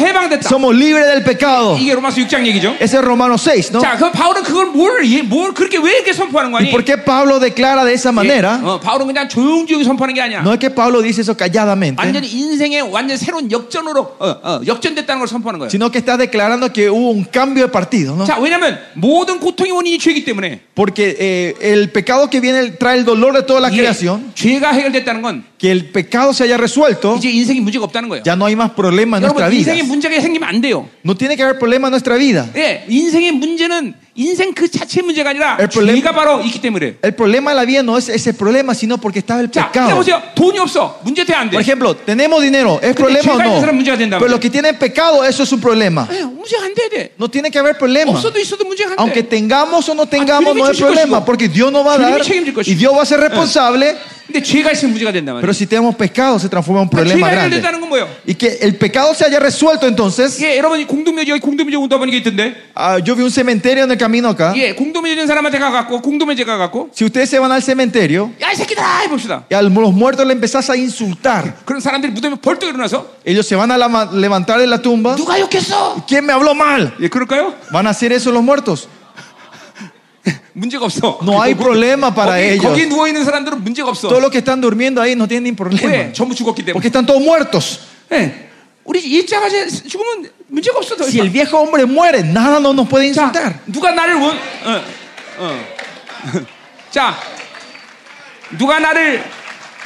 S3: Somos libres del pecado.
S2: 이게 로마서 6장 얘기죠.
S3: Ese es Romanos 6, ¿no?
S2: 자, 그 바울은 그걸 뭘, 예, 뭘 그렇게 왜 이렇게 선포하는
S3: ¿Y
S2: 거니?
S3: por qué Pablo declara de esa
S2: 예,
S3: manera?
S2: 어, 바울은 그냥 조용조용히 선포하는 게 아니야.
S3: No es que Pablo dice eso calladamente,
S2: 완전히 인생의 완전 새로운 역전으로 어, 어, 역전됐다는 걸 선포하는 거예요.
S3: sino que está declarando que hubo un cambio de partido, ¿no?
S2: 자, 왜냐면 모든 고통의 원인이 죄이기 때문에
S3: Porque eh, el pecado que viene trae el dolor de toda la
S2: 이게
S3: creación.
S2: 죄가 해결됐다는 건
S3: Que el pecado se haya resuelto,
S2: 이제 인생에 문제가 없다는 거예요.
S3: ya no hay más problema en nuestra
S2: 여러분
S3: vida.
S2: 인생에 문제가 생기면 안 돼요.
S3: No tiene que haber problema en nuestra vida.
S2: 예, 인생의 문제는 인생 그 자체의 문제가 아니라
S3: El problema-
S2: 죄가 바로 있기 때문에. 그래.
S3: El problema de la vida no es ese problema, sino porque está el
S2: 자, 근데
S3: pecado.
S2: 보세요. 돈이 없어. 문제 돼안 돼.
S3: Por ejemplo, tenemos dinero, ¿es problema o
S2: chica, esa era
S3: no?
S2: muchacha tienda,
S3: Pero los
S2: hombre.
S3: que tienen pecado, eso es un problema.
S2: 에, 예, 문제 안 돼야 돼.
S3: No tiene que haber problema.
S2: 없어도 있어도 문제가 안
S3: Aunque
S2: 돼.
S3: tengamos o no tengamos,
S2: 주님이
S3: no hay
S2: 주실
S3: problema,
S2: 것이고.
S3: porque Dios nos va a
S2: 주님이
S3: dar
S2: 책임질
S3: y
S2: 것이고.
S3: Dios va a ser responsable.
S2: 근데 죄가 있으면 문제가 된단 말이야.
S3: Pero si tenemos pecado, se transforma en un
S2: 그러니까
S3: problema
S2: 죄가
S3: grande.
S2: 해결된다는 건 뭐예요?
S3: Y que el pecado se haya resuelto entonces.
S2: 이게 여러분이 공동묘지 여기 공동묘지 온다 보니까 있던데.
S3: ah, yo vi un cementerio en el camino acá.
S2: 예, 공동묘지 있는 사람한테 가갖고 공동묘지 가갖고
S3: Si ustedes se van al cementerio
S2: 야 이 새끼들아 해봅시다.
S3: y a los muertos le empezás a insultar,
S2: 그런 사람들이 무덤에 벌떡 일어나서
S3: ellos se van a la- levantar de la tumba.
S2: 누가 욕했어?
S3: ¿Quién me habló mal?
S2: 예, 그럴까요?
S3: ¿Van a hacer eso los muertos?
S2: 문제가 없어.
S3: No hay problema para
S2: 거기,
S3: ellos.
S2: 거기 누워 있는 사람들은 문제가 없어.
S3: Todos los que están durmiendo ahí no tienen ni
S2: 왜?
S3: problema.
S2: 전부 죽었기 때문에.
S3: Porque están todos muertos.
S2: 예. 우리 일자가지 죽으면 문제가 없어. 더
S3: Si el
S2: 이상.
S3: viejo hombre muere, nada no nos puede
S2: 자,
S3: insultar.
S2: 누가 나를 원? 어, 어. 자, 누가 나를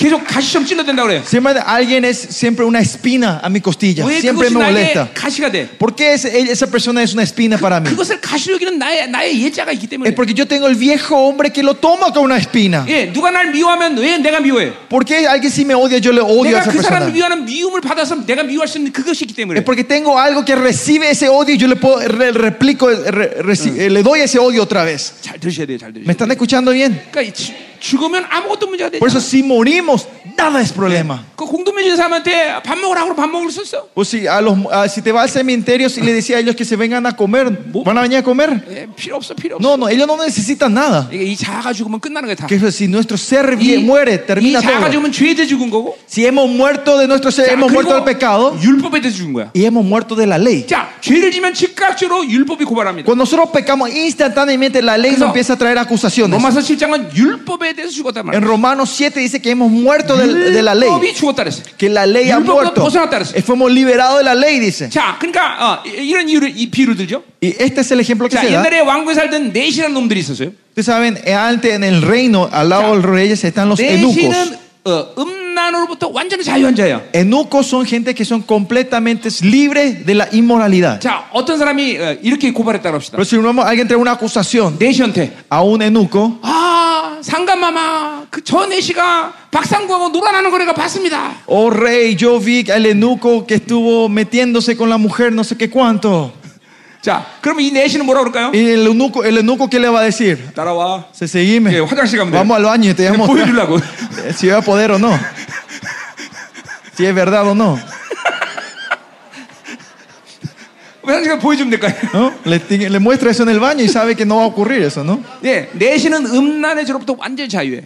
S2: 계속 가시점 찔러댄다 그래요.
S3: Siempre alguien es siempre una espina a mi costilla.
S2: 왜
S3: Siempre
S2: 그것이
S3: me
S2: 나의
S3: molesta.
S2: 가시가 돼?
S3: ¿Por qué ese- él- esa persona es una espina para mí?
S2: 그것을 가시로 여기는 나의 나의 예자가 있기 때문에.
S3: Es porque yo tengo el viejo hombre que lo toma con una espina.
S2: 예, 누가 날 미워하면 왜 내가 미워해?
S3: Porque alguien si me odia, yo le odio a
S2: 내가
S3: esa
S2: 그 사람
S3: persona.
S2: 미워하는 미움을 받아서 내가 미워할 수 있는 그것이 있기 때문에.
S3: Es porque tengo algo que recibe ese odio y yo le puedo re- replico, re- reci- eh, le doy ese odio otra vez.
S2: 잘 들으셔야 돼요, 잘
S3: ¿Me
S2: 들으셔야 돼요.
S3: están escuchando bien?
S2: 그러니까 이 지- 죽으면 아무것도 문제가 되지
S3: Por eso
S2: 않아.
S3: si morimos, nada es problema.
S2: 그 공동묘지 사람한테 밥 먹으라고 밥 먹을 수 있어?
S3: O si, a los, a- si te vas al cementerio y le decía a ellos que se vengan a comer, ¿van a venir a comer?
S2: 예, 필요 없어, 필요 없어.
S3: No, no, ellos no necesitan nada.
S2: 이게 이 자아가 죽으면 끝나는 거야 다.
S3: Que eso, si nuestro ser
S2: 그 이,
S3: vie- muere,
S2: 이
S3: termina
S2: 자아가
S3: todo.
S2: 죽으면 죄에 대해 죽은 거고.
S3: Si hemos muerto de nuestro ser,
S2: 자, 뭐,
S3: hemos
S2: 그리고
S3: muerto del
S2: 어?
S3: pecado
S2: 율법에 대해 서 죽은 거야.
S3: y hemos muerto de la ley.
S2: 자, 죄를 지면 즉각적으로 율법이 고발합니다.
S3: Cuando nosotros pecamos instantáneamente, la ley
S2: Eso.
S3: nos empieza a traer acusaciones.
S2: 로마서 7장은 율법에 대해서 죽었단
S3: En
S2: 말이야.
S3: Romanos 7 dice que hemos
S2: 예,
S3: muerto de, de la ley.
S2: 율법이 죽었다 그랬어.
S3: Que la ley ha
S2: 율법으로
S3: muerto.
S2: 벗어났다 그랬어.
S3: Eh, Fuimos liberados de la ley, dice.
S2: 자, 그러니까 어, 이- 이런 이유를 이 비유를 들죠.
S3: Y este es el ejemplo que
S2: 자,
S3: se da.
S2: 옛날에 왕국에 살던 내시라는 놈들이 있었어요.
S3: Ustedes saben, eh, antes en el reino, al lado de los reyes, están los eunucos.
S2: 내시는 어, 음란으로부터 완전히 자유한 자야.
S3: Eunucos son gente que son completamente libres de la inmoralidad.
S2: 자, 어떤 사람이 어, i렇게 고발했다고 합시다.
S3: Pero si uno- alguien trae una acusación
S2: 내시한테
S3: a un eunuco,
S2: 아, 상감마마, 그 저 내시가 박상구하고 놀아나는 거내가 봤습니다.
S3: oh rey, yo vi al eunuco que estuvo metiéndose con la mujer, no sé qué cuánto.
S2: 자, 그러면 이 내시는 뭐라 그럴까요?
S3: Y el eunuco, el eunuco ¿qué le va a decir?
S2: 따라와.
S3: Se seguime.
S2: 예, 화장실 가면 돼.
S3: Vamos al baño y te voy a
S2: 그냥
S3: mostrar
S2: 보여주려고.
S3: eh, si voy a poder o no. Si es verdad o no.
S2: 화장실 가면 보여주면 될까요?
S3: ¿no? Le, ti- le muestra eso en el baño y sabe que no va a ocurrir eso, ¿no?
S2: 예, 내시는 음란의 죄로부터 완전히 자유해.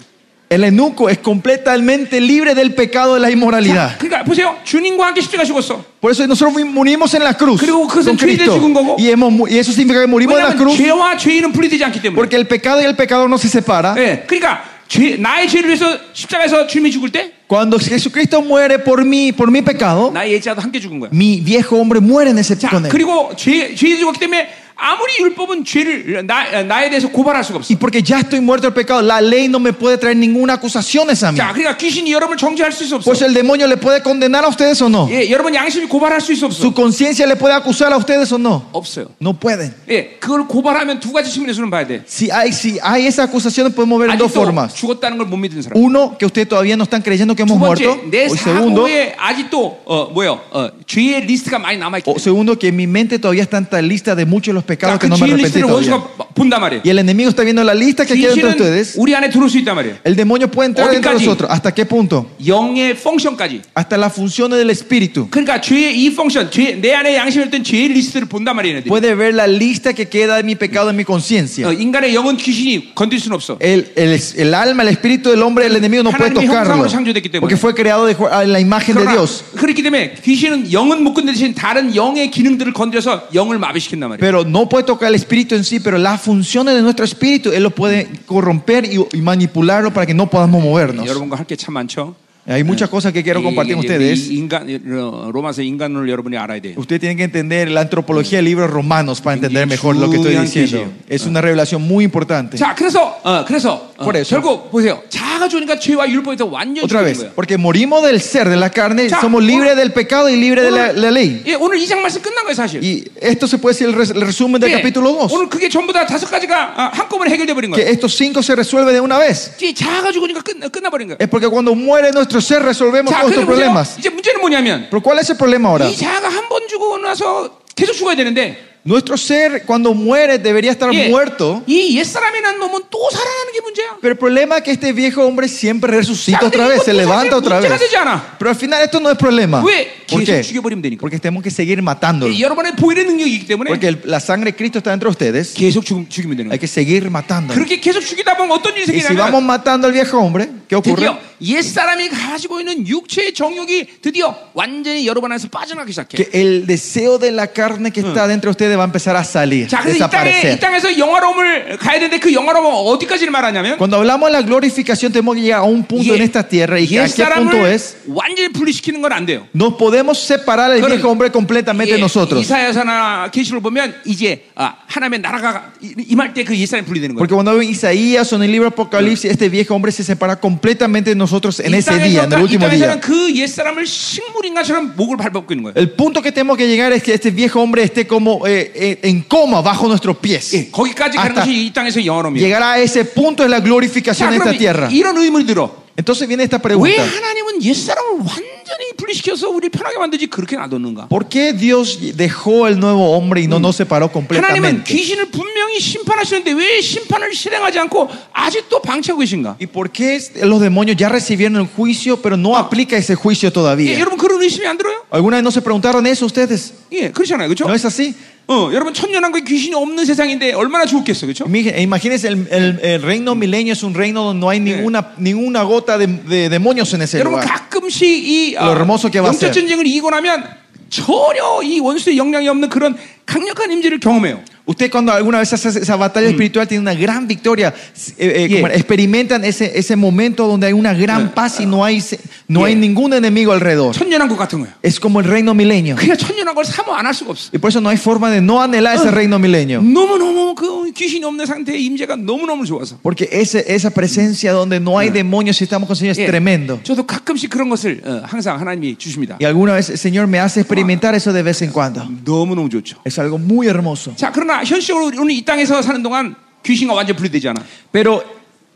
S3: El eunuco es completamente libre del pecado de la inmoralidad.
S2: 그러니까 보세요. 주님과 함께 십자가 죽었어.
S3: Por eso nosotros mu- morimos en la cruz.
S2: 그리고 그것은
S3: Con
S2: 죄에 대해 죽은
S3: Cristo.
S2: 거고.
S3: Y, hemos mu- y eso significa que morimos en la
S2: 왜냐하면
S3: cruz
S2: 죄와 죄인은 분리되지 않기 때문에.
S3: porque el pecado y el pecado no se separa.
S2: 예, 그러니까 죄, 나의 죄를 위해서 십자가에서 주님이 죽을 때
S3: Cuando Jesucristo muere por mí, por mi pecado,
S2: 나의 예자도 함께 죽은 거야.
S3: mi viejo hombre muere en ese
S2: 자,
S3: con él.
S2: 그리고 죄, 죄에 죽었기 때문에 아무리 율법은 죄를 나, 나에 대해서 고발할 수가 없어.
S3: Y porque ya estoy muerto del pecado, la ley no me puede traer ninguna acusación a mí.
S2: 자, 그러니까 귀신이 여러분을 정죄할 수 없어.
S3: Pues el demonio le puede condenar a ustedes o no.
S2: 예, 여러분 양심이 고발할 수 없어.
S3: Su conciencia le puede acusar a ustedes o no.
S2: 없어요.
S3: No pueden.
S2: 예, 그걸 고발하면 두 가지 측면에서는 봐야 돼.
S3: Si hay, si hay esa acusación, podemos ver en dos
S2: 아직도
S3: formas.
S2: 죽었다는 걸 못 믿은 사람.
S3: Uno, que ustedes todavía no están creyendo que hemos
S2: 두
S3: muerto.
S2: 번째, 내
S3: O segundo,
S2: 사고에 아직도 어, 뭐요? 어, 죄의 리스트가 많이 남아 있기
S3: o
S2: 때문에.
S3: segundo, que en mi mente todavía está en tal lista de muchos de los pecados que
S2: 그
S3: no me
S2: 죄의
S3: arrepentí
S2: 리스트를
S3: todavía.
S2: 원수가 본단 말이에요.
S3: Y el enemigo está viendo la lista que queda entre
S2: 귀신은
S3: ustedes.
S2: 우리 안에 들어올 수 있단 말이에요.
S3: El demonio puede entrar dentro de
S2: 어디까지?
S3: nosotros. ¿Hasta qué punto?
S2: 영의 펑션까지.
S3: Hasta las funciones del espíritu.
S2: 그러니까 죄의 이 펑션, 죄, 내 안에 양심을 땐 죄의 리스트를 본단 말이에요. 얘네들이.
S3: Puede ver la lista que queda de mi pecado en mi
S2: 어,
S3: conciencia.
S2: 인간의 영은 귀신이 건들 수는 없어.
S3: El, el- el alma, el espíritu del hombre, el enemigo no puede
S2: 하나님의 형상으로
S3: tocarlo.
S2: 창조됐기 때문에.
S3: Porque fue creado de, en la imagen de
S2: 그러나
S3: Dios.
S2: 그렇기 때문에 귀신은 영은 못 건드리신 다른 영의 기능들을 건드려서 영을 마비시킨단 말이에요.
S3: Pero no puede tocar el espíritu en sí, pero las funciones de nuestro espíritu, Él lo puede corromper y, y manipularlo para que no podamos movernos. Eh,
S2: 여러분과 할 게 참 많죠.
S3: Hay muchas cosas que quiero
S2: 이-
S3: compartir con
S2: 이- 이-
S3: ustedes.
S2: 이 인간, 이- 로- 로마서 인간을 여러분이 알아야 돼요.
S3: Usted tiene que entender la antropología del libro de Romanos para entender
S2: Bien,
S3: mejor lo que estoy
S2: bien,
S3: diciendo.
S2: bien.
S3: Es una revelación muy importante.
S2: 자, 그래서 어, 그래서 어,
S3: 그래서.
S2: 결국 보세요. 자가 주니까 죄와 율법에서 완전히
S3: Otra
S2: 죽는
S3: vez,
S2: 거예요.
S3: porque morimos del ser, de la carne,
S2: Ya,
S3: somos libres
S2: ahora-
S3: del pecado y libres de la, la ley.
S2: 예, 오늘 이 장 말씀 끝난 거예요, 사실.
S3: Y esto se puede decir el, res- el resumen del
S2: 예,
S3: capítulo 2,
S2: 오늘 그게 전부 다 다섯 가지가 아, 한꺼번에 해결돼 버린 거예요.
S3: que estos cinco se resuelven de una vez.
S2: 이 자가 죽으니까 끝 끝나버린 거예요.
S3: Es porque cuando muere nuestro ser resolvemos
S2: 자,
S3: todos
S2: 근데
S3: estos
S2: 보세요.
S3: problemas.
S2: 이제 문제는 뭐냐면
S3: Pero ¿cuál es el problema ahora?
S2: 이 자아가 한 번 죽고 나서 계속 죽어야 되는데
S3: Nuestro ser cuando muere debería estar
S2: 예,
S3: muerto,
S2: 이 옛사람이라는 놈은 또 살아나는 게 문제야.
S3: pero el problema es que este viejo hombre siempre resucita
S2: Ya,
S3: otra
S2: pero
S3: vez,
S2: esto
S3: se
S2: no
S3: levanta
S2: sabe-
S3: otra
S2: muchas
S3: vez.
S2: veces ya
S3: Pero al final esto no es problema.
S2: Güey,
S3: ¿Por
S2: que
S3: qué?
S2: eso 죽여버리면 되니까.
S3: Porque tenemos que seguir matándolo.
S2: 예, 여러분의 보일의 능력이기 때문에
S3: Porque el- la sangre de Cristo está dentro de ustedes.
S2: 계속 죽, 죽이면 되는
S3: Hay
S2: 거야.
S3: que seguir matando.
S2: 그렇게 계속 죽이다 보면 어떤 일이
S3: Y si
S2: 생기냐면
S3: vamos matando al viejo hombre, ¿qué ocurre?
S2: 드디어 옛사람이 가지고 있는 육체의 정욕이 드디어 완전히 여러분 안에서 빠져나기 시작해.
S3: Que el deseo de la carne que está dentro de ustedes va a empezar a salir,
S2: 자, 그래서 이, 땅에, 이
S3: desaparecer.
S2: 땅에서 영화로움을 가야 되는데 그 영화로움은 어디까지를 말하냐면
S3: Cuando hablamos de la glorificación, tenemos que llegar a un punto en esta tierra. ¿Y a qué punto
S2: 옛사람을
S3: es?
S2: 완전히 분리시키는 건 안 돼요.
S3: Nos podemos separar del
S2: Claro.
S3: viejo hombre completamente de nosotros.
S2: 이사야서나 계시를 보면 이제 아, 하나님의 나라가 이- 임할 때 그 옛사람이 분리되는 거예요.
S3: Porque cuando ven Isaías o en el libro Apocalipsis, este viejo hombre se separa completamente de nosotros en
S2: 이
S3: ese
S2: 땅에서- 그러니까
S3: día, en el
S2: 이
S3: último día.
S2: 땅에서는 그 옛사람을 식물인간처럼 목을 밟고 있는 거예요.
S3: El punto que tenemos que llegar es que este viejo hombre esté como eh, eh, en coma bajo nuestros pies.
S2: 예, 거기까지 가는
S3: Hasta-
S2: 것이 이 땅에서 영화로움이에요.
S3: Llegar a ese punto es la glorificación
S2: 자,
S3: de esta
S2: 그럼
S3: tierra. 그러니까.
S2: 이- 이런 의문이 들어.
S3: Entonces viene esta
S2: 왜
S3: pregunta.
S2: 하나님은 옛사람을 완전히 분리시켜서 우리 편하게 만들지 그렇게 놔뒀는가?
S3: ¿Por qué Dios dejó el nuevo hombre y no nos separó
S2: 하나님은
S3: completamente?
S2: 귀신을 분명히 심판하시는데 왜 심판을 실행하지 않고 아직도 방치하고 계신가?
S3: ¿Y por qué los demonios ya recibieron el juicio, pero no aplica ese juicio
S2: 예,
S3: todavía?
S2: 여러분 그런 의심이 안 들어요?
S3: ¿Alguna vez no se preguntaron eso ustedes?
S2: 예, 그렇잖아요, 그렇죠?
S3: ¿No es así?
S2: 어, 여러분 천년왕국에 귀신이 없는 세상인데 얼마나 좋겠어, 그렇죠?
S3: Mi- eh, Imagínense, el, el- el reino milenio es un reino donde no hay ninguna, ninguna gota de, de demonios en ese
S2: 여러분
S3: lugar.
S2: 가끔씩 이 어,
S3: Lo hermoso que va a
S2: 영적
S3: ser.
S2: 전쟁을 이기고 나면 전혀 이 원수의 영향이 없는 그런 강력한 임재를 경험해요.
S3: Usted cuando alguna vez hace esa batalla espiritual tiene una gran victoria. Eh, eh,
S2: Yeah.
S3: como experimentan ese, ese momento donde hay una gran paz y no hay, se- no hay
S2: Yeah.
S3: ningún enemigo alrededor.
S2: 천년왕국 같은 거예요.
S3: Es como el reino milenio.
S2: 그냥 천년왕국을 사모 안 할 수가 없어.
S3: Y por eso no hay forma de no anhelar ese reino milenio.
S2: 너무 너무 그 귀신이 없는 상태의 임재가 너무 너무 좋아서.
S3: Porque ese, esa presencia donde no hay demonios y estamos con el Señor es
S2: 예,
S3: tremendo.
S2: 저도 가끔씩 그런 것을 어, 항상 하나님이 주십니다.
S3: Y alguna vez el Señor me hace experimentar eso de vez en cuando.
S2: 너무 너무 좋죠.
S3: Es algo muy hermoso.
S2: 자, 그러나 현실적으로 우리- 우리 이 땅에서 사는 동안 귀신과 완전 분리되지 않아.
S3: Pero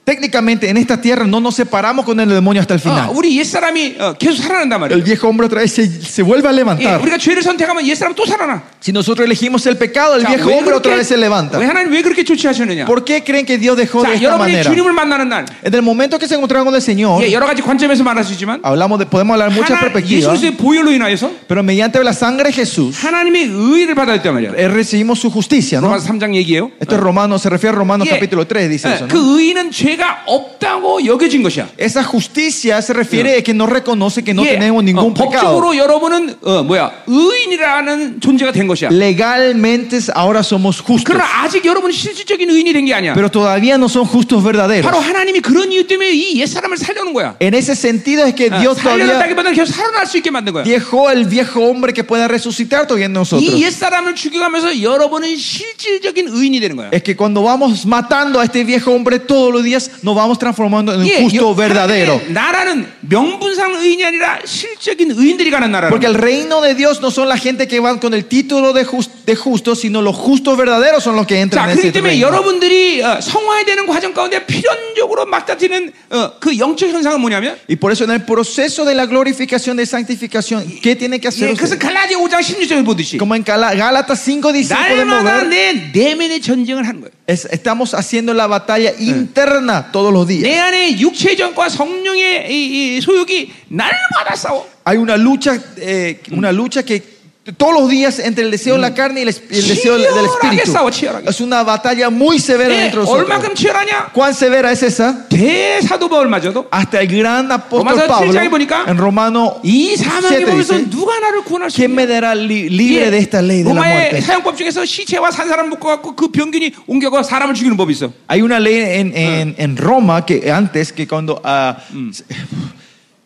S3: técnicamente en esta tierra no nos separamos con el demonio hasta el
S2: 아,
S3: final.
S2: 우리 옛 사람이 어, 계속 살아난단 말이에요.
S3: El viejo hombre otra vez se, se vuelve a
S2: 예,
S3: levantar.
S2: 우리가 죄를 선택하면 옛 사람 또 살아나.
S3: Si nosotros elegimos el pecado, el
S2: 자,
S3: viejo
S2: 왜
S3: hombre otra
S2: 그렇게-
S3: vez se levanta.
S2: 왜 하나님 왜 그렇게 조치하셨느냐?
S3: ¿Por qué creen que Dios dejó de
S2: 자,
S3: esta
S2: 여러분이
S3: manera?
S2: 주님을 만나는 날,
S3: En el momento que se encontraron con el Señor,
S2: 예, 여러 가지 관점에서 말할 수 있지만,
S3: hablamos de, podemos hablar muchas
S2: 하나,
S3: perspectivas,
S2: 예수의 보혈로 인하여서
S3: pero mediante la sangre de Jesús
S2: 하나님의 의를 받아였단 말이야.
S3: eh, recibimos su justicia, ¿no?
S2: 로마서 3장 얘기예요.
S3: Esto es Romanos, se refiere a Romanos
S2: 예,
S3: capítulo 3, dice
S2: 예,
S3: eso, ¿no?
S2: 그 의는 죄가 없다고 여겨진 것이야.
S3: Esa justicia se refiere a que no reconoce que no
S2: 예,
S3: tenemos
S2: 어,
S3: ningún pecado.
S2: 법적으로 여러분은 어, 뭐야 의인이라는 존재가 된 것이야.
S3: Legalmente ahora somos justos,
S2: 그러나 아직 여러분 실질적인 의인이 된 게 아니야.
S3: pero todavía no son justos verdaderos.
S2: 바로 하나님이 그런 이유 때문에 이 옛사람을 살려는 거야.
S3: En ese sentido es
S2: Ah,
S3: que Dios todavía
S2: 아, 살려는다기보다는 계속 살아날 수 있게 만든 거야.
S3: dejó el viejo hombre que pueda resucitar todavía en nosotros.
S2: 이 옛사람을 죽여가면서 여러분은 실질적인 의인이 되는 거야.
S3: Es que cuando vamos matando a este viejo hombre todos los días, nos vamos transformando en un
S2: 예,
S3: justo
S2: 여-
S3: verdadero.
S2: 하나님의 나라는 명분상 의인이 아니라 실적인 의인들이 가는 나라라는
S3: Porque el
S2: 거예요.
S3: reino de Dios no son la gente que van con el título de, jus- de justo, sino los justos verdaderos son los que
S2: 자,
S3: entran en
S2: 그렇기
S3: ese
S2: 때문에
S3: reino.
S2: 여러분들이 어, 성화되는 과정 가운데 필연적으로 막다튀는 어, 그 영적 현상은 뭐냐면
S3: Y por eso en el proceso de la glorificación, de santificación, ¿qué tiene que hacer
S2: 예,
S3: usted?
S2: 그래서 갈라디아 5장 16절을 보듯이
S3: Como en Cala- Gálatas 5 dice, podemos ver,
S2: 날마다 내 내면의 전쟁을 하는 거예요.
S3: es- estamos haciendo la batalla interna todos los días.
S2: 내 안에 육체의 전과 성령의 이, 이 소욕이 날마다 싸워.
S3: Hay una lucha, eh, una lucha que todos los días entre el deseo de la carne y el, es- y el deseo del- del
S2: Chiyor하게
S3: espíritu.
S2: 싸워, chiyor하게.
S3: Es una batalla muy severa
S2: 예,
S3: dentro de nosotros.
S2: 얼마큼 치열하냐?
S3: ¿Cuán severa es esa?
S2: 대사도 바울마저도
S3: Hasta el gran apóstol
S2: Romanos 7
S3: Pablo
S2: ahí 보니까,
S3: en Romano
S2: 이 사망의
S3: 7
S2: 몸에서
S3: dice,
S2: 누가 나를 구원할 수
S3: ¿quién
S2: 있냐?
S3: me dará li-
S2: 예,
S3: libre de esta ley de la
S2: 로마의
S3: muerte?
S2: 사형법 중에서 시체와 산 사람 묶어갖고 그 병균이 옮겨가 사람을 죽이는 법이 있어.
S3: Hay una ley en, en- en Roma que antes que cuando ah,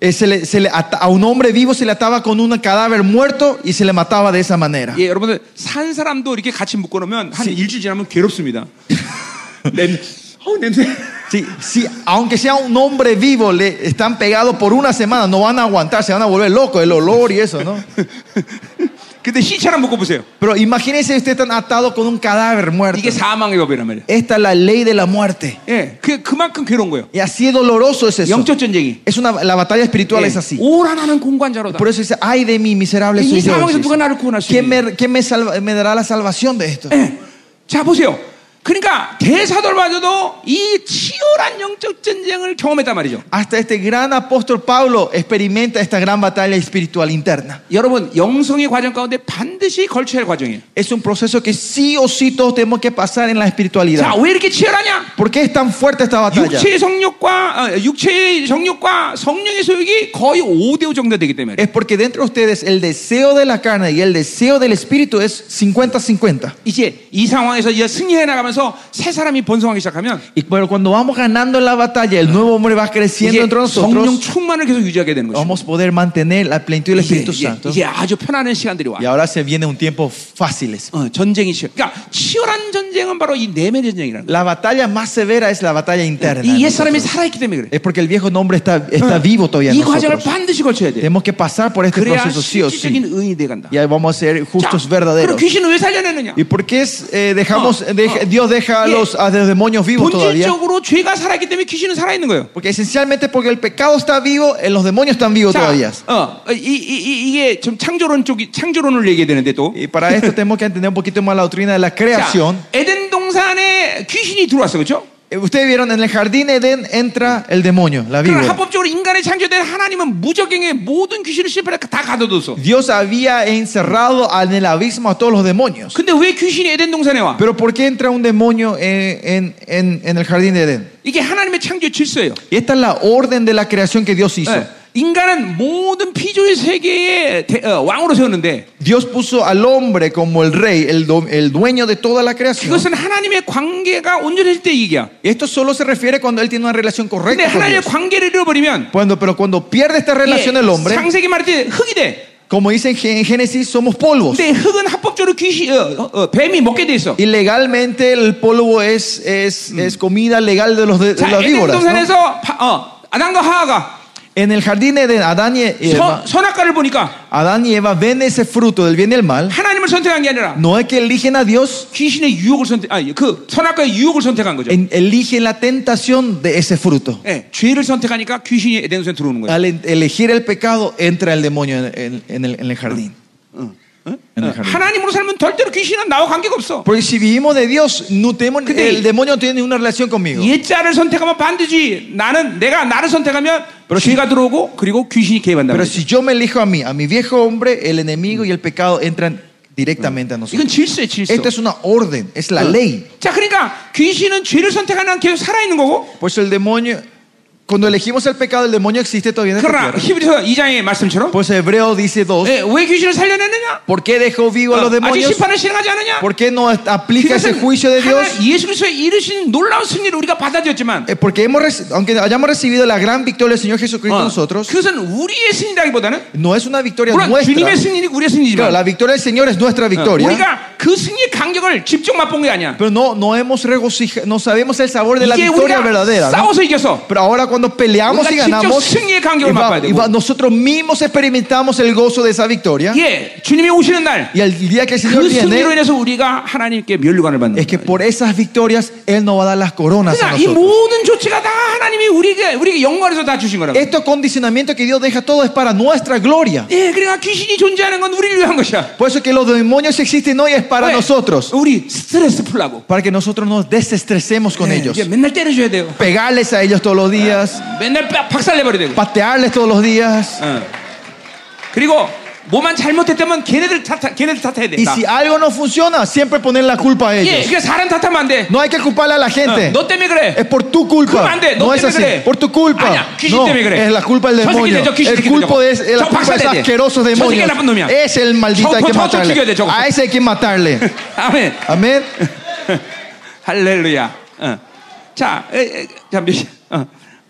S3: eh, se le- se le ata- a un hombre vivo se le ataba con un cadáver muerto y se le mataba de esa manera.
S2: 예, 여러분들 산 사람도 이렇게 같이 묶어놓으면 한 일주일 지나면 괴롭습니다. 냄, 어우 냄새.
S3: Sí, sí, aunque sea un hombre vivo, le están pegados por una semana, no van a aguantar, se van a volver locos, el olor y eso, ¿no?
S2: 근데 시체랑 묶어보세요.
S3: Pero imagínense ustedes están atados con un cadáver muerto.
S2: 이게 사망의 법이란 말이에요.
S3: Esta es la ley de la muerte.
S2: 예, 그 그만큼 괴로운 거예요.
S3: Y así es doloroso es eso.
S2: 영적 전쟁이. 예.
S3: Es una, la batalla
S2: Eh,
S3: espiritual es así.
S2: 오라 나는 공관자로다.
S3: Por eso dice, ay de mí, miserable
S2: En
S3: soy
S2: esa
S3: yo.
S2: vamos a
S3: dice.
S2: buscar algo con así.
S3: ¿Quién, me, quién me salva- me dará la salvación de esto?
S2: 예. 자 보세요. 그러니까 대사돌마저도 이 치열한 영적 전쟁을 경험했단 말이죠.
S3: Hasta este gran apóstol Pablo experimenta esta gran batalla espiritual interna.
S2: 여러분 영성의 과정 가운데 반드시 걸쳐야 할 과정이에요.
S3: Es un proceso que sí o sí todos tenemos que pasar en la espiritualidad.
S2: 자 왜 이렇게 치열하냐?
S3: ¿Por qué es tan fuerte esta batalla?
S2: 육체의 성욕과 어, 육체의 정욕과 성령의 소욕이 거의 5대5 정도 되기 때문에
S3: Es porque dentro de ustedes el deseo de la carne y el deseo del espíritu es 50-50.
S2: 이제 이 상황에서 이제 승리해 나가면서 새 사람이 번성하기 시작하면
S3: Y pero cuando vamos ganando en la batalla, el nuevo hombre va creciendo
S2: 이제
S3: entre
S2: 성령
S3: nosotros.
S2: 충만을 계속 유지하게 되는 것이죠.
S3: Vamos a poder mantener la plenitud del
S2: 이제,
S3: Espíritu
S2: 이제,
S3: Santo.
S2: 이제 아주 편안한 시간들이 와.
S3: Y ahora se viene un tiempo fáciles.
S2: 어, 전쟁이 치열. 그러니까 치열한 전쟁은 바로 이 내면 전쟁이라는
S3: La batalla más severa es la batalla
S2: 거예요.
S3: interna.
S2: 이
S3: en
S2: 옛사람이
S3: nosotros.
S2: 살아있기 때문에 그래.
S3: Es porque el viejo hombre está, está vivo todavía. en
S2: 이 과정을
S3: nosotros.
S2: 반드시 거쳐야 돼.
S3: Tenemos que pasar por este
S2: 그래야
S3: proceso sí o
S2: 실질적인
S3: sí.
S2: 의인이 돼 간다.
S3: Y ahí vamos a ser justos
S2: 그럼
S3: verdaderos.
S2: 귀신은 왜 살려내느냐?
S3: ¿Y por qué es, eh, dejamos,
S2: Ah, ah.
S3: deja- Dios deja a los, a los demonios vivos todavía?
S2: 본질적으로 죄가 살아있기 때문에 귀신은 살아있는 거예요.
S3: Porque esencialmente porque el pecado está vivo, eh, los demonios están vivos
S2: 자,
S3: todavía.
S2: 어, 이, 이, 이, 게좀 창조론 쪽이 창조론을 얘기해야 되는데 또.
S3: Y para esto tenemos que entender un poquito más la doctrina de la
S2: 자,
S3: creación.
S2: 에덴 동산에 귀신이 들어왔어, 그렇죠?
S3: Eh, Ustedes vieron, en el jardín Edén entra el demonio, la
S2: 그러나
S3: víbora.
S2: 합법적으로 인간의 창조된 하나님은 무적행에 모든 귀신을 실패를 다 가둬뒀어.
S3: Dios había encerrado en el abismo a todos los demonios.
S2: 근데 왜 귀신이 에덴 동산에 와?
S3: Pero ¿por qué entra un demonio en, en- en- en el jardín de Edén?
S2: 이게 하나님의 창조 질서예요.
S3: Y esta es la orden de la creación que Dios hizo.
S2: 예. 인간은 모든 피조의 세계의 대- 어, 왕으로 세웠는데
S3: Dios puso al hombre como el rey, el, do- el dueño de toda la creación.
S2: 그것은 하나님의 관계가 온전해질 때 얘기야.
S3: Esto solo se refiere cuando él tiene una relación
S2: 근데
S3: correcta con
S2: 하나님의
S3: Dios.
S2: 관계를 잃어버리면
S3: Cuando, pero cuando pierde esta relación el
S2: 예,
S3: hombre,
S2: 창세기 말했듯이 흙이 돼.
S3: como dice en Gé- en Génesis, somos polvos.
S2: 근데 흙은 합법적으로 귀신, 어, 어, 어, 뱀이 먹게 돼 있어.
S3: Ilegalmente el polvo es, es, es comida legal de, los de, de
S2: 자,
S3: las
S2: 에덴
S3: víboras. ¿no?
S2: 동산에서 파- 어, 아담과 하하가
S3: En el jardín de Edén, Adán y Eva,
S2: 선- 선악과를 보니까
S3: Adán y Eva ven ese fruto del bien y el mal.
S2: 하나님을 선택한 게 아니라
S3: No es que eligen a Dios,
S2: 귀신의 유혹을 선택, 아니 그 선악과의 유혹을 선택한 거죠.
S3: en- eligen la tentación de ese fruto.
S2: 예, 죄를 선택하니까 귀신이 에덴 동산에 들어오는 거예요.
S3: Al en- elegir el pecado, entra el demonio en, en- en el, en el jardín. En
S2: 아, 네.
S3: el jardín.
S2: 하나님으로 살면 절대로 귀신은 나와 관계가 없어.
S3: Porque si vivimos de Dios, no tenemos-
S2: 근데
S3: el demonio no tiene ninguna relación conmigo.
S2: 옛자를 선택하면 반드시 나는 내가 나를 선택하면 죄가 들어오고 그리고 귀신이 개입한다.
S3: Pero
S2: 말이지.
S3: si yo me elijo a mí, a mi viejo hombre, el enemigo y el pecado entran directamente a
S2: 이건
S3: nosotros.
S2: 질서예요, 질서.
S3: Esta es una orden, es la ley.
S2: 자, 그러니까 귀신은 죄를 선택하는 한 계속 살아 있는 거고.
S3: Por eso el demonio, cuando elegimos el pecado, el demonio existe todavía en esta
S2: 그러나
S3: tierra.
S2: 히브리서 2장의 말씀처럼
S3: Pues Hebreo dice 2,
S2: 예, 왜 귀신을 살려내느냐?
S3: ¿por qué dejó vivo a los
S2: 어, 아직
S3: demonios?
S2: 심판을 실행하지 않느냐?
S3: ¿Por qué no aplica ese
S2: 그것은
S3: juicio de Dios?
S2: 하나, 예수 그리스도의 이루신 놀라운 승리를 우리가 받아들였지만
S3: Eh, Porque hemos, reci- aunque hayamos recibido la gran victoria del Señor Jesucristo
S2: 어,
S3: nosotros,
S2: 예, 그것은 우리의 승리라기보다는
S3: no es una victoria
S2: 물론
S3: nuestra.
S2: 주님의 승리니 우리의
S3: Claro,
S2: 승리지만
S3: la victoria del Señor es nuestra victoria.
S2: 우리가 그 승리의 감격을 직접 맛본 게 아니야.
S3: Pero no, no hemos regocijado, no sabemos el sabor de la
S2: 이게
S3: victoria
S2: 우리가
S3: verdadera. ¿no?
S2: 싸워서 이겨서
S3: Pero ahora cuando peleamos y
S2: 우리가 직접
S3: ganamos,
S2: 승리의
S3: y
S2: 감격을
S3: va-
S2: 맛봐야 되고.
S3: y va- nosotros mismos experimentamos el gozo de esa victoria.
S2: 예 주님이 오시는 날
S3: Y el día que el Señor
S2: 그 승리로
S3: viene,
S2: 인해서 우리가 하나님께 멸류관을 받는
S3: es que
S2: 거예요.
S3: por esas victorias Él nos va a dar las coronas a
S2: 그러니까 이
S3: nosotros.
S2: 모든 조치가 다 하나님이 우리에게 우리에게 영광에서 다 주신 거라고.
S3: Estos condicionamientos Este que Dios deja todo es para nuestra gloria.
S2: 예 그러니까 귀신이 존재하는 건 우리를 위한 것이야.
S3: Por eso que los demonios existen hoy es para
S2: 왜?
S3: nosotros.
S2: 우리 스트레스 풀라고.
S3: Para que nosotros nos desestresemos con
S2: 예,
S3: ellos.
S2: 이제 맨날 때려줘야 돼요.
S3: Pegarles a ellos todos los días.
S2: 맨날 빡- 박살내버려야 되고.
S3: Patearles todos los días.
S2: 어. 그리고 뭐만 잘못했다면 걔네들 탓 걔네들 탓해야 돼.
S3: Y
S2: 나.
S3: si algo no funciona, siempre poner la culpa a
S2: 예
S3: ellos.
S2: 그러니까 사람 탓하면 안 돼.
S3: No hay que culparle a la gente.
S2: 어, 너 때문에 그래.
S3: Es por tu culpa.
S2: 그러면 안 돼. 너
S3: No Ah, es
S2: 때문에
S3: así.
S2: 그래.
S3: Por tu culpa.
S2: 아니야. 귀신
S3: No,
S2: 때문에 그래.
S3: es la culpa del
S2: 저
S3: demonio.
S2: 새끼들, 저 귀신
S3: El
S2: 새끼들
S3: culpa
S2: 저거.
S3: es el
S2: 저
S3: culpa de
S2: 박살내야 돼.
S3: asquerosos
S2: 저 새끼
S3: demonios.
S2: 나쁜 놈이야.
S3: Es el maldito
S2: 저거
S3: hay que
S2: 저- 저 죽여야
S3: matarle.
S2: 돼, 저거.
S3: A ese hay que matarle.
S2: 아멘.
S3: Amén.
S2: 할렐루야. 어. 자, 에, 에, 자, 몇 시? 어, 어,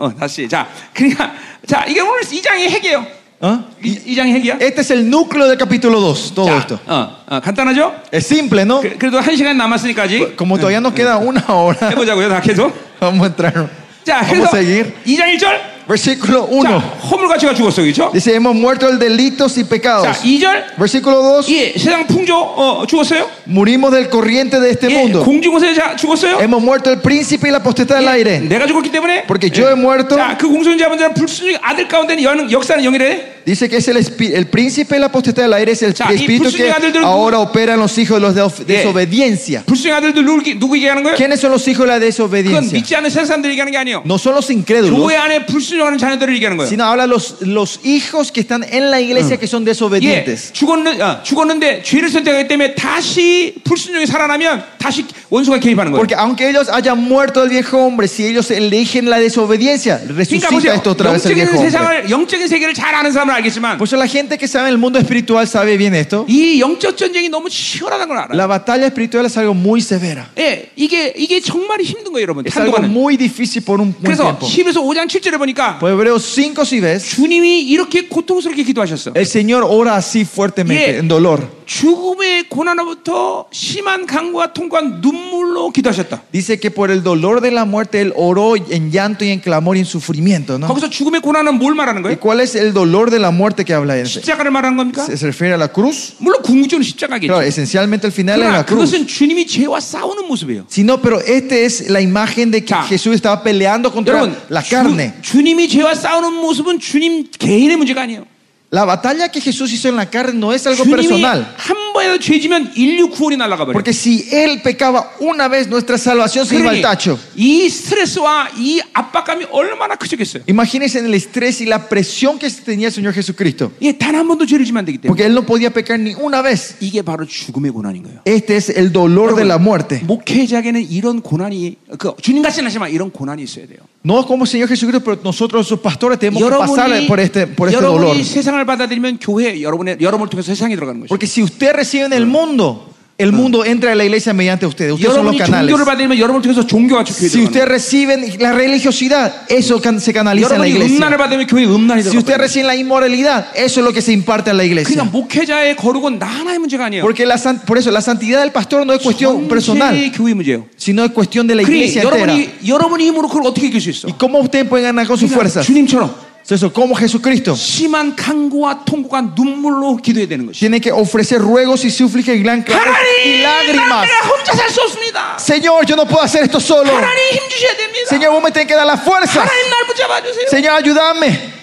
S2: 어, 다시. 자, 그러니까 자, 이게 오늘 이 장의 핵이에요.
S3: ¿Ah?
S2: 이, 이 장의 핵이야.
S3: Este es el núcleo del capítulo 2, todo
S2: 자,
S3: esto.
S2: 어, 어, 간단하죠?
S3: Es simple, ¿no?
S2: 그, 그래도 한 시간 남았으니까지
S3: Como todavía nos queda una hora,
S2: 해보자고요. 다 계속.
S3: vamos a entrar.
S2: 자,
S3: Vamos a
S2: 그래서
S3: seguir.
S2: 2장 1절.
S3: Versículo
S2: 자,
S3: 1.
S2: 허물가치가 죽었어, 그렇죠?
S3: Dice, hemos muerto el delitos y
S2: 자,
S3: pecados.
S2: 2절.
S3: Versículo 2.
S2: 예, 세상 풍조 어, 죽었어요?
S3: Murimos del corriente de este
S2: 예,
S3: mundo.
S2: 공중곳에 자, 죽었어요?
S3: Hemos muerto el príncipe y Eh, la potestad del aire.
S2: 내가 예. 죽었기 때문에 예.
S3: Porque yo he muerto.
S2: 자, 그 공손자 분들은 불순이 아들 가운데는 연, 역사는 영이래.
S3: Dice que es el, espi- el príncipe de la potestad del aire, es el
S2: Ya, y
S3: espíritu
S2: puso
S3: que
S2: llegando el del-
S3: ahora opera en los hijos de los de- desobediencia.
S2: 불순이 아들들 누구, 누구 얘기하는 거예요?
S3: ¿Quiénes son los hijos de la
S2: 그건
S3: desobediencia?
S2: 믿지 않는 세상 사람들 얘기하는 게 아니에요.
S3: No son los incrédulos,
S2: 교회 안에 불순종하는 자녀들을 얘기하는 거예요.
S3: sino habla los, los hijos que están en la iglesia que son
S2: 예,
S3: desobedientes.
S2: 죽었는, 어, 죽었는데 죄를 선택하기 때문에 다시 불순종이 살아나면 다시 원수가 개입하는 거예요.
S3: Porque aunque ellos hayan muerto el viejo hombre, si ellos eligen la desobediencia,
S2: 그러니까
S3: resucita
S2: 보세요.
S3: esto otra vez el
S2: 영적인
S3: viejo hombre.
S2: 세상을 영적인 세계를 잘 아는 사람은 알겠지만
S3: Por eso la gente que sabe el mundo espiritual sabe bien esto.
S2: 이 영적 전쟁이 너무 치열하다는 걸 알아. 요
S3: La batalla espiritual es algo muy severa.
S2: 예, 이게 이게 정말 힘든 거예요, 여러분.
S3: Es algo
S2: 한동안은.
S3: muy difícil por un buen
S2: 그래서
S3: tiempo.
S2: 10에서 5장 7절에 보니까
S3: Por Hebreos 5 si ves,
S2: 주님이 이렇게 고통스럽게 기도하셨어.
S3: el Señor ora así fuertemente,
S2: Yeah.
S3: en dolor.
S2: 죽음의 고난으로부터 심한 강과 통과 눈물로 기도하셨다.
S3: Dice que por el dolor de la muerte él oró en llanto y en clamor y en sufrimiento, ¿no?
S2: 거기서 죽음의 고난은 뭘 말하는
S3: ¿Y
S2: 거예요?
S3: cuál es el dolor de la muerte que habla él? ¿Se,
S2: 십자가를 말하는 겁니까?
S3: se refiere a la cruz?
S2: 물론 궁극적으로 십자가겠죠.
S3: Claro, esencialmente el final era
S2: 그러나
S3: la cruz.
S2: 그것은 주님이 죄와 싸우는 모습이에요.
S3: Si no, pero esta es la imagen de que
S2: Ya.
S3: Jesús estaba peleando contra
S2: 여러분,
S3: la carne.
S2: 주, 주님이 죄와 싸우는 모습은 주님 개인의 문제가 아니에요.
S3: La batalla que Jesús hizo en la carne no es algo
S2: 주님이
S3: personal.
S2: 한 번이라도 죄지면 인류 구원이 날아가 버려요.
S3: Porque si él pecaba una vez, nuestra salvación se iba al
S2: 그러니
S3: tacho.
S2: 이 스트레스와 이 압박감이 얼마나 크셨겠어요.
S3: Imagínense el estrés y la presión que tenía el Señor Jesucristo.
S2: 예, 단 한 번도 죄를 지면 안 되기 때문에
S3: Porque él no podía pecar ni una vez.
S2: 이게 바로 죽음의 고난인 거예요.
S3: Este es el dolor de la
S2: 네.
S3: muerte.
S2: 목회자에게는 이런 고난이 그 주님 같이는 하지만 이런 고난이 있어야 돼요.
S3: No como el Señor Jesucristo, pero nosotros, sus pastores, tenemos que pasar
S2: 여러분이
S3: por este, por este
S2: 여러분이
S3: dolor.
S2: 세상을 받아들이면 교회 여러분의 여러분을 통해서 세상에 들어가는 것이죠.
S3: Porque si usted recibe en el mundo, el mundo entra a la iglesia mediante ustedes. Ustedes son los
S2: 여러분이
S3: canales.
S2: 종교를 받으면 여러분을 통해서 종교가 교회에
S3: Si
S2: 들어가는
S3: usted
S2: 거예요.
S3: recibe la religiosidad, eso can- se canaliza en la
S2: 여러분이 음란을
S3: iglesia.
S2: 받으면 교회 음란이
S3: Si
S2: 들어가는
S3: usted
S2: 거예요.
S3: recibe la inmoralidad, eso es lo que se imparte a la
S2: 그러니까
S3: iglesia.
S2: 목회자의 거룩은 나 하나의 문제가 아니에요.
S3: Porque la san- por eso la santidad del pastor no es cuestión personal,
S2: 전체의 교회 문제예요.
S3: sino es cuestión de la
S2: 그래
S3: iglesia entera.
S2: 여러분이 여러분의 힘으로 그걸 어떻게 이길 수 있어?
S3: ¿Y cómo usted puede ganar con sus
S2: 그러니까
S3: fuerzas?
S2: 주님처럼
S3: Eso, como Jesucristo.
S2: 심한 강구와 통곡과 눈물로 기도해야 되는 것이.
S3: Tiene que ofrecer ruegos y súplicas y gran clamor y
S2: 하나님, 난
S3: lágrimas.
S2: 내가 혼자 살 수 없습니다.
S3: Señor, yo no puedo hacer esto solo.
S2: 하나님 힘 주셔야 됩니다.
S3: Señor, vos me tenés que dar la fuerza.
S2: 하나님 날 붙잡아 주세요.
S3: Señor, ayúdame.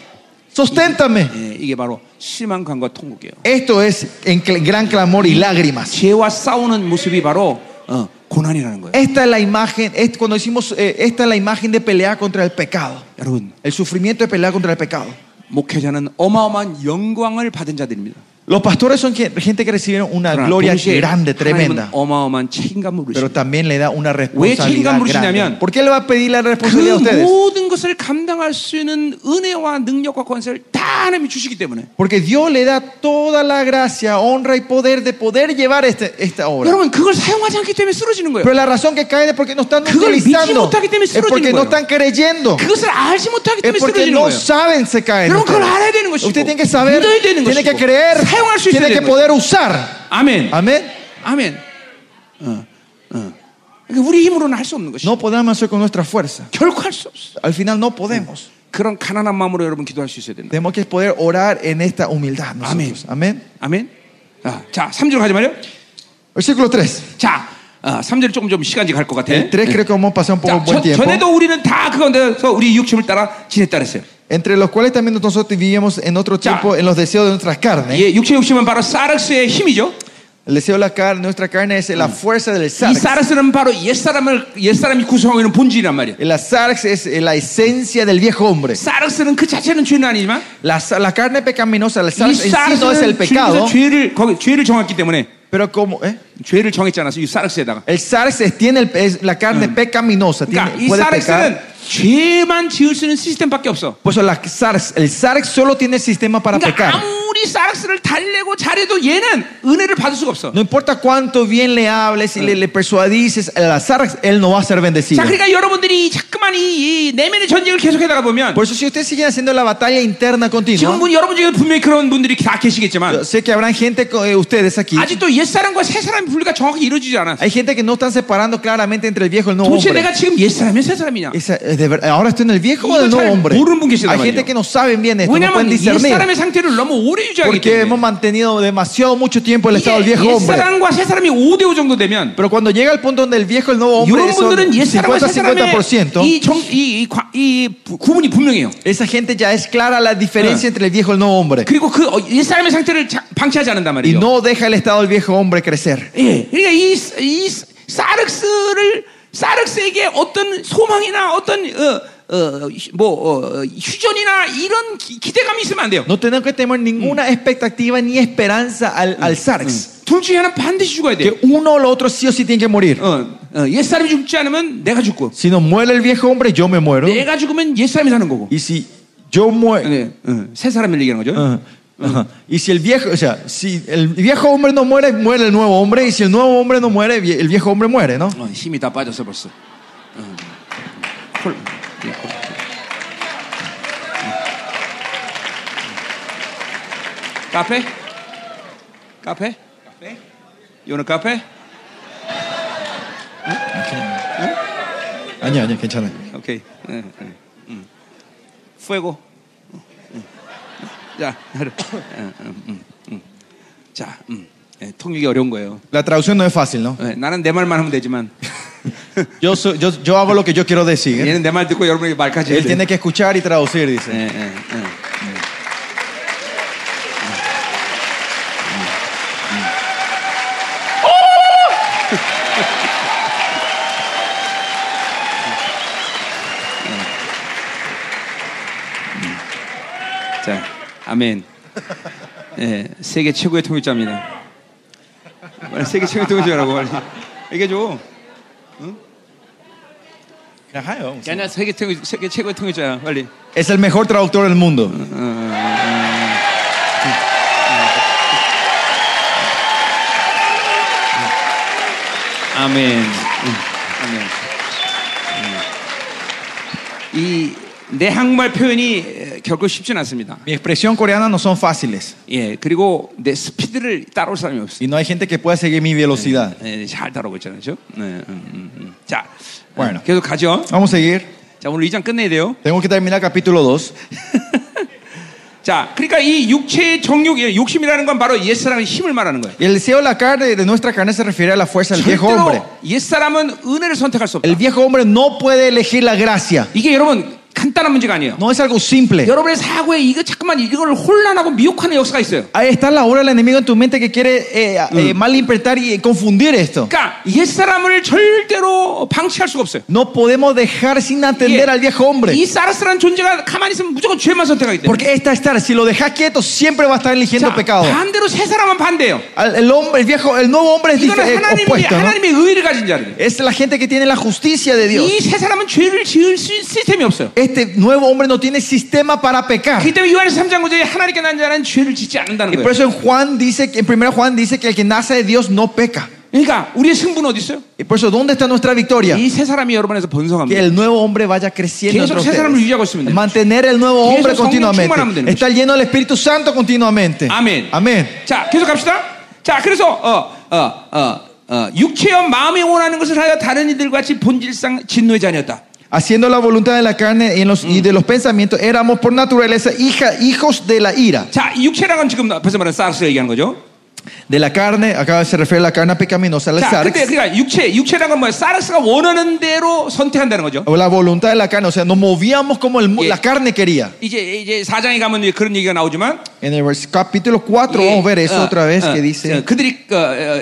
S3: Sosténtame.
S2: 예, 이게 바로 심한 강과 통곡이에요.
S3: Esto es en cl- gran clamor y lágrimas.
S2: 죄와 싸우는 모습이 바로 어, 고난이라는 거예요.
S3: Esta es la imagen, es- cuando decimos, eh, esta es la imagen de pelear contra el pecado.
S2: 여러분,
S3: El sufrimiento de pelear contra el pecado.
S2: 목회자는 어마어마한 영광을 받은 자들입니다.
S3: Los pastores son que- gente que recibieron una
S2: 그러나
S3: 아, gloria
S2: 동시에
S3: grande,
S2: 하나님은
S3: tremenda.
S2: 어마어마한 책임감을
S3: Pero
S2: 부르십니다.
S3: también le da una
S2: 책임감을
S3: responsabilidad grande.
S2: 물으시냐면
S3: ¿Por qué le va a pedir la
S2: 그
S3: responsabilidad a ustedes?
S2: 모든 것을 감당할 수 있는 은혜와 능력과 권세를 다 하나님이 주시기 때문에
S3: Porque Dios le da toda la gracia, honra y poder de poder llevar este- esta obra.
S2: 여러분 그걸 사용하지 않기 때문에 쓰러지는 거예요.
S3: Pero la razón que caen es porque no están
S2: 그걸 믿지
S3: utilizando,
S2: 못하기 때문에
S3: es porque no
S2: 쓰러지는
S3: están creyendo,
S2: 그것을 알지 못하기
S3: es
S2: 때문에
S3: porque
S2: 쓰러지는
S3: no
S2: 거예요.
S3: saben se caen.
S2: 여러분 그걸
S3: ustedes.
S2: 알아야 되는 것이고
S3: Usted tiene que saber,
S2: 믿어야 되는
S3: tiene que
S2: 것이고
S3: creer,
S2: 사용할 수 있어야
S3: tiene que
S2: 되는 것이고
S3: poder usar.
S2: 아멘
S3: Amén.
S2: 아멘 어, 어. 그러니까 우리 힘으로는 할 수 없는 것이
S3: No podemos hacer con nuestra fuerza.
S2: 결코 할 수 없어
S3: Al final no podemos.
S2: 그런 가난한 마음으로 여러분 기도할 수 있어야 된다
S3: Tenemos que poder orar en esta humildad. Nosotros. Amén.
S2: 아멘 아, 자 3절 가지 말이요
S3: Versículo 3.
S2: 자 아, 3절 조금 좀 시간이 갈 것 같아
S3: El
S2: 네.
S3: 3 creo que vamos a pasar un poco
S2: 자,
S3: un buen
S2: 전-
S3: tiempo.
S2: 전에도 우리는 다 그건데서 우리 육심을 따라 지냈다 그랬어요
S3: Entre los cuales también nosotros vivíamos en otro
S2: Ya.
S3: tiempo en los deseos de nuestras carnes.
S2: 예, 육체 욕심은 바로 사르스의 힘이죠
S3: El deseo de la carne, nuestra carne es
S2: Mm.
S3: la fuerza del
S2: 이
S3: sarx.
S2: 사르스는 바로 옛사람을 옛사람이 구성하고 있는 본질이란 말이에요
S3: La sarx es la esencia del viejo hombre.
S2: 사르스는 그 자체는 죄는 아니지만
S3: La, sa- la carne pecaminosa, la
S2: 이
S3: sarx en sí no es el
S2: 사르스는
S3: pecado,
S2: 주님께서 죄를 거기 죄를 정했기 때문에
S3: pero como ¿eh?
S2: 죄를 정했잖아. 이 사르스에다가.
S3: el sarx es- tiene el- es la carne
S2: Mm.
S3: pecaminosa,
S2: 그러니까
S3: tiene,
S2: 이
S3: puede
S2: 사르스는
S3: pecar.
S2: 죄만 지을 수 있는 시스템밖에 없어.
S3: Por eso la sarx, el sarx solo tiene sistema para
S2: 그러니까
S3: pecar.
S2: 아무리 아무리 사락스를 달래고 잘해도 얘는 은혜를 받을 수가 없어.
S3: No importa cuánto bien le hables y le,
S2: Mm.
S3: le persuadices al azar, él no va a ser bendecido.
S2: 자, 그러니까 여러분들이 자꾸만 이, 이 내면의 전쟁을 계속하다가 보면
S3: Por eso si ustedes siguen haciendo la batalla interna
S2: 지금
S3: continua,
S2: 분 여러분 중에 분명히 그런 분들이 다 계시겠지만
S3: yo sé que habrán gente, co- eh, ustedes aquí,
S2: 아직도 옛 사람과 새 사람의 분리가 정확히 이루어지지 않아.
S3: hay gente que no están separando claramente entre el viejo y el nuevo
S2: 도대체
S3: hombre.
S2: 내가 지금 뭐 옛 사람이야, 새 사람이냐?
S3: Esa- eh, de ver- ahora estoy en el viejo o en
S2: Iba
S3: el nuevo
S2: a estar
S3: hombre.
S2: burro en Bunguesera,
S3: Hay
S2: Mario.
S3: gente que no saben bien esto, no pueden
S2: 왜냐하면 옛
S3: discernir.
S2: 사람의 상태를 너무 오래 유지하기
S3: Porque hemos
S2: 때문에
S3: mantenido demasiado mucho tiempo el estado del
S2: 이게
S3: viejo
S2: 옛
S3: hombre.
S2: 사람과 새 사람이 5대5 정도 되면
S3: Pero cuando llega el punto donde el viejo y el nuevo hombre
S2: 이런
S3: son
S2: 분들은 옛 사람과 새 사람의
S3: 50-50%,
S2: 이, 정, 이, 이, 과- 이 부- 구분이 분명해요.
S3: esa gente ya es clara la diferencia entre el viejo y el nuevo hombre.
S2: 그리고 그옛 사람의 상태를 자- 방치하지
S3: Y
S2: 않는단 말이죠.
S3: no deja el estado del viejo hombre crecer.
S2: 예, 그러니까 이, 이 사륵스를 사륵스에게 어떤 소망이나 어떤 어어뭐 어, 휴전이나 이런 기, 기대감이 있으면 안 돼요.
S3: No tenemos que tener ninguna expectativa ni esperanza al, al Sarx.
S2: 둘 중에 하나 반드시 죽어야 돼.
S3: Que uno o lo otro sí o sí tiene que
S2: Ah.
S3: morir.
S2: 어옛 사람이 죽지 않으면 내가 죽고
S3: Si no muere el viejo hombre, yo me muero.
S2: 내가 죽으면 옛 사람이 사는 거고.
S3: Y si yo muero.
S2: 네, 어, 새 사람을 얘기하는 거죠.
S3: Ajá, ajá. Y si el viejo, o sea, si el viejo hombre no muere, muere el nuevo hombre. Y si el nuevo hombre no muere, vie- el viejo hombre muere, ¿no?
S2: 어, 힘이 다 빠졌어 벌써. 어, 콜- 예, 콜- 예. 카페? 카페? 카페? 요는 카페?
S3: Aña, aña, 괜찮아.
S2: 오케이. 예, 예. 음. 후에고. 어, 음. 자, 하루. 어, 음, 음, 음. 자, 음. 예, 통역이 어려운 거예요.
S3: La traducción no es fácil, ¿no?
S2: 예, 나는 내 말만 하면 되지만
S3: Yo, so- yo, yo hago lo que yo quiero decir.
S2: 얘는 내 말 듣고 여러분에게 말까지. 해야
S3: Él
S2: 돼.
S3: tiene que escuchar y traducir, dice.
S2: 예, 예, 예. 자, 아멘. 예, 세계 최고의 통일자입니다. 빨리 세계 최고의 통일자라고 빨리 얘기해 줘. 야, 나 세계 최고 세계 최고의 통일자야. 빨리.
S3: Es el mejor traductor del mundo.
S2: 아멘. 음. 아멘. 음. 이내 한국말 표현이 결코 쉽진 않습니다.
S3: Mi expresión coreana no son fáciles.
S2: 예, 그리고 내 스피드를 따라올 사람이 없어.
S3: Y no hay gente que pueda seguir mi velocidad.
S2: 예, 잘 따라오고 있잖아요, 그렇죠? 네, 음, 음, 음. 자,
S3: Bueno.
S2: 계속 가죠.
S3: Vamos a seguir.
S2: 자, 오늘 이 장 끝내야 돼요.
S3: Tengo que terminar capítulo 2.
S2: 자, 그러니까 이 육체의 정욕, 예, 욕심이라는 건 바로 옛사람의 힘을 말하는 거예요.
S3: El deseo de la carne de nuestra carne se refiere a la fuerza del viejo hombre.
S2: 절대로 옛사람은 은혜를 선택할 수 없다.
S3: El viejo hombre no puede elegir la gracia.
S2: 이게 여러분 간단한 문제가 아니에요.
S3: No es algo simple.
S2: 여러분의 사고에 이거 잠깐만 이걸 혼란하고 미혹하는 역사가 있어요.
S3: Ahí está la obra del enemigo en tu mente que quiere eh, eh, malinterpretar y eh, confundir esto.
S2: 그러니까 옛 사람을 절대로 방치할 수가 없어요.
S3: No podemos dejar sin atender al viejo
S2: 이
S3: hombre.
S2: 사라스라는 존재가 가만히 있으면 무조건 죄만 선택하기 때문에.
S3: Porque esta estar, si lo dejas quieto, siempre va a estar eligiendo
S2: 자,
S3: pecado.
S2: 반대로 새 사람은 반대예요.
S3: Al- El hombre, el viejo, el nuevo hombre es dif-
S2: 이거는
S3: eh,
S2: 하나님이
S3: opuesto. ¿no?
S2: 하나님의 의를 가진 자들.
S3: Es la gente que tiene la justicia de Dios.
S2: 이새 사람은 죄를 지을 시- 시스템이 없어요.
S3: Este nuevo hombre no tiene sistema para pecar.
S2: 그렇기 때문에 요한의 3장 9절에 하나님께 난 자는 죄를 짓지 않는다는
S3: Y por
S2: 거예요.
S3: eso en Juan dice, que- en 1 Juan dice que el que nace de Dios no peca.
S2: 그러니까 우리의 승부는 어디 있어요?
S3: Y por eso, ¿dónde está nuestra victoria?
S2: 이 새 사람이 여러분 안에서
S3: que
S2: 번성합니다.
S3: el nuevo hombre vaya creciendo.
S2: 계속
S3: entre
S2: 새 사람을
S3: ustedes.
S2: 유지하고 있으면 돼요.
S3: Mantener el nuevo
S2: 계속
S3: hombre
S2: 성령 충만하면 되는
S3: continuamente. Estar lleno del Espíritu Santo continuamente.
S2: 아멘.
S3: Amén.
S2: 자, 계속 갑시다. 자, 그래서 어, 어, 어, 어, 육체와 마음에 원하는 것을 하여 다른 이들 같이 본질상 진노의 자녀였다.
S3: Haciendo la voluntad de la carne y, en los- y de los pensamientos, éramos por naturaleza hija, hijos de la ira.
S2: 자, 이 육체라는 건 지금 앞에서 말한 사르스 얘기하는 거죠.
S3: De la carne, acá se refiere a la carne pecaminosa, la
S2: 자,
S3: sarx.
S2: 근데 그러니까 육체, 육체라는 건 뭐야? 사르스가 원하는 대로 선택한다는 거죠.
S3: O la voluntad de la carne, o sea, nos movíamos como el mu-
S2: Yeah.
S3: la carne quería.
S2: 이제 이제 사장에 가면 이제 그런 얘기가 나오지만
S3: En el vers- capítulo 4,
S2: 예,
S3: vamos a ver eso
S2: 어,
S3: otra vez,
S2: 어,
S3: que dice,
S2: 어, 그들이 어,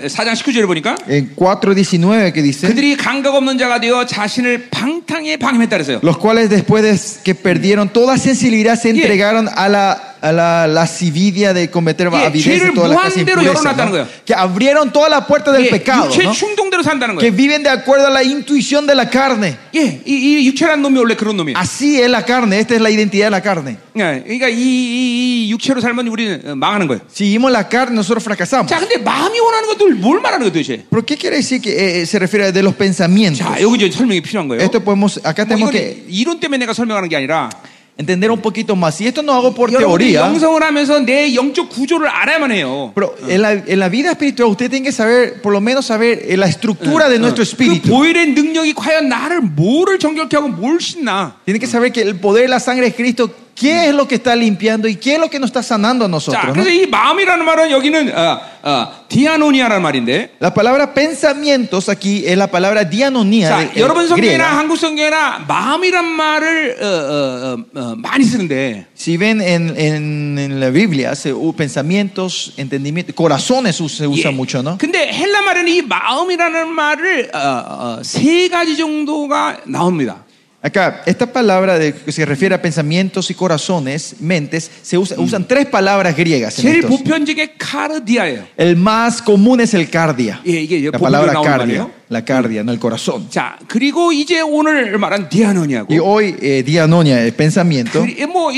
S2: 어, 사장 19절을 보니까
S3: en 4.19 que dice,
S2: 그들이 감각 없는 자가 되어 자신을 방탕에 방임했다 그랬어요.
S3: los cuales después de que perdieron toda sensibilidad se
S2: Yeah.
S3: entregaron a la a a la lascivia de cometer
S2: 예,
S3: avidez
S2: 죄를
S3: y todas las cosas
S2: 무한대로
S3: impurezas,
S2: 열어놨다는
S3: ¿no?
S2: 거예요.
S3: que abrieron toda la puerta del
S2: 예,
S3: pecado
S2: 육체
S3: ¿no?
S2: 충동대로 산다는
S3: que
S2: 거예요.
S3: viven de acuerdo a la intuición de la carne
S2: 예, 이, 이 육체란 놈이 원래 그런 놈이에요.
S3: así es la carne esta es la identidad de la carne
S2: 예, 그러니까 이, 이, 이 육체로 살면 우리는 어, 망하는 거예요.
S3: seguimos la carne nosotros fracasamos
S2: 자, 근데 마음이 원하는 것들 뭘 말하는 거예요, 도대체?
S3: ¿Pero qué quiere decir que eh, se refiere de los pensamientos?
S2: 자, 여기 이제 설명이 필요한 거예요.
S3: Esto podemos, acá
S2: 뭐
S3: tenemos
S2: 이건
S3: que
S2: 이론 때문에 내가 설명하는 게 아니라
S3: entender un poquito más. Y esto no hago por
S2: 여러분이
S3: teoría,
S2: 영성을 하면서 내 영적 구조를 알아야만 해요.
S3: pero en la, en la vida espiritual usted tiene que saber, por lo menos saber eh, la estructura
S2: ah.
S3: de nuestro
S2: 그
S3: espíritu.
S2: 보일의 능력이 과연 나를 뭐를 정결케 하고 뭘 씻나?
S3: Tiene que saber que el poder de la sangre de Cristo, qué es lo que está limpiando y qué es lo que nos está sanando a
S2: 자,
S3: nosotros. ¿no?
S2: 그래서 이 마음이라는 말은 여기는 어, 어, 디아노니아라는 말인데,
S3: La palabra pensamientos aquí es la palabra dianonía.
S2: 자,
S3: de- eh,
S2: 여러분 성경이나
S3: griega.
S2: 한국 성경이나 마음이란 말을 어, 어, 어, 어, 많이 쓰는데,
S3: Si ven en, en- en la Biblia, se, u- pensamientos, entendimiento, corazones u- se usa
S2: 예.
S3: mucho, ¿no?
S2: 근데 헬라 말에는 이 마음이라는 말을 어, 어, 세 가지 정도가 나옵니다.
S3: Acá, esta palabra de, que se refiere a pensamientos y corazones, mentes, se usa- usan tres palabras griegas. en
S2: 제일
S3: estos.
S2: 보편적인 게 카르디아예요.
S3: El más común es el cardia.
S2: 예, 이게
S3: La
S2: 보편적으로
S3: palabra
S2: 나오는
S3: cardia,
S2: 말이에요.
S3: la cardia, no el corazón.
S2: 자, 그리고 이제 오늘 말한 디아노니아고. 그뭐
S3: Y hoy, eh, dianonia, el pensamiento.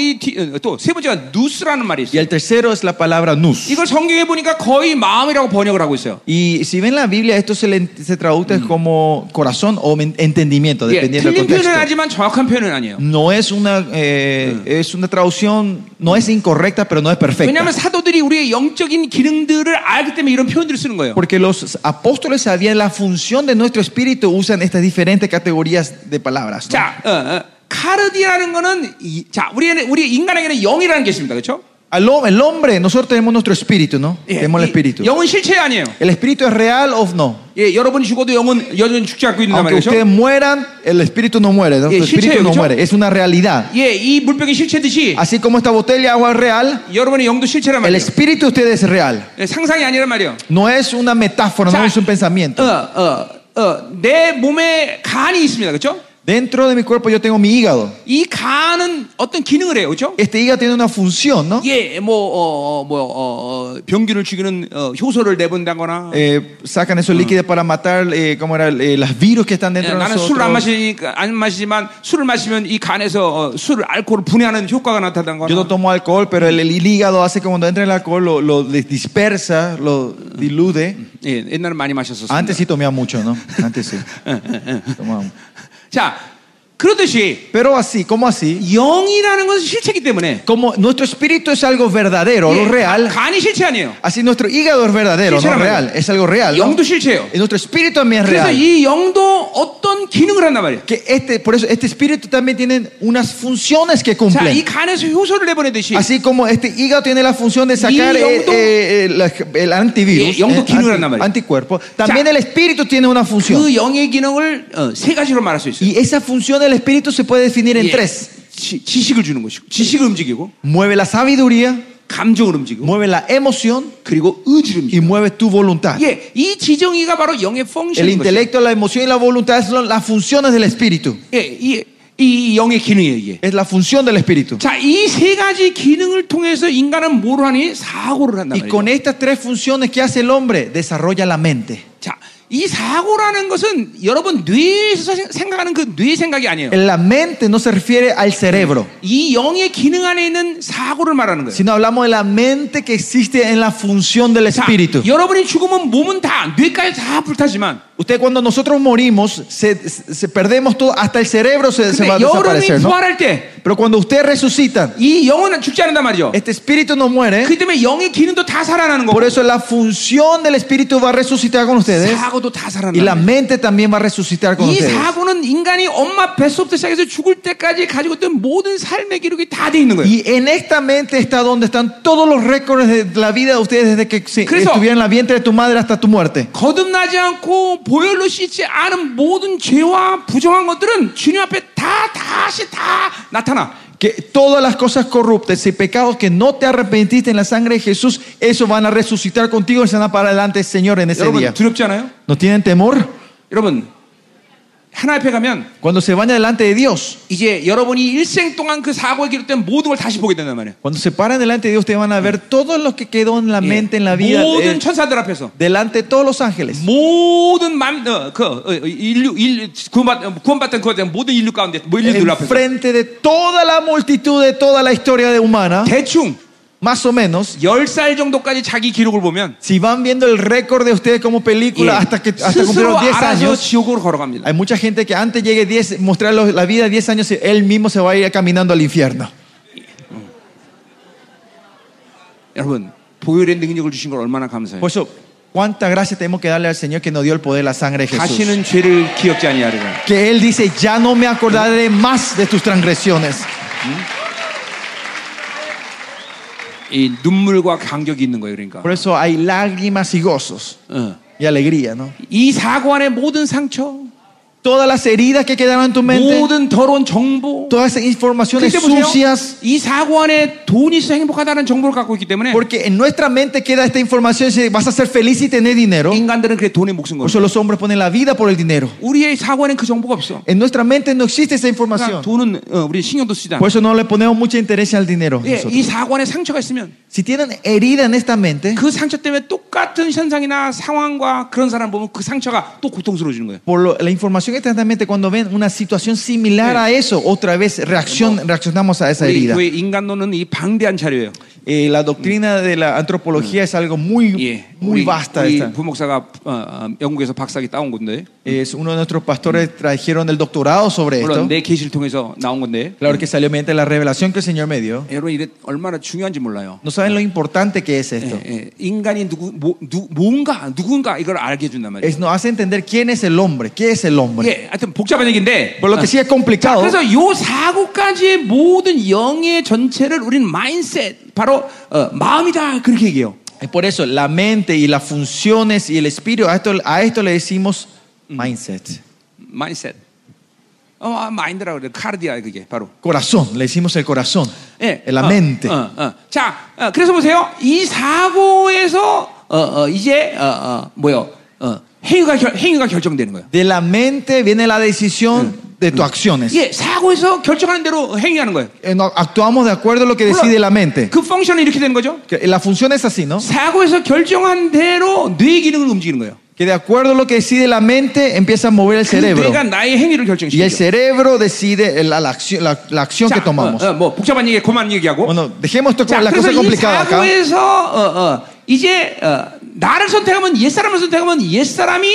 S2: 뭐이또세 번째가 누스라는
S3: Y
S2: 말이 있어요.
S3: el tercero es la palabra nous.
S2: 이걸 성경에 보니까 거의 마음이라고 번역을 하고 있어요.
S3: Y si ven la Biblia, esto se, le- se traduce como corazón o men- entendimiento,
S2: 예,
S3: dependiendo del
S2: 틀린 표현은
S3: contexto.
S2: 하지만 정확한 표현은 아니에요.
S3: No es una, eh, es una traducción, no es incorrecta, pero no es perfecta.
S2: 왜냐하면 사도들이 우리의 영적인 기능들을 알기 때문에 이런 표현들을 쓰는 거예요.
S3: Porque los apóstoles sabían la función de nuestro espíritu, usan estas diferentes categorías de palabras. ¿no?
S2: 자, 어, 어, 카르디라는 거는 이, 자 우리 우리 인간에게는 영이라는 게 있습니다, 그렇죠? 예,
S3: Al hom- el hombre, nosotros tenemos nuestro espíritu, ¿no?
S2: Eh,
S3: Tenemos el espíritu.
S2: 영은 실체 아니에요.
S3: ¿El espíritu es real o no?
S2: 예, 여러분이 죽어도 영은 여전히 죽지 않고 있는단
S3: Aunque
S2: 말이죠.
S3: ustedes mueran, el espíritu no muere, ¿no?
S2: Y
S3: El
S2: el
S3: espíritu no
S2: 실체예요,
S3: muere, es una realidad.
S2: 예, 이 물병이 실체듯이
S3: Así como esta botella de agua es real,
S2: 여러분의 영도 실체란
S3: el
S2: 말이에요.
S3: espíritu de ustedes es real.
S2: 예, 상상이 아니란 말이에요.
S3: No es una metáfora, no
S2: Ya.
S3: es un
S2: Uh.
S3: pensamiento.
S2: 어, 어, 어, 내 몸에 간이 있습니다. 그렇죠?
S3: Dentro de mi cuerpo yo tengo mi hígado.
S2: 이 간은 어떤 기능을 해요. 그렇죠?
S3: Este hígado tiene una función, ¿no?
S2: 예, 뭐, 어, 어, 뭐, 어, 어, 병균을 죽이는 어, 효소를 내본다거나
S3: Eh, sacan esos líquidos para matar, eh, ¿cómo era? Eh, las virus que están
S2: 예,
S3: dentro de
S2: 나는 술을
S3: nosotros.
S2: 안 마시니까 안 마시지만 술을 마시면 이 간에서 어, 술을 알코올을 분해하는 효과가
S3: Yo no
S2: 나타난다거나
S3: tomo alcohol, pero el, el hígado hace que cuando entra el alcohol lo, lo dis- dispersa, lo diluye.
S2: 예, 옛날에 많이 마셨었습니다.
S3: Antes sí tomaba mucho, Mm. ¿no? Antes sí. Tomaba.
S2: 자, 그러듯이
S3: Pero así, ¿cómo así?
S2: 영이라는 것은 실체이기 때문에
S3: Como nuestro espíritu es algo verdadero,
S2: 예,
S3: lo real,
S2: 간이 실체 아니에요.
S3: así nuestro hígado es verdadero, no
S2: Sinceramente.
S3: real, es algo real. ¿no?
S2: 영도 실체예요.
S3: Y nuestro espíritu también es
S2: 그래서
S3: real.
S2: 이 영도 어떤 기능을 한단 말이에요.
S3: Que este, por eso este espíritu también tiene unas funciones que
S2: 자, 이
S3: cumplen.
S2: 간에서 효소를 내보내듯이
S3: Así como este hígado tiene la función de sacar
S2: Y
S3: eh,
S2: 영도-
S3: eh, el, el antivirus,
S2: 예, 영도
S3: eh,
S2: 기능을
S3: anti-
S2: 한단 말이에요.
S3: anticuerpo, también
S2: 자,
S3: el espíritu tiene una función.
S2: 그 영의 기능을 어, 세 가지로 말할 수 있어요.
S3: Y esa función del espíritu se puede definir en
S2: 예,
S3: tres.
S2: 지, 지식을 주는 것이고, 지식을 움직이고,
S3: Mueve la sabiduría,
S2: 감정을 움직이고,
S3: mueve la emoción
S2: 그리고 의지를
S3: y
S2: 움직이고.
S3: mueve tu voluntad.
S2: 예, 이 지정이가 바로 영의
S3: El
S2: 펑션인 거예요.
S3: intelecto, la emoción y la voluntad son las funciones del espíritu.
S2: 예, 이, 이 영의 기능이에요, 이게.
S3: Es la función del espíritu.
S2: 자, 이 세 가지 기능을 통해서 인간은 뭘 하니? 사고를 한단
S3: Y
S2: 말이에요.
S3: con estas tres funciones que hace el hombre, desarrolla la mente.
S2: 자, 이 사고라는 것은 여러분 뇌에서 생- 생각하는 그 뇌 생각이 아니에요.
S3: En La mente no se refiere al cerebro,
S2: 이 영의 기능 안에 있는 사고를 말하는 거예요.
S3: sino hablamos de la mente que existe en la función del
S2: 자,
S3: espíritu.
S2: 여러분이 죽으면 몸은 다 뇌까지 다 불타지만
S3: Usted cuando nosotros morimos, se, se- perdemos todo, hasta el cerebro se, se
S2: 근데
S3: va a
S2: 여러분이
S3: desaparecer, ¿no?
S2: 부활할 때 이
S3: Pero cuando usted resucita,
S2: 영은 죽지 않는단 말이죠.
S3: este espíritu no muere.
S2: 그 때문에 영의 기능도 다 살아나는 거고
S3: Por eso la función del Espíritu va a resucitar con ustedes
S2: 사고도 다
S3: y la
S2: 살아나는 거예요.
S3: mente también va a resucitar con
S2: 이
S3: ustedes.
S2: 사고는 인간이 엄마 뱃속부터 시작해서 죽을 때까지 가지고 있던 모든 삶의 기록이 다 돼 있는 거예요.
S3: Y en esta mente está donde están todos los récords de la vida de ustedes desde que se-
S2: Cristo.
S3: estuvieron en la vientre de tu madre hasta tu muerte.
S2: 거듭나지 않고 보혈로 씻지 않은 모든 죄와 부정한 것들은 주님 앞에 다 다시 다 나타나.
S3: Que todas las cosas corruptas y pecados que no te arrepentiste en la sangre de Jesús, eso van a resucitar contigo y se van a para adelante, Señor, en ese
S2: 여러분
S3: día.
S2: 두렵지 않아요?
S3: ¿No tienen temor?
S2: 여러분 하나 앞에 가면
S3: Cuando se van delante de Dios,
S2: 이제 여러분이 일생 동안 그 사고에 기록된 모든 걸 다시 보게 된단 말이에요.
S3: cuando se paran delante de Dios, te van a ver todo lo que quedó en la mente, en la vida,
S2: 모든
S3: eh,
S2: 천사들 앞에서
S3: delante de todos los ángeles.
S2: 모든 맘, 어, 그 어, 인류, 인류 구원받, 구원받던 그것 때문에 모든 인류 가운데 뭐 인류들 앞에서
S3: Enfrente de toda la multitud de toda la historia de humana,
S2: 대충
S3: más o menos,
S2: 10살 정도까지 자기 기록을 보면
S3: si van viendo el récord de ustedes como película
S2: 예,
S3: hasta que hasta
S2: 스스로
S3: cumplieron 10
S2: 알아서
S3: años,
S2: 지옥으로 걸어갑니다.
S3: hay mucha gente que antes llegue 10, mostrar los- la vida 10 años, él mismo se va a ir caminando al infierno.
S2: 여러분 보혈의 능력을 주신 걸 얼마나 감사해요.
S3: Por eso, cuánta gracia tenemos que darle al Señor que nos dio el poder de la sangre de Jesús.
S2: 다시는 죄를 기억지 아니하리라.
S3: Que Él dice, ya no me acordaré más de tus transgresiones.
S2: 이 눈물과 감격이 있는 거예요, 그러니까.
S3: Por eso hay lágrimas y gozos
S2: 어.
S3: y alegría, ¿no?
S2: 이 사고 안에 모든 상처,
S3: Todas las heridas que quedaron en tu mente,
S2: 모든 더러운 정보.
S3: todas esas informaciones
S2: 근데 보세요.
S3: sucias.
S2: 이 사고 안에 돈이 있어 행복하다는 정보를 갖고 있기 때문에
S3: Porque en nuestra mente queda esta información, si vas a ser feliz y tener dinero.
S2: 인간들은 그래 돈에 목숨
S3: Por
S2: 걸어.
S3: eso los hombres ponen la vida por el dinero.
S2: 우리의 사고 안에 그 정보가 없어.
S3: En nuestra mente no existe esa
S2: 그러니까
S3: información.
S2: 돈은 어, 우리 신경도 쓰지 않아.
S3: Por eso no le ponemos mucho interés al dinero.
S2: 예,
S3: nosotros.
S2: 이 사고 안에 상처가 있으면
S3: Si tienen herida en esta mente,
S2: 그 상처 때문에 똑같은 현상이나 상황과 그런 사람 보면 그 상처가 또 고통스러워지는 거예요.
S3: por lo- la información que está en esta mente, cuando ven una situación similar a eso, otra vez reaccion- reaccionamos a esa
S2: 우리
S3: herida.
S2: 교회 인간론은 이 방대한 자료예요.
S3: Eh, la doctrina de la antropología es algo muy,
S2: 예,
S3: muy
S2: 우리,
S3: vasta.
S2: 우리
S3: esta.
S2: 부목사가 어, 어, 영국에서 박사학위 따온 건데
S3: Es uno de nuestros pastores trajeron el doctorado sobre
S2: 물론
S3: esto.
S2: 내 계시를 통해서 나온 건데
S3: Claro que salió mediante la revelación que el Señor me dio.
S2: 여러분 이게 얼마나 중요한지 몰라요.
S3: No saben lo importante que es esto.
S2: 예, 예, 인간이 누구 뭐, 누, 뭔가 누군가 이걸 알게 해준단 말이에요.
S3: Es, nos hace entender quién es el hombre, qué es el hombre.
S2: 예, 하여튼 복잡한 얘기인데 어.
S3: Por lo que sí es complicado.
S2: 그래서 요 사고까지의 모든 영의 전체를 우리는 마인셋 바로 어, 마음이다 그렇게 얘기해요.
S3: Es por eso la mente y las funciones y el espíritu, a esto, a esto le decimos mindset.
S2: 마인셋. 어, 아, 마인드라고 그래. 카르디아 그게 바로.
S3: Corazón, le decimos el corazón,
S2: 예.
S3: la
S2: 어,
S3: mente.
S2: 어, 어. 자, 어, 그래서 보세요. 이 사고에서 어, 어, 이제 어, 어, 뭐요? 어, 행위가 결, 행위가 결정되는 거예요.
S3: De la mente viene la decisión de tus acciones.
S2: 예, 사고에서 결정하는 대로 행위하는 거예요.
S3: Eh, no, Actuamos de acuerdo a lo que
S2: 물론
S3: decide la mente.
S2: 그 펑션은 이렇게 되는 거죠.
S3: Que La función es así, ¿no?
S2: 사고에서 결정한 대로 뇌 기능을 움직이는 거예요.
S3: Que de acuerdo a lo que decide la mente empieza a mover el
S2: 그
S3: cerebro.
S2: 뇌가 나의 행위를
S3: Y el
S2: 결정시키죠.
S3: cerebro decide la, la acción, la- la acción que
S2: 자, 어,
S3: tomamos.
S2: 어, 뭐 복잡한 얘기 그만 얘기하고.
S3: Bueno, dejemos esto
S2: 자,
S3: con las
S2: 그래서
S3: cosas
S2: 이
S3: complicadas acá.
S2: 사고에서 어, 어, 이제 어, 나를 선택하면 옛 사람을 선택하면 옛 사람이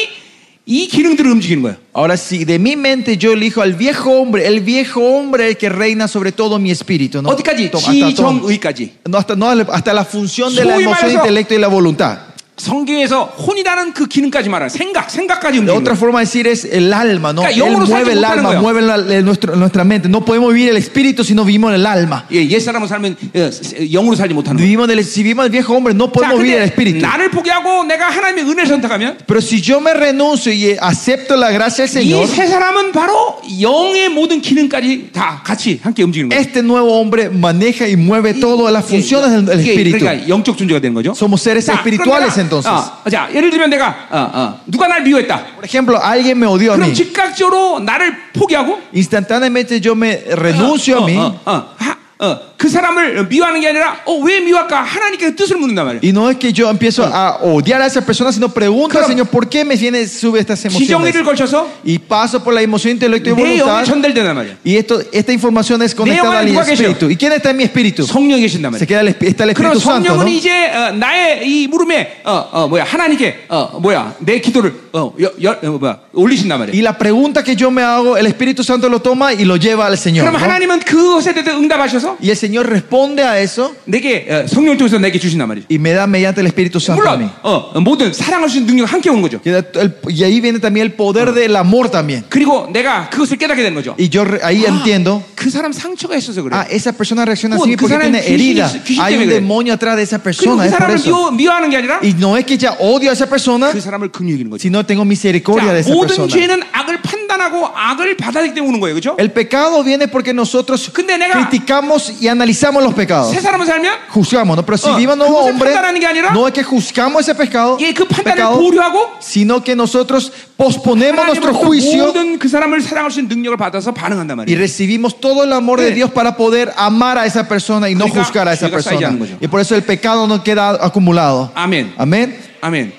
S2: 이 기능들을 움직이는 거예요.
S3: Ahora si de mi mente yo elijo al viejo hombre, el viejo hombre el que reina sobre todo mi espíritu, ¿no?
S2: 어디까지?
S3: To- hasta, todo-
S2: 지정의까지.
S3: no, hasta, no, hasta la función de la
S2: Soy
S3: emoción,
S2: 말해서-
S3: intelecto y la voluntad.
S2: 성경에서 혼이라는 그 기능까지 말하는 생각,
S3: De
S2: 생각까지 움직이는
S3: otra
S2: 거예요.
S3: forma de decir es el alma, ¿no?
S2: 그러니까
S3: Él
S2: 영으로
S3: mueve
S2: 살지
S3: el
S2: 못하는
S3: alma,
S2: 거예요.
S3: mueve la- la- nuestro- nuestra mente. No podemos vivir el espíritu si no vivimos en el alma.
S2: 예, 옛 사람으로 살면 예, 세- 영으로 살지 못하는 거예요.
S3: Vivimos en el- si vivimos el viejo hombre, no
S2: 자,
S3: podemos vivir el
S2: 근데
S3: espíritu.
S2: 나를 포기하고 내가 하나님의 은혜를 선택하면
S3: Pero si yo me renuncio y eh, acepto la gracia del
S2: 이
S3: Señor,
S2: 세 사람은 바로 영의 모든 기능까지 다 같이 함께 움직이는 거예요.
S3: este nuevo hombre maneja y mueve todas las funciones del del
S2: 이게
S3: espíritu.
S2: 그러니까 영적 존재가 되는 거죠.
S3: Somos seres
S2: 자, 그럼
S3: espirituales
S2: 내가,
S3: entonces.
S2: 어, 자, 예를 들면 내가 어, 어, 누가 날 미워했다.
S3: Por ejemplo, alguien me odió a
S2: 그럼
S3: mí.
S2: 즉각적으로 나를 포기하고
S3: Instantáneamente yo me renuncio a
S2: 어,
S3: mí
S2: 어, 어, 하- 어, 그 사람을 미워하는 게 아니라 어, 왜 미워할까? 하나님께 뜻을 묻는단 말이에요.
S3: y no es que yo empiezo a odiar a esa persona, sino pregunto al
S2: Claro.
S3: Señor por qué me viene sube estas emociones.
S2: 지정의를 거쳐서
S3: Y paso por la emoción intelecto y
S2: 내 영이
S3: voluntad.
S2: 전달된단 말이에요.
S3: Y esto, esta información es conectada al
S2: 내 영은 누가
S3: espíritu. ¿Y quién está en mi espíritu?
S2: 성령이 계신단
S3: Se
S2: 말이에요.
S3: queda el, esp- está el
S2: 그럼
S3: Espíritu Santo,
S2: 성령은
S3: ¿no?
S2: 이제 어, 나의 이 물음에 어, 어, 뭐야 하나님께 어, 뭐야 내 기도를 어, 여, 여, 어, 뭐야, 올리신단 말이에요.
S3: Y la pregunta que yo me 하go, el Espíritu Santo lo toma y lo lleva al Señor.
S2: 그럼
S3: ¿no?
S2: 하나님은 그것에 대해 응답하셔서
S3: Y el Señor responde a eso
S2: 내게 어, 성령 통해서 내게 주신단 말이죠.
S3: y me da mediante el Espíritu Santo a
S2: 물론
S3: mí.
S2: 어, 어, 모든 사랑할 수 있는 능력 함께 온 거죠.
S3: Y el- Y ahí viene también el poder del amor también.
S2: 그리고 내가 그것을 깨닫게 된 거죠.
S3: Y yo re- ahí entiendo.
S2: 그 사람 상처가 있어서 그래.
S3: Ah,
S2: 요
S3: esa persona reacciona
S2: Bueno,
S3: así
S2: que
S3: porque
S2: saben,
S3: tiene
S2: 귀신-
S3: herida.
S2: 귀신
S3: Hay un
S2: 때문에 그래.
S3: demonio atrás de esa
S2: 그리고
S3: persona.
S2: 그
S3: Es por
S2: 사람을
S3: eso.
S2: 미워, 미워하는 게 아니라
S3: Y no es que ya odio a esa persona,
S2: 그 사람을 긍휼히는 거죠.
S3: sino tengo misericordia de
S2: 자,
S3: esa
S2: 모든
S3: persona.
S2: 죄는 악을 판단하고 악을 받아들이기 때문에 오는 거예요. 그죠?
S3: El pecado viene porque nosotros
S2: 근데 내가
S3: criticamos y analizamos los pecados.
S2: 세 사람을 살면
S3: Juzgamos, ¿no? pero si
S2: Ah,
S3: viva un nuevo
S2: 그것을
S3: hombre,
S2: 판단하는 게 아니라
S3: no es que juzgamos ese pecado,
S2: 이게 그 판단을
S3: pecado,
S2: 보류하고
S3: sino que nosotros posponemos nuestro
S2: 하나님으로부터
S3: juicio
S2: 모든 그 사람을 사랑할 수 있는 능력을 받아서 반응한단
S3: y
S2: 말이에요.
S3: recibimos todo el amor de
S2: Sí.
S3: Dios para poder amar a esa persona y no
S2: Significa-
S3: juzgar a esa
S2: significa
S3: persona.
S2: 쌓이지 않는 거죠.
S3: Y por eso el pecado no queda acumulado.
S2: 아멘.
S3: Amén.
S2: 아멘.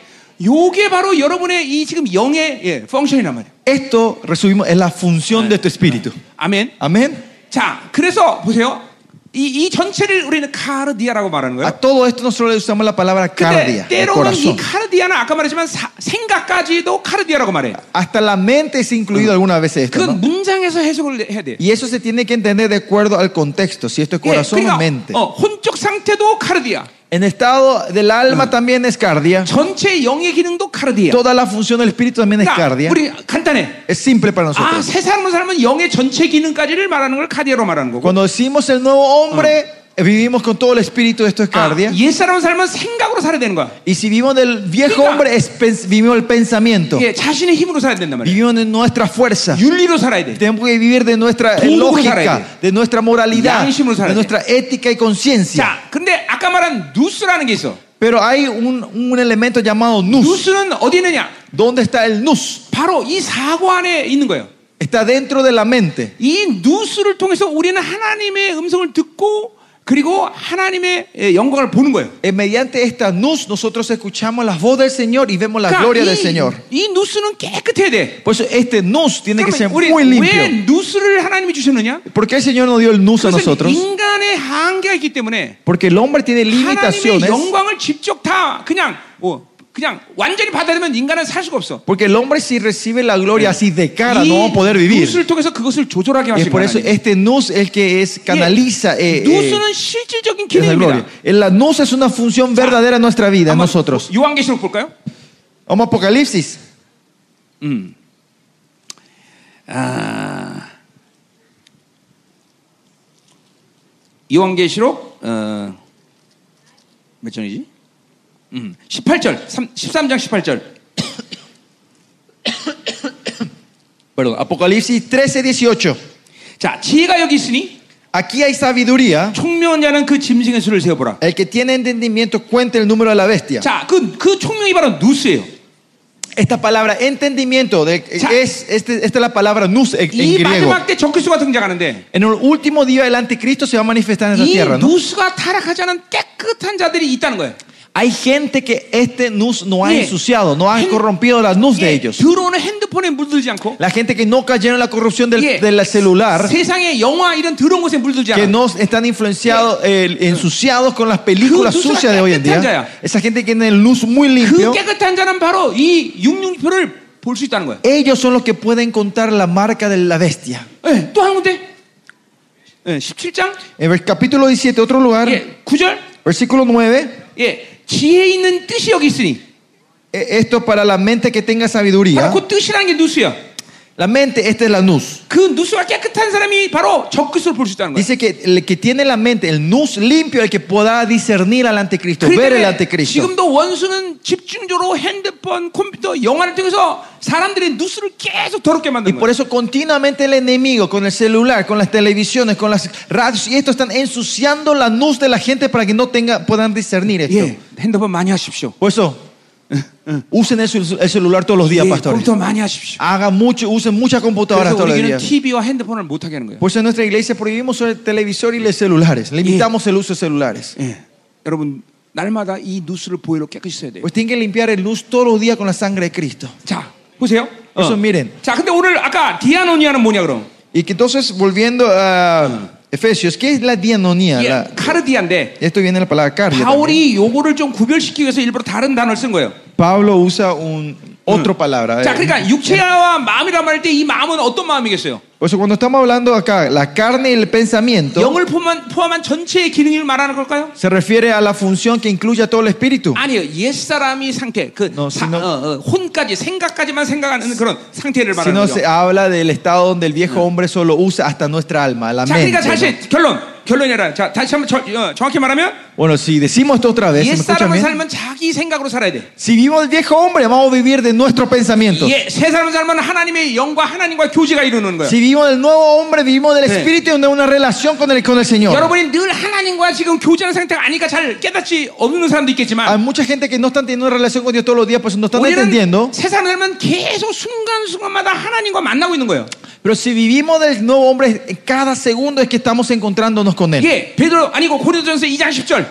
S2: 요게 바로 여러분의 이 지금 영의 예, 펑션이란 말이에요.
S3: Esto recibimos es la función de tu espíritu.
S2: 아멘.
S3: Amén.
S2: 자, 그래서 보세요. 이, 이 전체를 우리는 카르디아라고 말하는
S3: A
S2: 거예요.
S3: todo esto nosotros le usamos la palabra
S2: 근데
S3: cardia, el
S2: 때로는
S3: corazón.
S2: 이 카르디아는 아까 말했지만 사- 생각까지도 카르디아라고 말해요.
S3: Hasta la mente es incluido alguna vez esto. ¿no?
S2: 그건 문장에서 해석을 해야 돼.
S3: Y eso se tiene que entender de acuerdo al contexto, si esto es corazón o mente.
S2: 어, 혼적 상태도 카르디아.
S3: En estado del alma también es cardia.
S2: 전체 영의 기능도 카르디아.
S3: Toda la función del espíritu también es
S2: 그러니까
S3: cardia.
S2: 우리 간단해.
S3: Es simple para
S2: 아,
S3: nosotros.
S2: 세 사람은 사람은 영의 전체 기능까지를 말하는 걸 카디아로 말하는 거고.
S3: Cuando decimos el nuevo hombre, eh, vivimos con todo el espíritu,
S2: Ah,
S3: esto es cardia.
S2: 아, 옛 사람은 사람은 생각으로 살아야 되는 거야.
S3: Y si vivimos del viejo
S2: Mira.
S3: hombre, es pens- vivimos el pensamiento.
S2: 예, 자신의 힘으로 살아야 된단 말이야.
S3: Vivimos en nuestra fuerza.
S2: 윤리로 살아야 돼.
S3: Tenemos que vivir de nuestra
S2: Tú 살아야
S3: lógica, de nuestra moralidad,
S2: 양심으로 살아야
S3: de nuestra ética y conciencia.
S2: 자, 근데 아까 말한 누스라는 게 있어.
S3: Pero hay un, un elemento llamado nus.
S2: 누스는 어디 있느냐?
S3: ¿Dónde está el nus?
S2: 바로 이 사고 안에 있는 거예요.
S3: Está dentro de la mente.
S2: 이 누스를 통해서 우리는 하나님의 음성을 듣고 그리고 하나님의 예, 영광을 보는 거예요.
S3: Eh, mediante esta nus nosotros escuchamos la voz del Señor y vemos la gloria del Señor.
S2: 그러니까 이, 이 누스는 깨끗해야 돼.
S3: Por eso este nus tiene que ser
S2: 그러면 우리
S3: muy
S2: 왜
S3: limpio.
S2: 누스를 하나님이 주셨느냐?
S3: ¿Por qué el Señor nos dio el nus a
S2: 그것은
S3: nosotros?
S2: 인간의 한계가 있기 때문에
S3: Porque el hombre tiene
S2: 하나님의
S3: limitaciones.
S2: 영광을 직접 다 그냥 어, 그냥 완전히 받아들면 인간은 살 수가 없어.
S3: Porque el hombre si recibe la gloria así de cara no va a poder
S2: 이
S3: vivir.
S2: 누스를 통해서 그것을 조절하게
S3: Y es
S2: 하신
S3: por
S2: 거예요.
S3: eso este nus es el que es canaliza. eh, eh,
S2: 누스는 실질적인
S3: esa gloria.
S2: 기능입니다.
S3: El la nus es una función verdadera en nuestra vida, en
S2: 한번
S3: nosotros.
S2: 요한계시록 볼까요?
S3: Vamos a Apocalipsis.
S2: 음. 아, 요한계시록 어, 몇 장이지? 음, 18절, 3, 13장 18절.
S3: Perdón, Apocalipsis 13, 18.
S2: 자, 지혜가 여기 있으니
S3: Aquí hay sabiduría.
S2: 총명한 자는 그 짐승의 수를 세어보라.
S3: El que tiene entendimiento cuente el número de la bestia.
S2: 자, 그, 그 총명이 바로 누스예요.
S3: Esta palabra entendimiento de-
S2: Cha-
S3: es este- esta es la palabra nous en, en
S2: 이
S3: griego.
S2: 마지막 때 적그리스도가 등장하는데
S3: En el último día el anticristo se va a manifestar en la
S2: 이
S3: tierra, ¿no?
S2: 누스가 타락하지 않은 깨끗한 자들이 있다는 거예요.
S3: Hay gente que este nous no ha
S2: Yeah.
S3: ensuciado, no ha
S2: Gen-
S3: corrompido la nous de
S2: 예,
S3: ellos.
S2: 들어오는 핸드폰에 물들지 않고
S3: La gente que no cayeron en la corrupción del,
S2: Yeah.
S3: del celular,
S2: 세상의 영화 이런 더러운 것에 물들지
S3: que
S2: 않아.
S3: no están influenciados, eh, ensuciados con las películas
S2: Que-
S3: sucias de hoy en
S2: que-
S3: día.
S2: que-
S3: Esa gente que tiene el luz muy
S2: 그
S3: limpio,
S2: 깨끗한 자는 바로 이 육육표를 볼 수 있다는 거예요.
S3: ellos son los que pueden contar la marca de la bestia.
S2: 예, 또 한 군데. 예, 17장
S3: En el capítulo 17, otro lugar,
S2: 예, 9절.
S3: versículo 9.
S2: 예. 지혜 있는 뜻이 여기 있으니
S3: eh, Esto para la mente que tenga
S2: 바로
S3: sabiduría.
S2: 그 뜻이라는 게 누수야.
S3: La mente, esta es la nus.
S2: 그 누수가 깨끗한 사람이 바로 적그리스도를 볼 수 있다는 거예요.
S3: Dice que el que tiene la mente, el nus limpio, el que pueda discernir al anticristo, ver el
S2: 그러니까
S3: anticristo.
S2: 지금도 원수는 집중적으로 핸드폰, 컴퓨터, 영화를 통해서 사람들의 누수를 계속 더럽게
S3: Y
S2: 만드는
S3: por
S2: 거예요.
S3: eso continuamente el enemigo, con el celular, con las televisiones, con las radios, y esto están ensuciando la nus de la gente para que no tenga, puedan discernir esto.
S2: 예, 핸드폰 많이 하십시오.
S3: Por eso, usen el, cel- el celular todos los
S2: 예, 아,
S3: días, pastores.
S2: 컴퓨터 많이 하십시오.
S3: Hagan mucho, usen muchas computadoras
S2: 그래서
S3: todos los
S2: 우리는
S3: días.
S2: TV와 핸드폰을 못 하게 하는 거예요.
S3: Por eso en nuestra iglesia prohibimos el televisor y los celulares. Limitamos el uso de celulares.
S2: 예. 여러분 날마다 이 누수를 보일러 깨끗이 써야 돼요.
S3: Pues tienen que limpiar el luz todos los días con la sangre de Cristo.
S2: 자 보세요.
S3: Por eso miren.
S2: 자 근데 오늘 아까 디아노니아는 뭐냐 그럼?
S3: Y que entonces, volviendo a um, Efesios, ¿qué es la dianonía?
S2: 예,
S3: La-
S2: 카르디아인데
S3: esto viene de la palabra cardia. también.
S2: 바울이 요거를 좀 구별시키기 위해서 일부러 다른 단어를 쓴 거예요.
S3: Pablo usa un, otra palabra.
S2: 자
S3: eh.
S2: 그러니까 육체와 마음이라 말할 때 이 마음은 어떤 마음이겠어요?
S3: Por eso, Pues cuando estamos hablando acá, la carne y el pensamiento
S2: 영을 포함한, 포함한 전체의 기능을 말하는 걸까요?
S3: se refiere a la función que incluye a todo el espíritu.
S2: 아니요 옛 사람이 상태 그
S3: No,
S2: 사-
S3: sino-
S2: 어, 어, 혼까지 생각까지만 생각하는 그런 상태를
S3: Si no,
S2: 말하는 거죠.
S3: se habla del estado donde el viejo hombre solo usa hasta nuestra alma, la
S2: 자
S3: mente.
S2: 그러니까
S3: ¿no?
S2: 사실 결론 결론이 아니라 자 다시 한번 저- 어, 정확히 말하면
S3: Bueno, si decimos esto otra vez, si
S2: 옛
S3: me escuchan
S2: 사람을
S3: bien,
S2: 살면 자기 생각으로 살아야 돼.
S3: si vivimos el viejo hombre, vamos a vivir de nuestros pensamientos.
S2: 예, 새 사람을 살면 하나님의 영과 하나님과 교제가 이루는 거예요.
S3: Si vivimos del nuevo hombre, vivimos del
S2: Sí.
S3: espíritu y de una relación con el, con el Señor.
S2: 여러분이 늘 하나님과 지금 교제하는 상태가 아니까 잘 깨닫지 없는 사람도
S3: Hay
S2: 있겠지만
S3: mucha gente que no están teniendo una relación con Dios todos los días, pues no están entendiendo.
S2: 우리는 새 사람 살면 계속 순간순간마다 하나님과 만나고 있는 거예요.
S3: Pero si vivimos del nuevo hombre, en cada segundo es que estamos encontrándonos con Él.
S2: 이게 예, 베드로 아니고 고린도전서 2장 10절.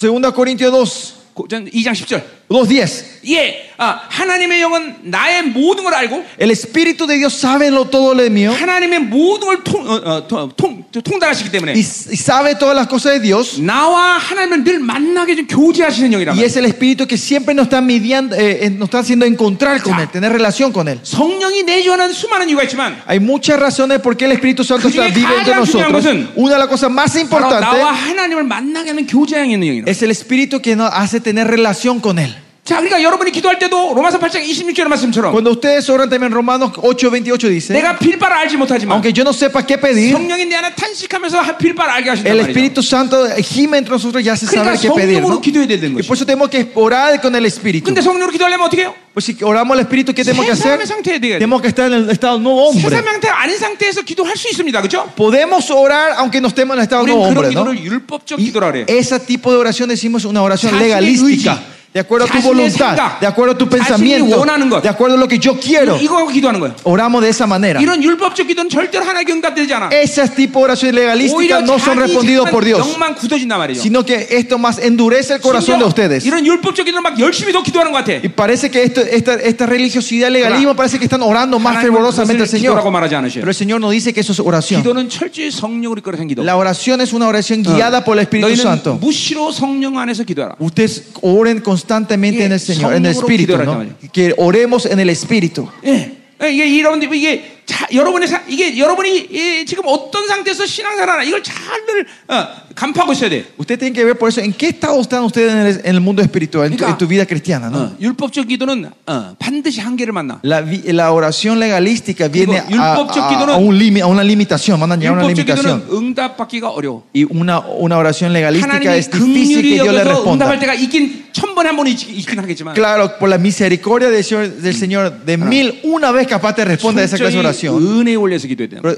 S3: 2 Corintios 2,
S2: 고전 2장 10절.
S3: 2.10.
S2: 예, 아, 하나님의 영은 나의 모든 걸 알고
S3: El espíritu de Dios sabe lo, todo lo de mío
S2: 하나님의 모든 걸 통, 어, 어, 통, 통, 통달하시기 때문에
S3: y, y sabe todas las cosas de Dios.
S2: 나와 하나님을 늘 만나게 좀 교제하시는 영이라
S3: Y
S2: 말이에요.
S3: es el espíritu que siempre nos está midiendo, eh, eh, nos está haciendo encontrar con
S2: Ya.
S3: Él, tener relación con Él.
S2: 예, 성령이 내주하는 수많은 이유가 있지만
S3: Hay muchas razones por qué el Espíritu Santo está
S2: 그중에
S3: vive entre
S2: 가장 중요한
S3: nosotros.
S2: 것은
S3: Una de las cosas más
S2: 바로 나와
S3: importantes
S2: 하나님을 만나게 하는 교제향이 있는 영이라
S3: es el Espíritu que nos hace tener relación con Él.
S2: 자 그러니까 여러분이 기도할 때도 로마서 8장 26절의 말씀처럼
S3: Cuando ustedes oran también Romanos 8:28 dice,
S2: 내가 빌바를 알지 못하지만
S3: aunque yo no sepa qué pedir,
S2: 성령이 내 안에 탄식하면서 하- 빌바를 알게 하신단
S3: el
S2: 말이죠
S3: Espíritu Santo gime entre nosotros y hace
S2: 그러니까
S3: saber qué pedir.
S2: 성령으로
S3: ¿no?
S2: 기도해야 되는
S3: Y por
S2: 거죠
S3: eso tenemos que orar con el Espíritu.
S2: 근데 성령으로 기도하려면 어떻게 해요?
S3: Pues si oramos al Espíritu, ¿qué tenemos que
S2: 새
S3: hacer?
S2: 사람의 상태에 대해
S3: Tenemos que estar en el estado nuevo
S2: 새
S3: hombre.
S2: 사람의 상태 아닌 상태에서 기도할 수 있습니다 그렇죠?
S3: Podemos orar aunque no estemos en el estado nuevo
S2: 우리는 아, 그런
S3: hombre. ¿no?
S2: 기도를 율법적
S3: Y
S2: 기도라 그래요
S3: ese tipo de oración decimos una oración
S2: 자신의
S3: legalística.
S2: 의지,
S3: De acuerdo a tu
S2: 자신의
S3: voluntad,
S2: 생각,
S3: de acuerdo a tu
S2: 자신이
S3: pensamiento,
S2: 원하는 것.
S3: de acuerdo a lo que yo quiero,
S2: 이거 하고 기도하는 거예요
S3: oramos de esa manera.
S2: 이런 율법적 기도는 절대로 하나의 응답되지 않아
S3: Ese tipo de oraciones
S2: 오히려
S3: legalísticas no son respondidos por
S2: 자기
S3: Dios,
S2: 영만 굳어진단 말이죠
S3: sino que esto más endurece el corazón de
S2: 심지어
S3: ustedes.
S2: 이런 율법적 기도는 막 열심히 더 기도하는 것 같아
S3: Y parece que esto, esta, esta religiosidad, legalismo, parece que están orando más
S2: 하나님은
S3: fervorosamente al
S2: 그것을 기도라고
S3: Señor.
S2: 말하지 않으셔요
S3: Pero el Señor no dice que eso es oración.
S2: 기도는 철저히 성령으로 이끌어낸 기도
S3: La oración es una oración guiada por el Espíritu
S2: 너희는
S3: Santo.
S2: 무시로 성령 안에서 기도하라
S3: Ustedes oren constantemente
S2: Yeah,
S3: en el Señor, en el
S2: 성령으로
S3: Espíritu,
S2: 기도하라
S3: ¿no?
S2: 했단
S3: Que oremos en el Espíritu.
S2: 예. 예, 이게 이런 이게 자, 여러분의 사, 이게 여러분이 예, 지금 어떤 상태에서 신앙생활하나 이걸 잘늘 어, 간파하고 있어야 돼.
S3: Usted tiene que ver por eso en qué estado están ustedes en el, en el mundo espiritual, en tu,
S2: Mira. Ah.
S3: en tu vida cristiana. ¿no?
S2: 어, 율법적 기도는 어, 반드시 한계를 만나.
S3: La, vi- la oración legalística viene a,
S2: y 율법적
S3: a-
S2: 기도는-
S3: a un limi- a una limitación, van a llegar a una
S2: 율법적 기도는
S3: limitación.
S2: 응답받기가 어려워.
S3: Y una, una oración legalística
S2: 하나님이
S3: es difícil
S2: 긍휼히
S3: que Dios le
S2: 여겨서
S3: responda.
S2: 응답할 때가 있긴 천 번에 한 번이 있- 있긴 하겠지만
S3: Claro, por la misericordia del Señor, del
S2: Mm.
S3: Señor,
S2: Ah.
S3: de mil, una vez capaz te responde a esa clase de oración.
S2: 은혜 올려서 기도해야 돼.
S3: Pero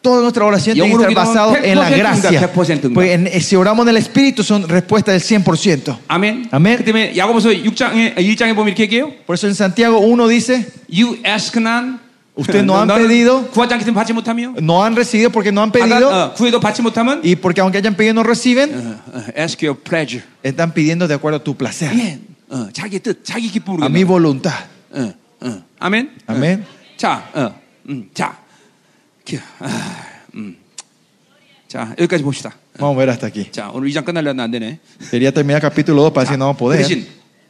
S3: toda nuestra oración tiene que
S2: 영으로
S3: estar
S2: 기도하면
S3: basada en la
S2: 100%
S3: gracia.
S2: 응답, 100%
S3: Porque en- si oramos en el Espíritu son respuestas del 100%.
S2: 아멘.
S3: 아멘.
S2: 그 때문에 야고보서 6장에 아, 1장에 보면 이렇게 얘기해요.
S3: Por eso en Santiago 1 dice,
S2: You ask not.
S3: Usted no han
S2: 너는
S3: pedido.
S2: 구하지 않기 때문에 받지 못하며.
S3: no han recibido porque no han pedido.
S2: 받아- 어, 구해도 받지 못하면.
S3: Y porque aunque hayan pedido no reciben,
S2: 어, 어, ask your pleasure.
S3: están pidiendo de acuerdo a tu placer,
S2: 예. 어, 자기 뜻, 자기
S3: a
S2: 기쁨으로.
S3: mi
S2: 기도하는
S3: voluntad.
S2: 거야. 어, 어. 아, 아멘.
S3: 아멘.
S2: 어. 자, 어, 음, 자, 기- 아, 음. 자 여기까지 봅시다.
S3: Vamos a ver hasta aquí.
S2: 자 오늘 2장 끝날려면 안 되네.
S3: Quería terminar capítulo 2 para decir no vamos a
S2: 그
S3: poder.
S2: 대신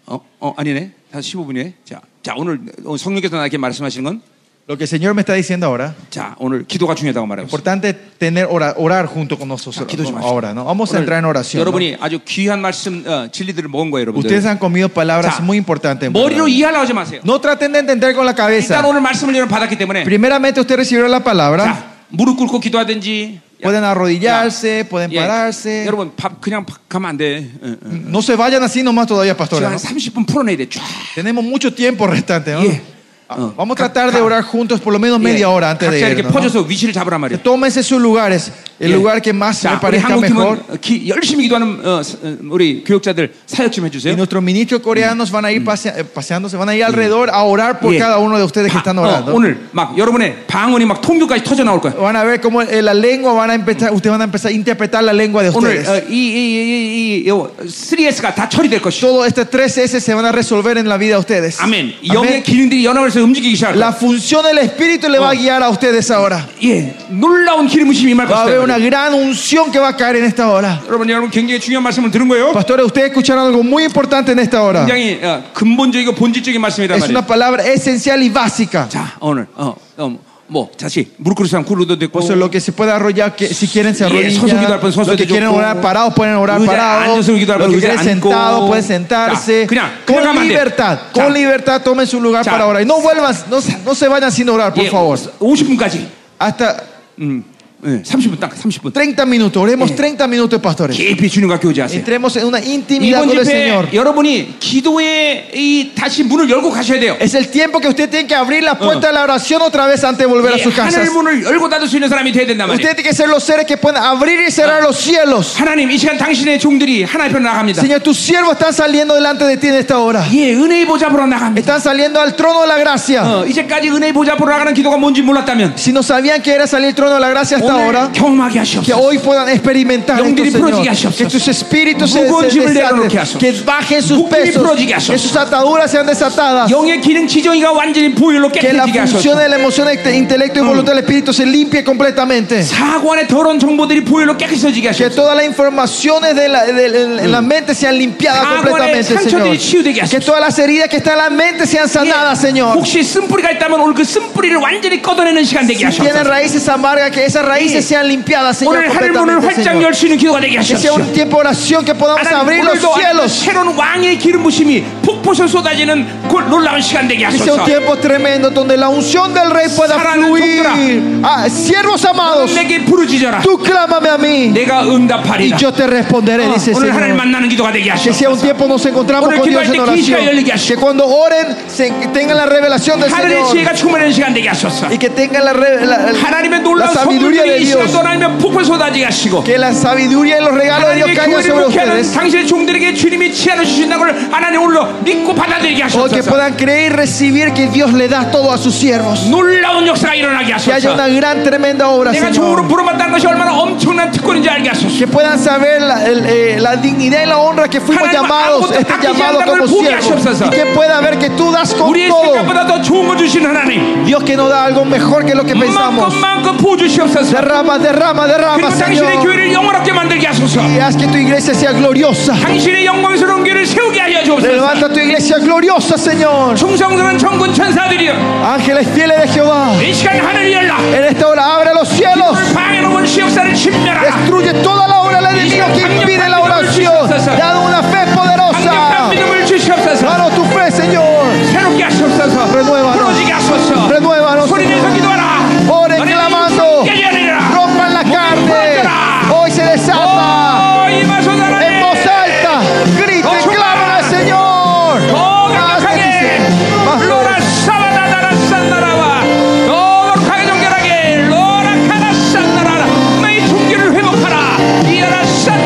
S2: 어, 어 아니네. 다시 15분이네. 자, 자 오늘 오늘 성령께서 나에게 말씀하시는 건,
S3: Lo que el Señor me está diciendo ahora,
S2: 자 오늘 기도가 중요하다고 말해요.
S3: importante tener orar, orar junto con nosotros
S2: 기도 좀
S3: ahora, ¿no? Vamos a
S2: 오늘
S3: entrar en oración. ¿no?
S2: 여러분이 아주 귀한 말씀 어, 진리들을 먹은 거예요, 여러분들.
S3: Ustedes han comido palabras
S2: 자,
S3: muy importantes.
S2: 머리로 이해하려고 하지 마세요. 네,
S3: No traten de entender con la
S2: 일단
S3: cabeza.
S2: 오늘 말씀을 여러분 받았기 때문에
S3: Primeramente usted recibieron la palabra.
S2: 자, 무릎 꿇고 기도하든지
S3: Pueden arrodillarse, pueden
S2: 예,
S3: pararse.
S2: 여러분 밥 그냥 밥 가면 안 돼. 예, 예.
S3: No se vayan así nomás todavía,
S2: 지금
S3: pastores.
S2: 한
S3: ¿no?
S2: 30분 풀어내야 돼. 쫙.
S3: Tenemos mucho tiempo restante, ¿no?
S2: Yeah.
S3: Ah,
S2: Oh.
S3: Vamos a tratar de orar juntos por lo menos media hora antes
S2: 예. 각자
S3: de
S2: 이렇게
S3: irnos, ¿no?
S2: 퍼져서 위치를 잡으란 말이야.
S3: Tómense sus lugares, el
S2: 예.
S3: lugar que más
S2: 자,
S3: me
S2: 우리
S3: parezca mejor.
S2: 한국팀은 기- 열심히 기도하는 어, 사- 어, 우리 교육자들 사역 좀
S3: Y
S2: 해주세요.
S3: nuestros ministros coreanos van a ir pasea- eh, paseándose, van a ir alrededor a orar por
S2: 예.
S3: cada uno de ustedes que
S2: 바-
S3: están
S2: 어,
S3: orando.
S2: 오늘 막 여러분의 방언이 막 통교까지 터져 나올 거야.
S3: Van a ver cómo eh, la lengua van a empezar, ustedes van a empezar a interpretar la lengua de
S2: 오늘
S3: ustedes.
S2: 어, 이, 이, 이, 이, 이 3S가 다 처리될 것이고
S3: Todos estos este tres S se van a resolver en la vida de ustedes.
S2: 아멘.
S3: Amén.
S2: 영의 기능들이 연합해서 움직이기 시작할
S3: La
S2: 거야.
S3: función del Espíritu le va
S2: Oh.
S3: a guiar a ustedes ahora.
S2: 예, 놀라운 기름부심이 임할
S3: Va a haber
S2: 것이다.
S3: una gran unción que va a caer en esta hora.
S2: 여러분 여러분 굉장히 중요한 말씀을 들은 거예요.
S3: Pastores, ustedes escucharon algo muy importante en esta hora.
S2: 굉장히 어, 근본적이고 본질적인 말씀이란
S3: Es
S2: 말이에요.
S3: una palabra esencial y básica.
S2: 자 오늘 어, 어뭐 다시 무릎 꿇으면 꿇어도 되고 예,
S3: Por eso Pues lo que se puede arrollar, que si quieren se
S2: Y
S3: arrodillan.
S2: eso, si quieren, pues,
S3: Lo que quieren
S2: yo-
S3: orar parados pueden orar
S2: Uy,
S3: parados.
S2: 앉아서 기도할
S3: Lo
S2: 분,
S3: que
S2: uy,
S3: quieren
S2: 앉고.
S3: sentados pueden
S2: 자,
S3: sentarse.
S2: 그냥, 그냥
S3: Con
S2: 가면 안 돼.
S3: libertad,
S2: 자.
S3: con libertad tomen su lugar
S2: 자.
S3: para orar. Y no vuelvan, no, se- no se vayan sin orar, por
S2: 예,
S3: favor.
S2: 50분까지
S3: Hasta
S2: 음, 예, 30분 딱 30분.
S3: 30 minutos,
S2: Eh.
S3: oremos 30 minutos, pastores.
S2: 깊이 주님과 교제하세요.
S3: Entremos en una intimidad
S2: 이번
S3: con el
S2: 집회
S3: Señor.
S2: 여러분이 기도의 이 다시 문을 열고 가셔야 돼요.
S3: Es el tiempo que usted tiene que abrir la puerta de la oración otra vez antes de volver a
S2: 이
S3: sus casas.
S2: 하늘 문을 열고 닫을 수 있는 사람이 돼야 된단 말이에요.
S3: Usted tiene que ser los seres que pueden abrir y cerrar los cielos.
S2: 하나님 이 시간 당신의 종들이 하나님 앞에 나갑니다.
S3: Señor, tus siervos están saliendo delante de ti en esta hora.
S2: 예, 은혜의 보좌 앞으로 나갑니다.
S3: Están saliendo al trono de la gracia.
S2: 어, 이제까지 은혜의 보좌 앞으로 나가는 기도가 뭔지 몰랐다면
S3: Si no sabían que era salir el trono de la gracia hasta ahora,
S2: 오늘 경험하게
S3: que
S2: 하시옵소서.
S3: hoy puedan experimentar esto,
S2: 영들이
S3: Señor.
S2: 풀어지게 하시옵소서.
S3: que tus espíritus se,
S2: 무거운
S3: se
S2: 짐을
S3: desaten,
S2: 내려놓게 하소서.
S3: que bajen sus
S2: 묶임이
S3: pesos,
S2: 풀어지게
S3: que
S2: 하소서.
S3: sus ataduras sean desatadas,
S2: 영의 기능 지정이가 완전히 보혈로
S3: que la
S2: 깨끗하게
S3: función
S2: 하소서.
S3: de la emoción, inte- intelecto y voluntad del espíritu se limpie completamente,
S2: 사고 안에 더러운 정보들이 보혈로 깨끗해지게
S3: que
S2: 하소서.
S3: todas las informaciones de la, de- de- de la mente sean limpiadas
S2: 사고 안에
S3: completamente, Señor.
S2: 상처들이 치유되게
S3: Que
S2: 하소서.
S3: todas las heridas que están en la mente sean sanadas, Señor.
S2: 예, 혹시 쓴뿌리가 있다면 오늘 그 쓴뿌리를 완전히 걷어내는 시간 되게
S3: Si tienen
S2: 하소서.
S3: raíces amargas, que esas raíces sean limpiadas, Señor.
S2: 오늘 하늘 문을
S3: completamente,
S2: 활짝
S3: Señor.
S2: 열 수 있는 기도가 되게
S3: Que sea
S2: 하소서.
S3: un tiempo de oración, que podamos
S2: 하나님
S3: abrir los
S2: 오늘도 완전
S3: cielos.
S2: 새로운 왕의 기름 부심이 폭포처럼 쏟아지는 그 놀라운 시간 되게
S3: Que sea
S2: 하소서.
S3: un tiempo tremendo donde la unción del Rey pueda
S2: Saranno
S3: fluir. Ah, siervos amados,
S2: 내게 부르짖어라.
S3: tú clámame a mí
S2: 내가
S3: y
S2: 응답하리라. 어,
S3: yo te responderé, dice el
S2: 오늘 하나님
S3: Señor.
S2: 만나는 기도가 되게
S3: Que sea un
S2: 하소서.
S3: tiempo nos encontramos
S2: 오늘
S3: con Dios en
S2: 기도할 때 귀시가 열리게
S3: oración.
S2: 하시고.
S3: Que cuando oren se, tengan la revelación del
S2: 하늘의
S3: Señor
S2: 지혜가 충만한 시간 되게 하소서.
S3: y que tengan la, re- la- la
S2: 하나님의 놀라운
S3: sabiduría de
S2: 선물들이 이
S3: Dios.
S2: 시간도 하나님의 폭포 쏟아지게 하시고
S3: Que la sabiduría y los regalos de Dios
S2: 하나님의
S3: caigan sobre
S2: 교회를 목회하는
S3: ustedes.
S2: 당신의 종들에게 주님이 치안을 주신다는 걸 하나님 오늘로 믿고 받아들이게
S3: O que
S2: 하소서.
S3: puedan creer y recibir que Dios le da todo a sus siervos.
S2: 놀라운 역사가 일어나게
S3: Que haya
S2: 하소서.
S3: una gran, tremenda obra,
S2: 내가 종으로
S3: Señor.
S2: 부름받다는 것이 얼마나 엄청난 특권인지 알게 하소서.
S3: Que puedan saber la, el, eh, la dignidad y la honra que fuimos
S2: 하나님,
S3: llamados,
S2: 아무것도
S3: este
S2: 아끼지
S3: llamado
S2: 않는
S3: como
S2: 걸 보게
S3: siervos.
S2: 하시옵소서.
S3: Y que pueda ver que tú das con
S2: 우리의
S3: todo.
S2: 생각보다 더 좋은 거 주신 하나님.
S3: Dios que nos da algo mejor que lo que pensamos.
S2: 만큼 만큼 부어 주시옵소서.
S3: Derrama, derrama, derrama,
S2: 그리고 당신의
S3: Señor.
S2: 교회를 영원하게 만들게 하소서.
S3: Y haz que tu iglesia sea gloriosa.
S2: 당신의 영광스러운 교회를 세우게 하여 주옵소서.
S3: Levanta tu iglesia gloriosa, Señor.
S2: 충성스러운 천군 천사들이여,
S3: Ángeles fieles de Jehová.
S2: 이 시간 하늘을 열라.
S3: En esta hora abre los cielos.
S2: 방해로운 시역사를 침멸하라.
S3: Destruye toda la obra del enemigo que impide la oración. Dado una fe
S2: 강력한
S3: poderosa.
S2: 믿음을 주시옵소서.
S3: Danos tu fe, Señor.
S2: 새롭게 하시옵소서.
S3: Renuévanos.
S2: 부러지게 하소서.
S3: Renuévavanos,
S2: 소리 내서
S3: Señor.
S2: 기도하라.
S3: Oren
S2: 너네
S3: clamando.
S2: 깨지 않으리라.
S3: Rompan la carne. Hoy se desata.
S2: 오, 이마소
S3: En
S2: 나라네.
S3: voz alta. Griten, claman al Señor.
S2: 더
S3: Más
S2: 강력하게.
S3: bendición, más
S2: 로라
S3: gloria.
S2: 사바나다라 산나라와 더 거룩하게 정결하게 로라 카나 산나라라 너희 종교를 회복하라
S3: 뭐,
S2: 어, 어,
S3: este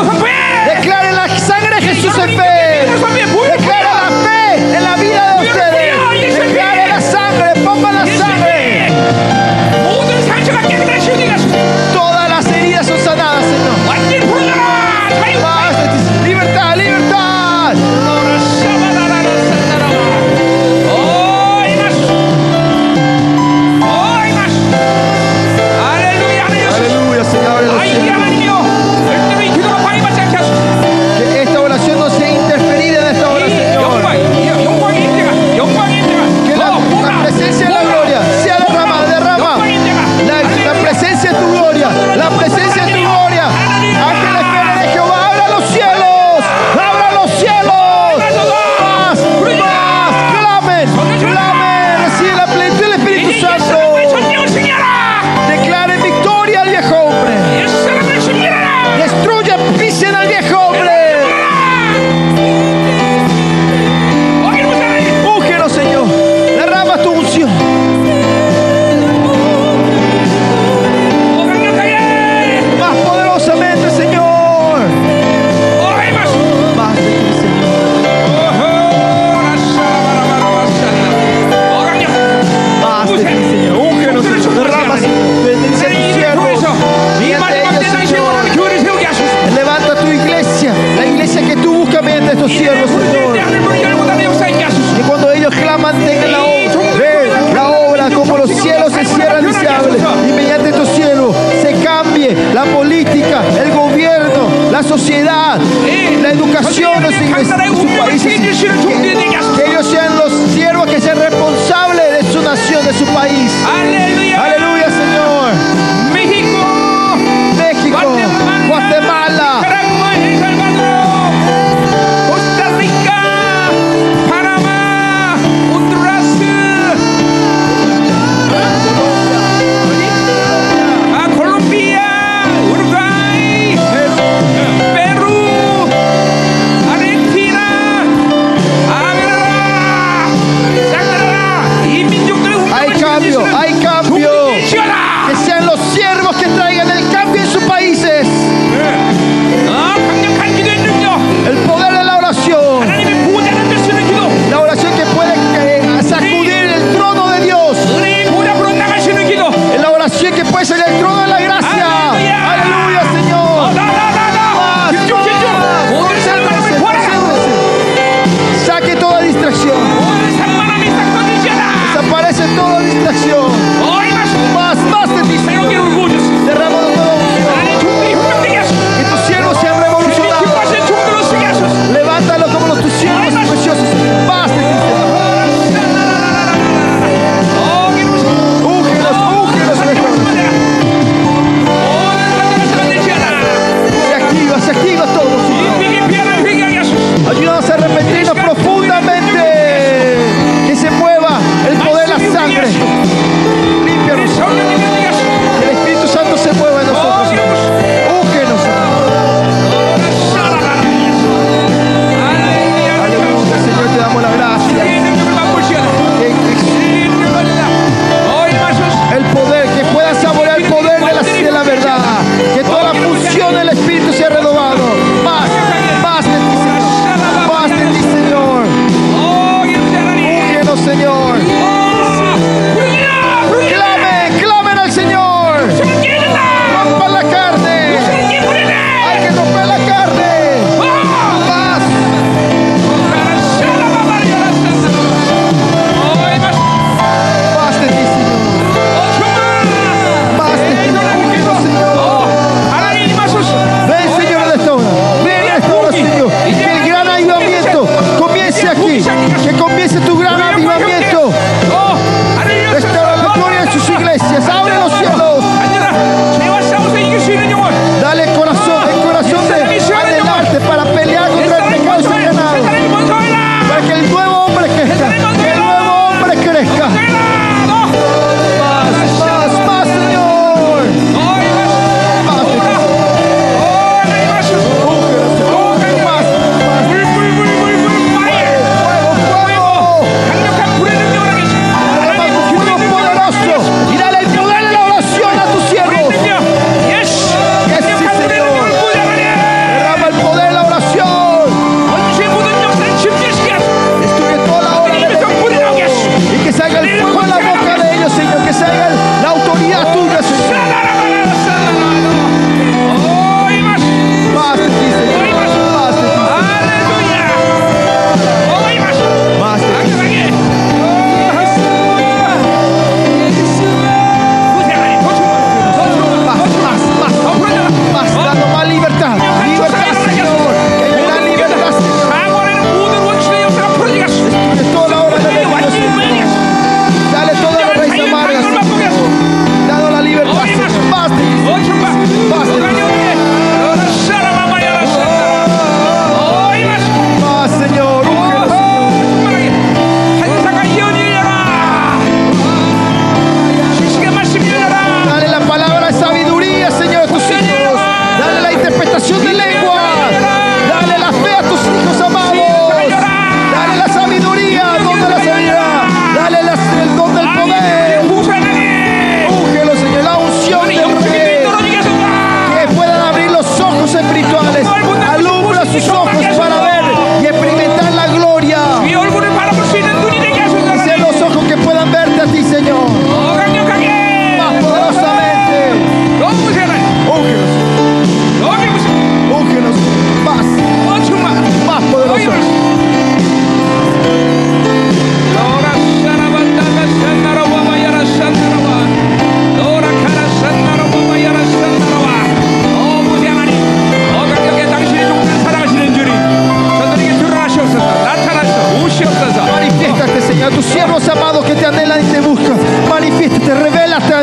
S2: Ah, 아,
S3: mañana como los cielos se cierran y se abren y mediante estos cielos se cambie la política, el gobierno, la sociedad, la educación en este sus países. Que ellos sean los siervos que sean responsables de su nación, de su país.
S2: 할렐루야.
S3: Aleluya, Señor.
S2: México.
S3: México, Guatemala,
S2: Nicaragua, El Salvador. Costa Rica. Panamá. Honduras. Ah, Colombia. Uruguay. Perú. Argentina. 아, 그러라! 자, 그러라! 이 민족들
S3: hay cambio, hay 네.
S2: 어,
S3: eh,
S2: 어,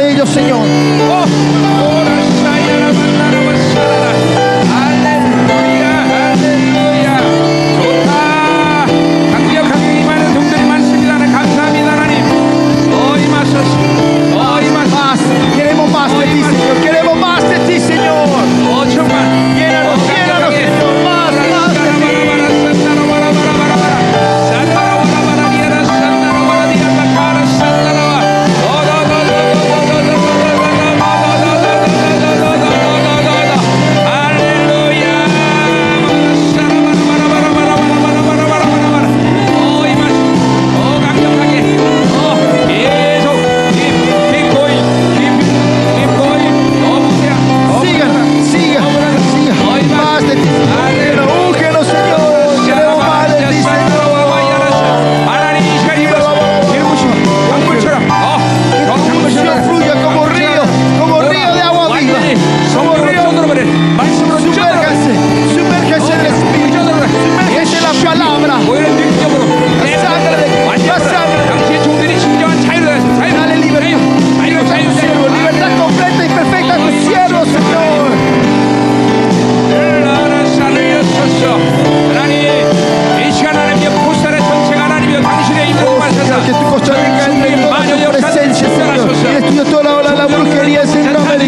S2: ellos, Señor. Más, queremos más de ti, Señor. Queremos más de ti, Señor. Llénanos, llénanos, Señor. Más, más de ti.
S4: Oh,
S2: 예,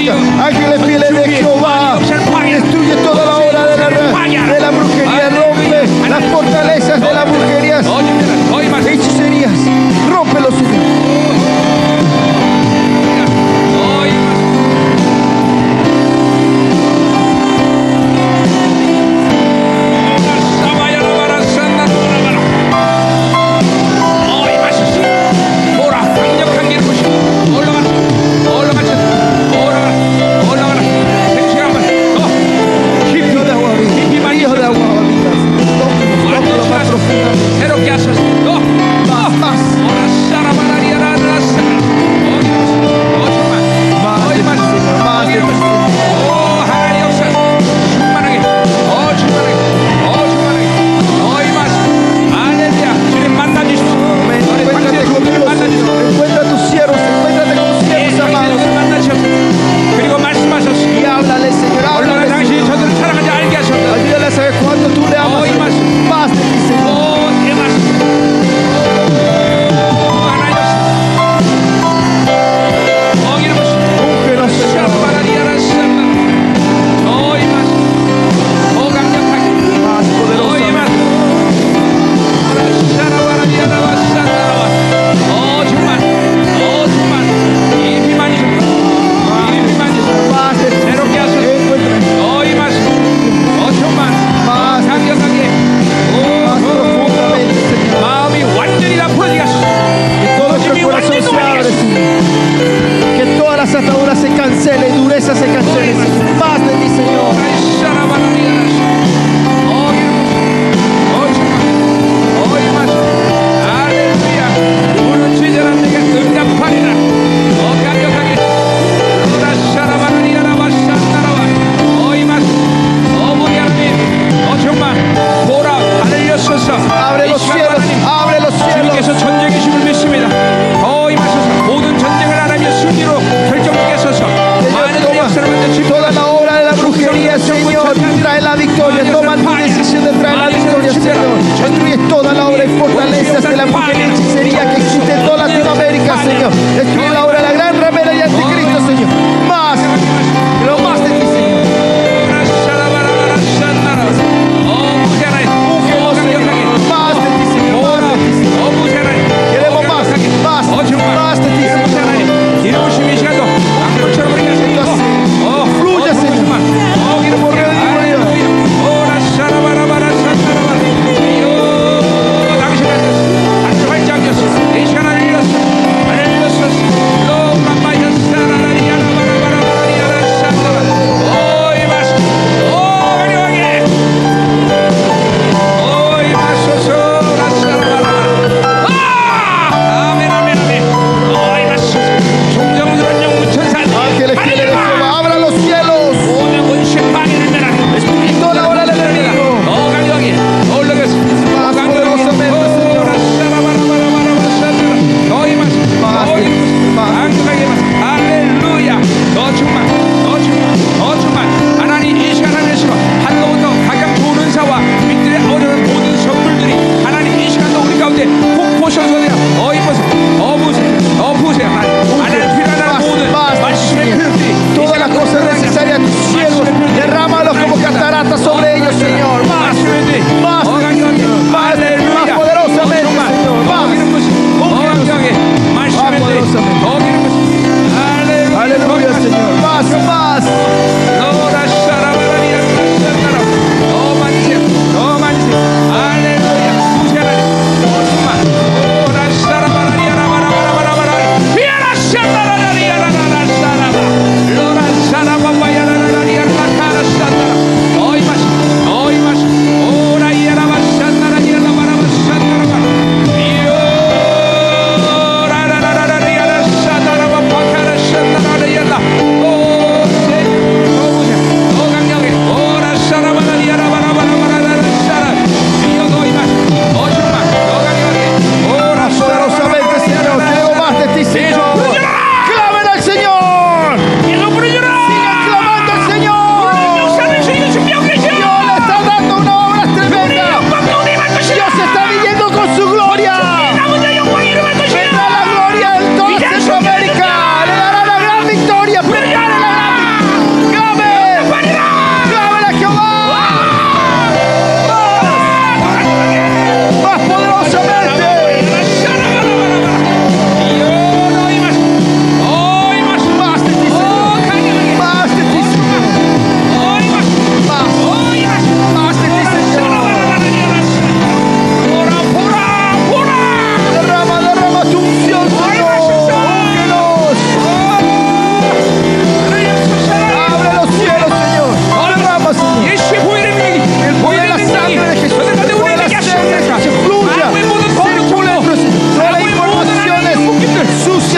S2: 아, 어,
S3: 아,
S2: pues. pues.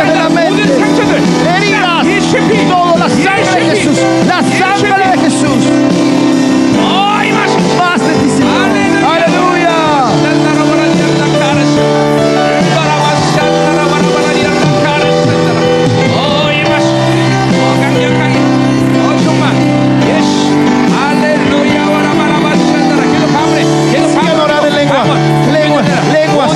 S2: de la mente, heridas, toda la sangre de Jesús, la sangre de Jesús, más de ti, Señor. Aleluya. Sigan orando en lenguas, lenguas, lenguas.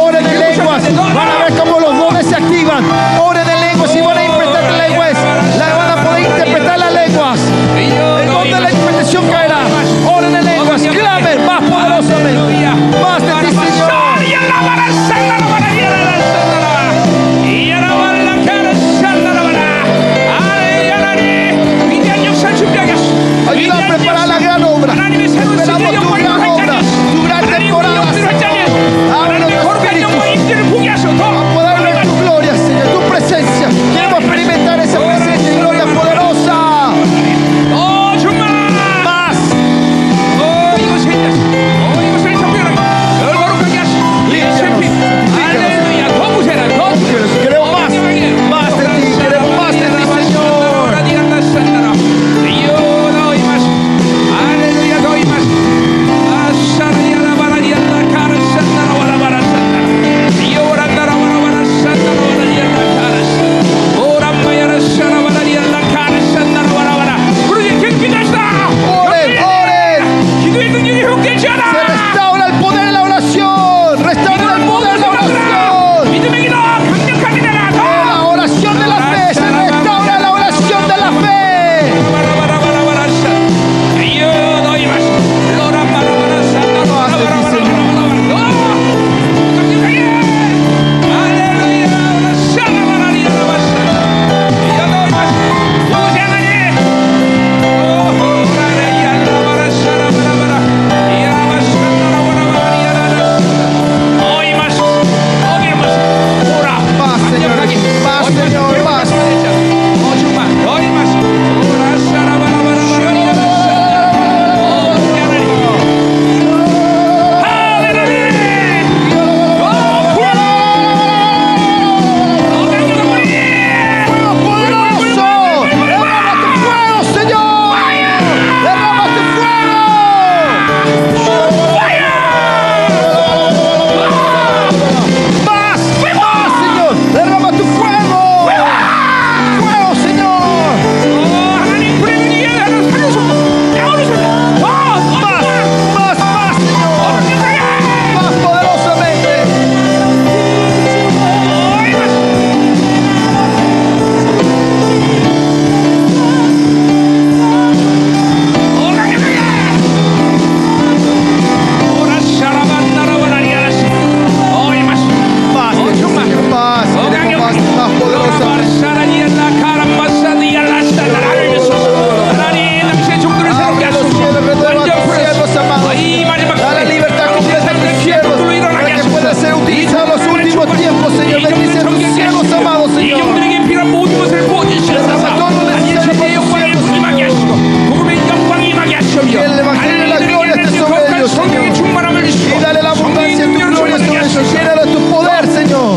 S2: Oren en lenguas. Van a ver cómo los dones se activan. Oren en lenguas y van a interpretar lenguas. La van a poder interpretar las lenguas. El don de la interpretación caerá. Oren en lenguas. Clamen más poderosamente. Más de ti, Señor. Ayuda a preparar la gran obra. Esperamos tu gran obra, tu gran temporada, Señor. Abre nuestro espíritu. Para poder ver tu gloria, Señor, tu presencia. Queremos experimentar esa presencia y gloria poderosa. Más. Queremos más. Más de ti. Queremos más de ti, Señor. Oren, oren. Se restaura el poder de la oración. Restaura el poder de la oración. La oración de la fe. Se restaura la oración de la fe. Paz, Señor. Paz, Señor. Paz. ¡Oh, ¡Fuego poderoso! ¡Derrama tu fuego, Señor! ¡Derrama tu fuego! ¡Más! ¡Más, Señor! ¡Derrama tu fuego! ¡Fuego, Señor! ¡Más! ¡Más, más, Señor! ¡Más poderosamente! ¡Más! de ti, Señor. ¡Más! Queremos más, más poderosamente. Abre los cielos, renueva tus siervos, amados. Dale libertad completa a tus siervos para que puedan ser utilizados los últimos tiempos, Señor. Bendice a tus siervos, amados, Señor. Que el evangelio de la gloria esté sobre ellos, Señor. Y dale la abundancia de tu gloria sobre ellos. Llénalo de tu poder, Señor.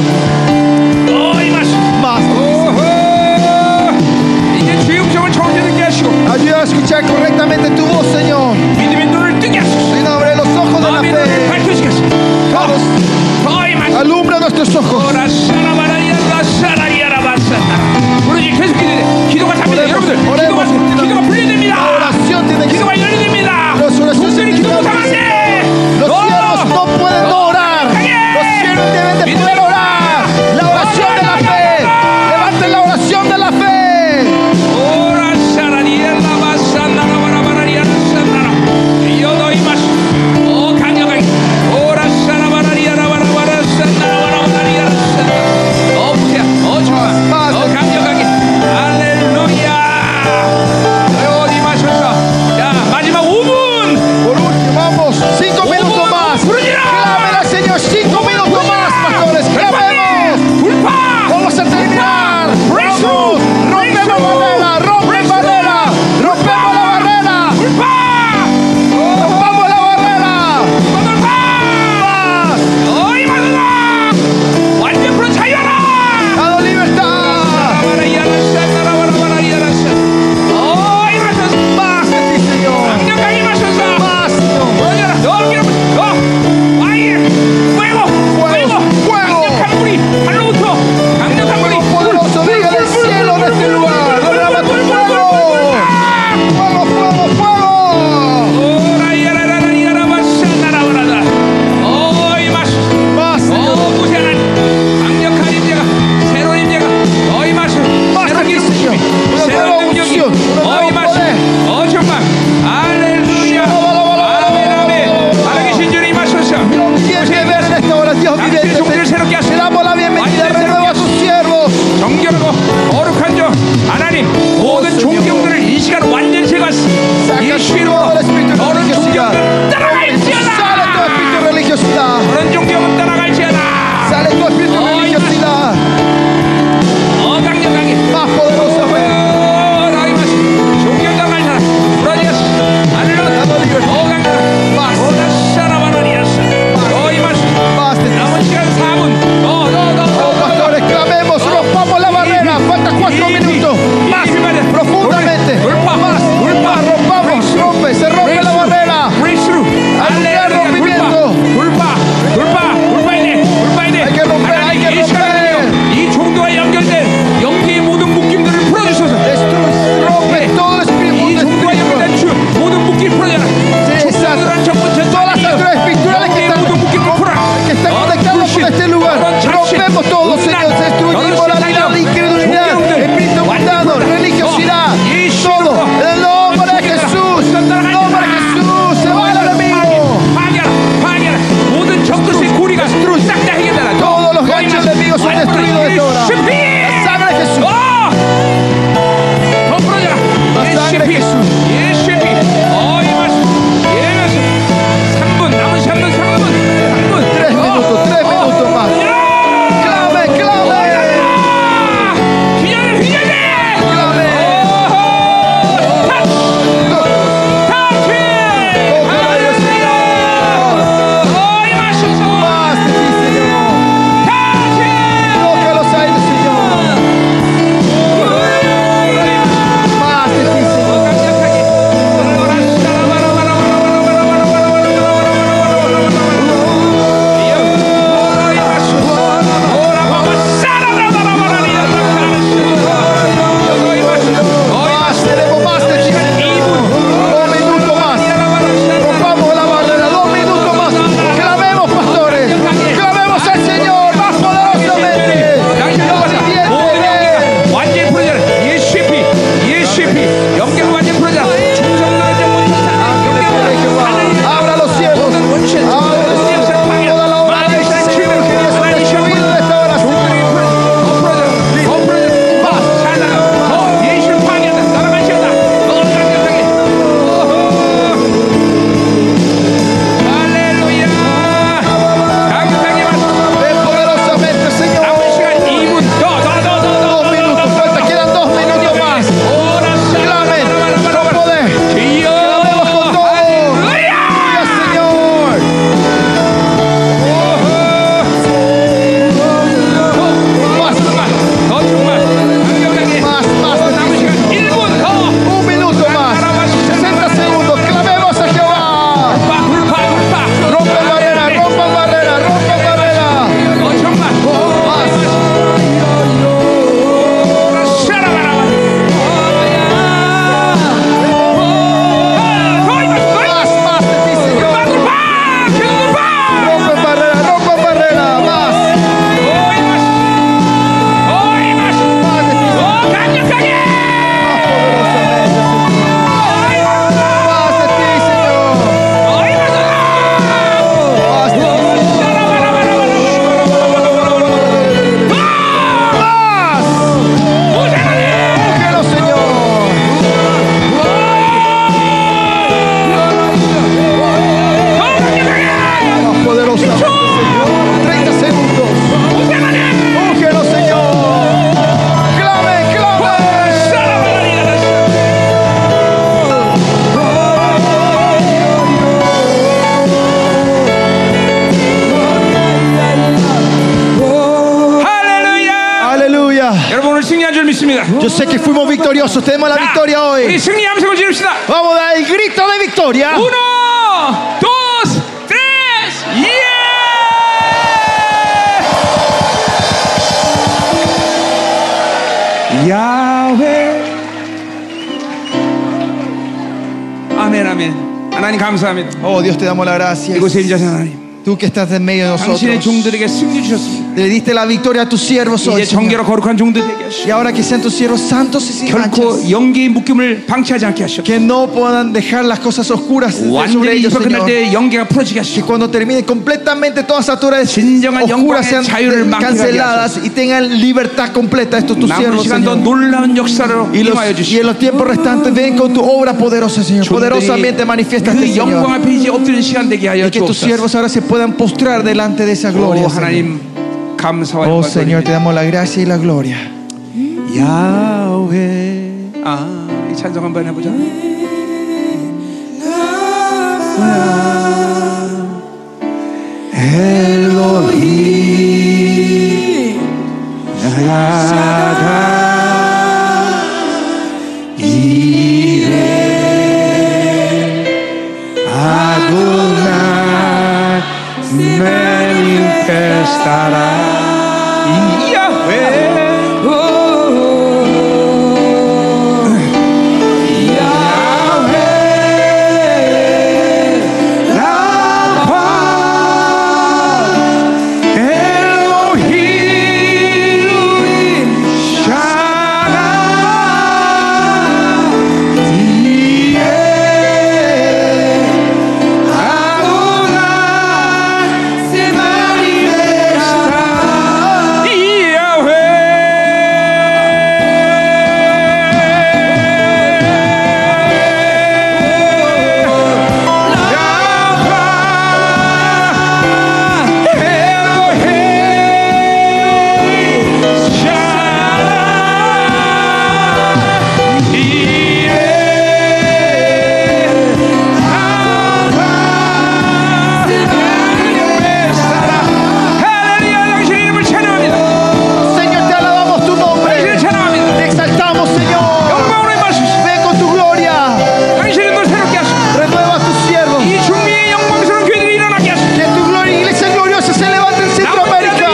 S2: Más,
S3: Oh, oh, 네, 네.
S2: Oh, ah. Oh,
S3: este pues. "Pues,
S2: este
S3: şey.
S2: victoria.
S5: 여러분 오늘 승리한 줄 믿습니다.
S3: 음.
S2: Yo sé que fuimos victoriosos. Tenemos la
S5: 자,
S2: victoria
S5: 우리
S2: hoy.
S5: 승리 함성을 지릅시다.
S2: Vamos a dar el grito de victoria.
S5: Uno, dos, tres, 예! 야훼. 아멘, 아멘. 하나님 감사합니다.
S3: Oh Dios, te damos la gracia.
S5: 이곳에 인자신 하나님,
S3: Tú que estás en medio de
S5: 당신의
S3: nosotros.
S5: 종들에게 승리 주셨습니다.
S3: Le diste la victoria a tus siervos hoy.
S5: 이제
S3: Señor.
S5: 정결하고 거룩한 종들 되게 하시고
S3: Y ahora que sean tus siervos santos y sin manchas.
S5: 결코 영계의 묶임을 방치하지 않게 하셨고
S3: Que no puedan dejar las cosas oscuras sobre
S5: 완전히
S3: ellos,
S5: 유서 끝날
S3: Señor.
S5: 때 영계가 풀어지게
S3: Que
S5: 하시고
S3: cuando termine completamente todas las alturas
S5: 진정한
S3: oscuras
S5: 영광의 자유를
S3: sean
S5: 맛보게
S3: canceladas y tengan libertad completa estos tus
S5: 남은
S3: siervos,
S5: 시간 더
S3: Señor.
S5: 놀라운 역사로
S3: Y, los-
S5: 임하여
S3: y en
S5: 주시고
S3: los tiempos restantes ven con tu obra poderosa, Señor. Poderosamente manifiesta este
S5: 그 영광
S3: Señor.
S5: 앞에 이제 엎드리는 시간 되게 하여
S3: Y que tus
S5: 주옵소서
S3: siervos ahora se puedan postrar delante de esa
S5: 오
S3: gloria, Señor.
S5: 하나님 감사와
S3: Oh,
S5: 영광
S3: Señor,
S5: 돌립니다.
S3: te damos la gracia y la gloria.
S5: 야훼 아이 찬송 한번 해보자
S2: é Señor, te alabamos tu nombre. Te exaltamos, Señor. Ven con tu gloria. Renueva a tus siervos. Que tu gloria, iglesia gloriosa, se levante en Centroamérica.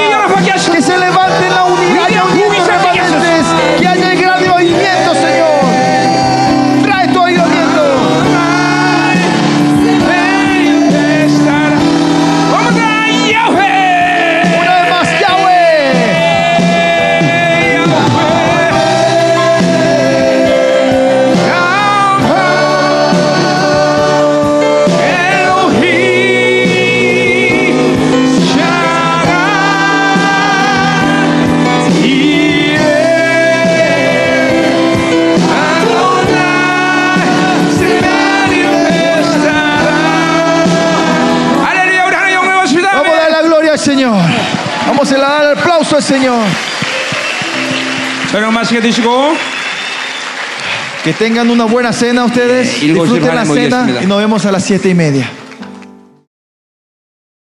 S2: Que se levante la unidad. haya unión de remanentes. Que haya el gran movimiento, Señor. Trae tu avivamiento. Una vez más, Yahweh. Vamos a dar la gloria al Señor. Vamos a dar el aplauso al Señor.
S5: 저녁 맛있게 드시고
S3: Que tengan una buena cena ustedes.
S5: 일곱 시에
S3: Disfruten la
S5: 하나님
S3: cena
S5: 모이겠습니다.
S3: y nos vemos a las siete y media.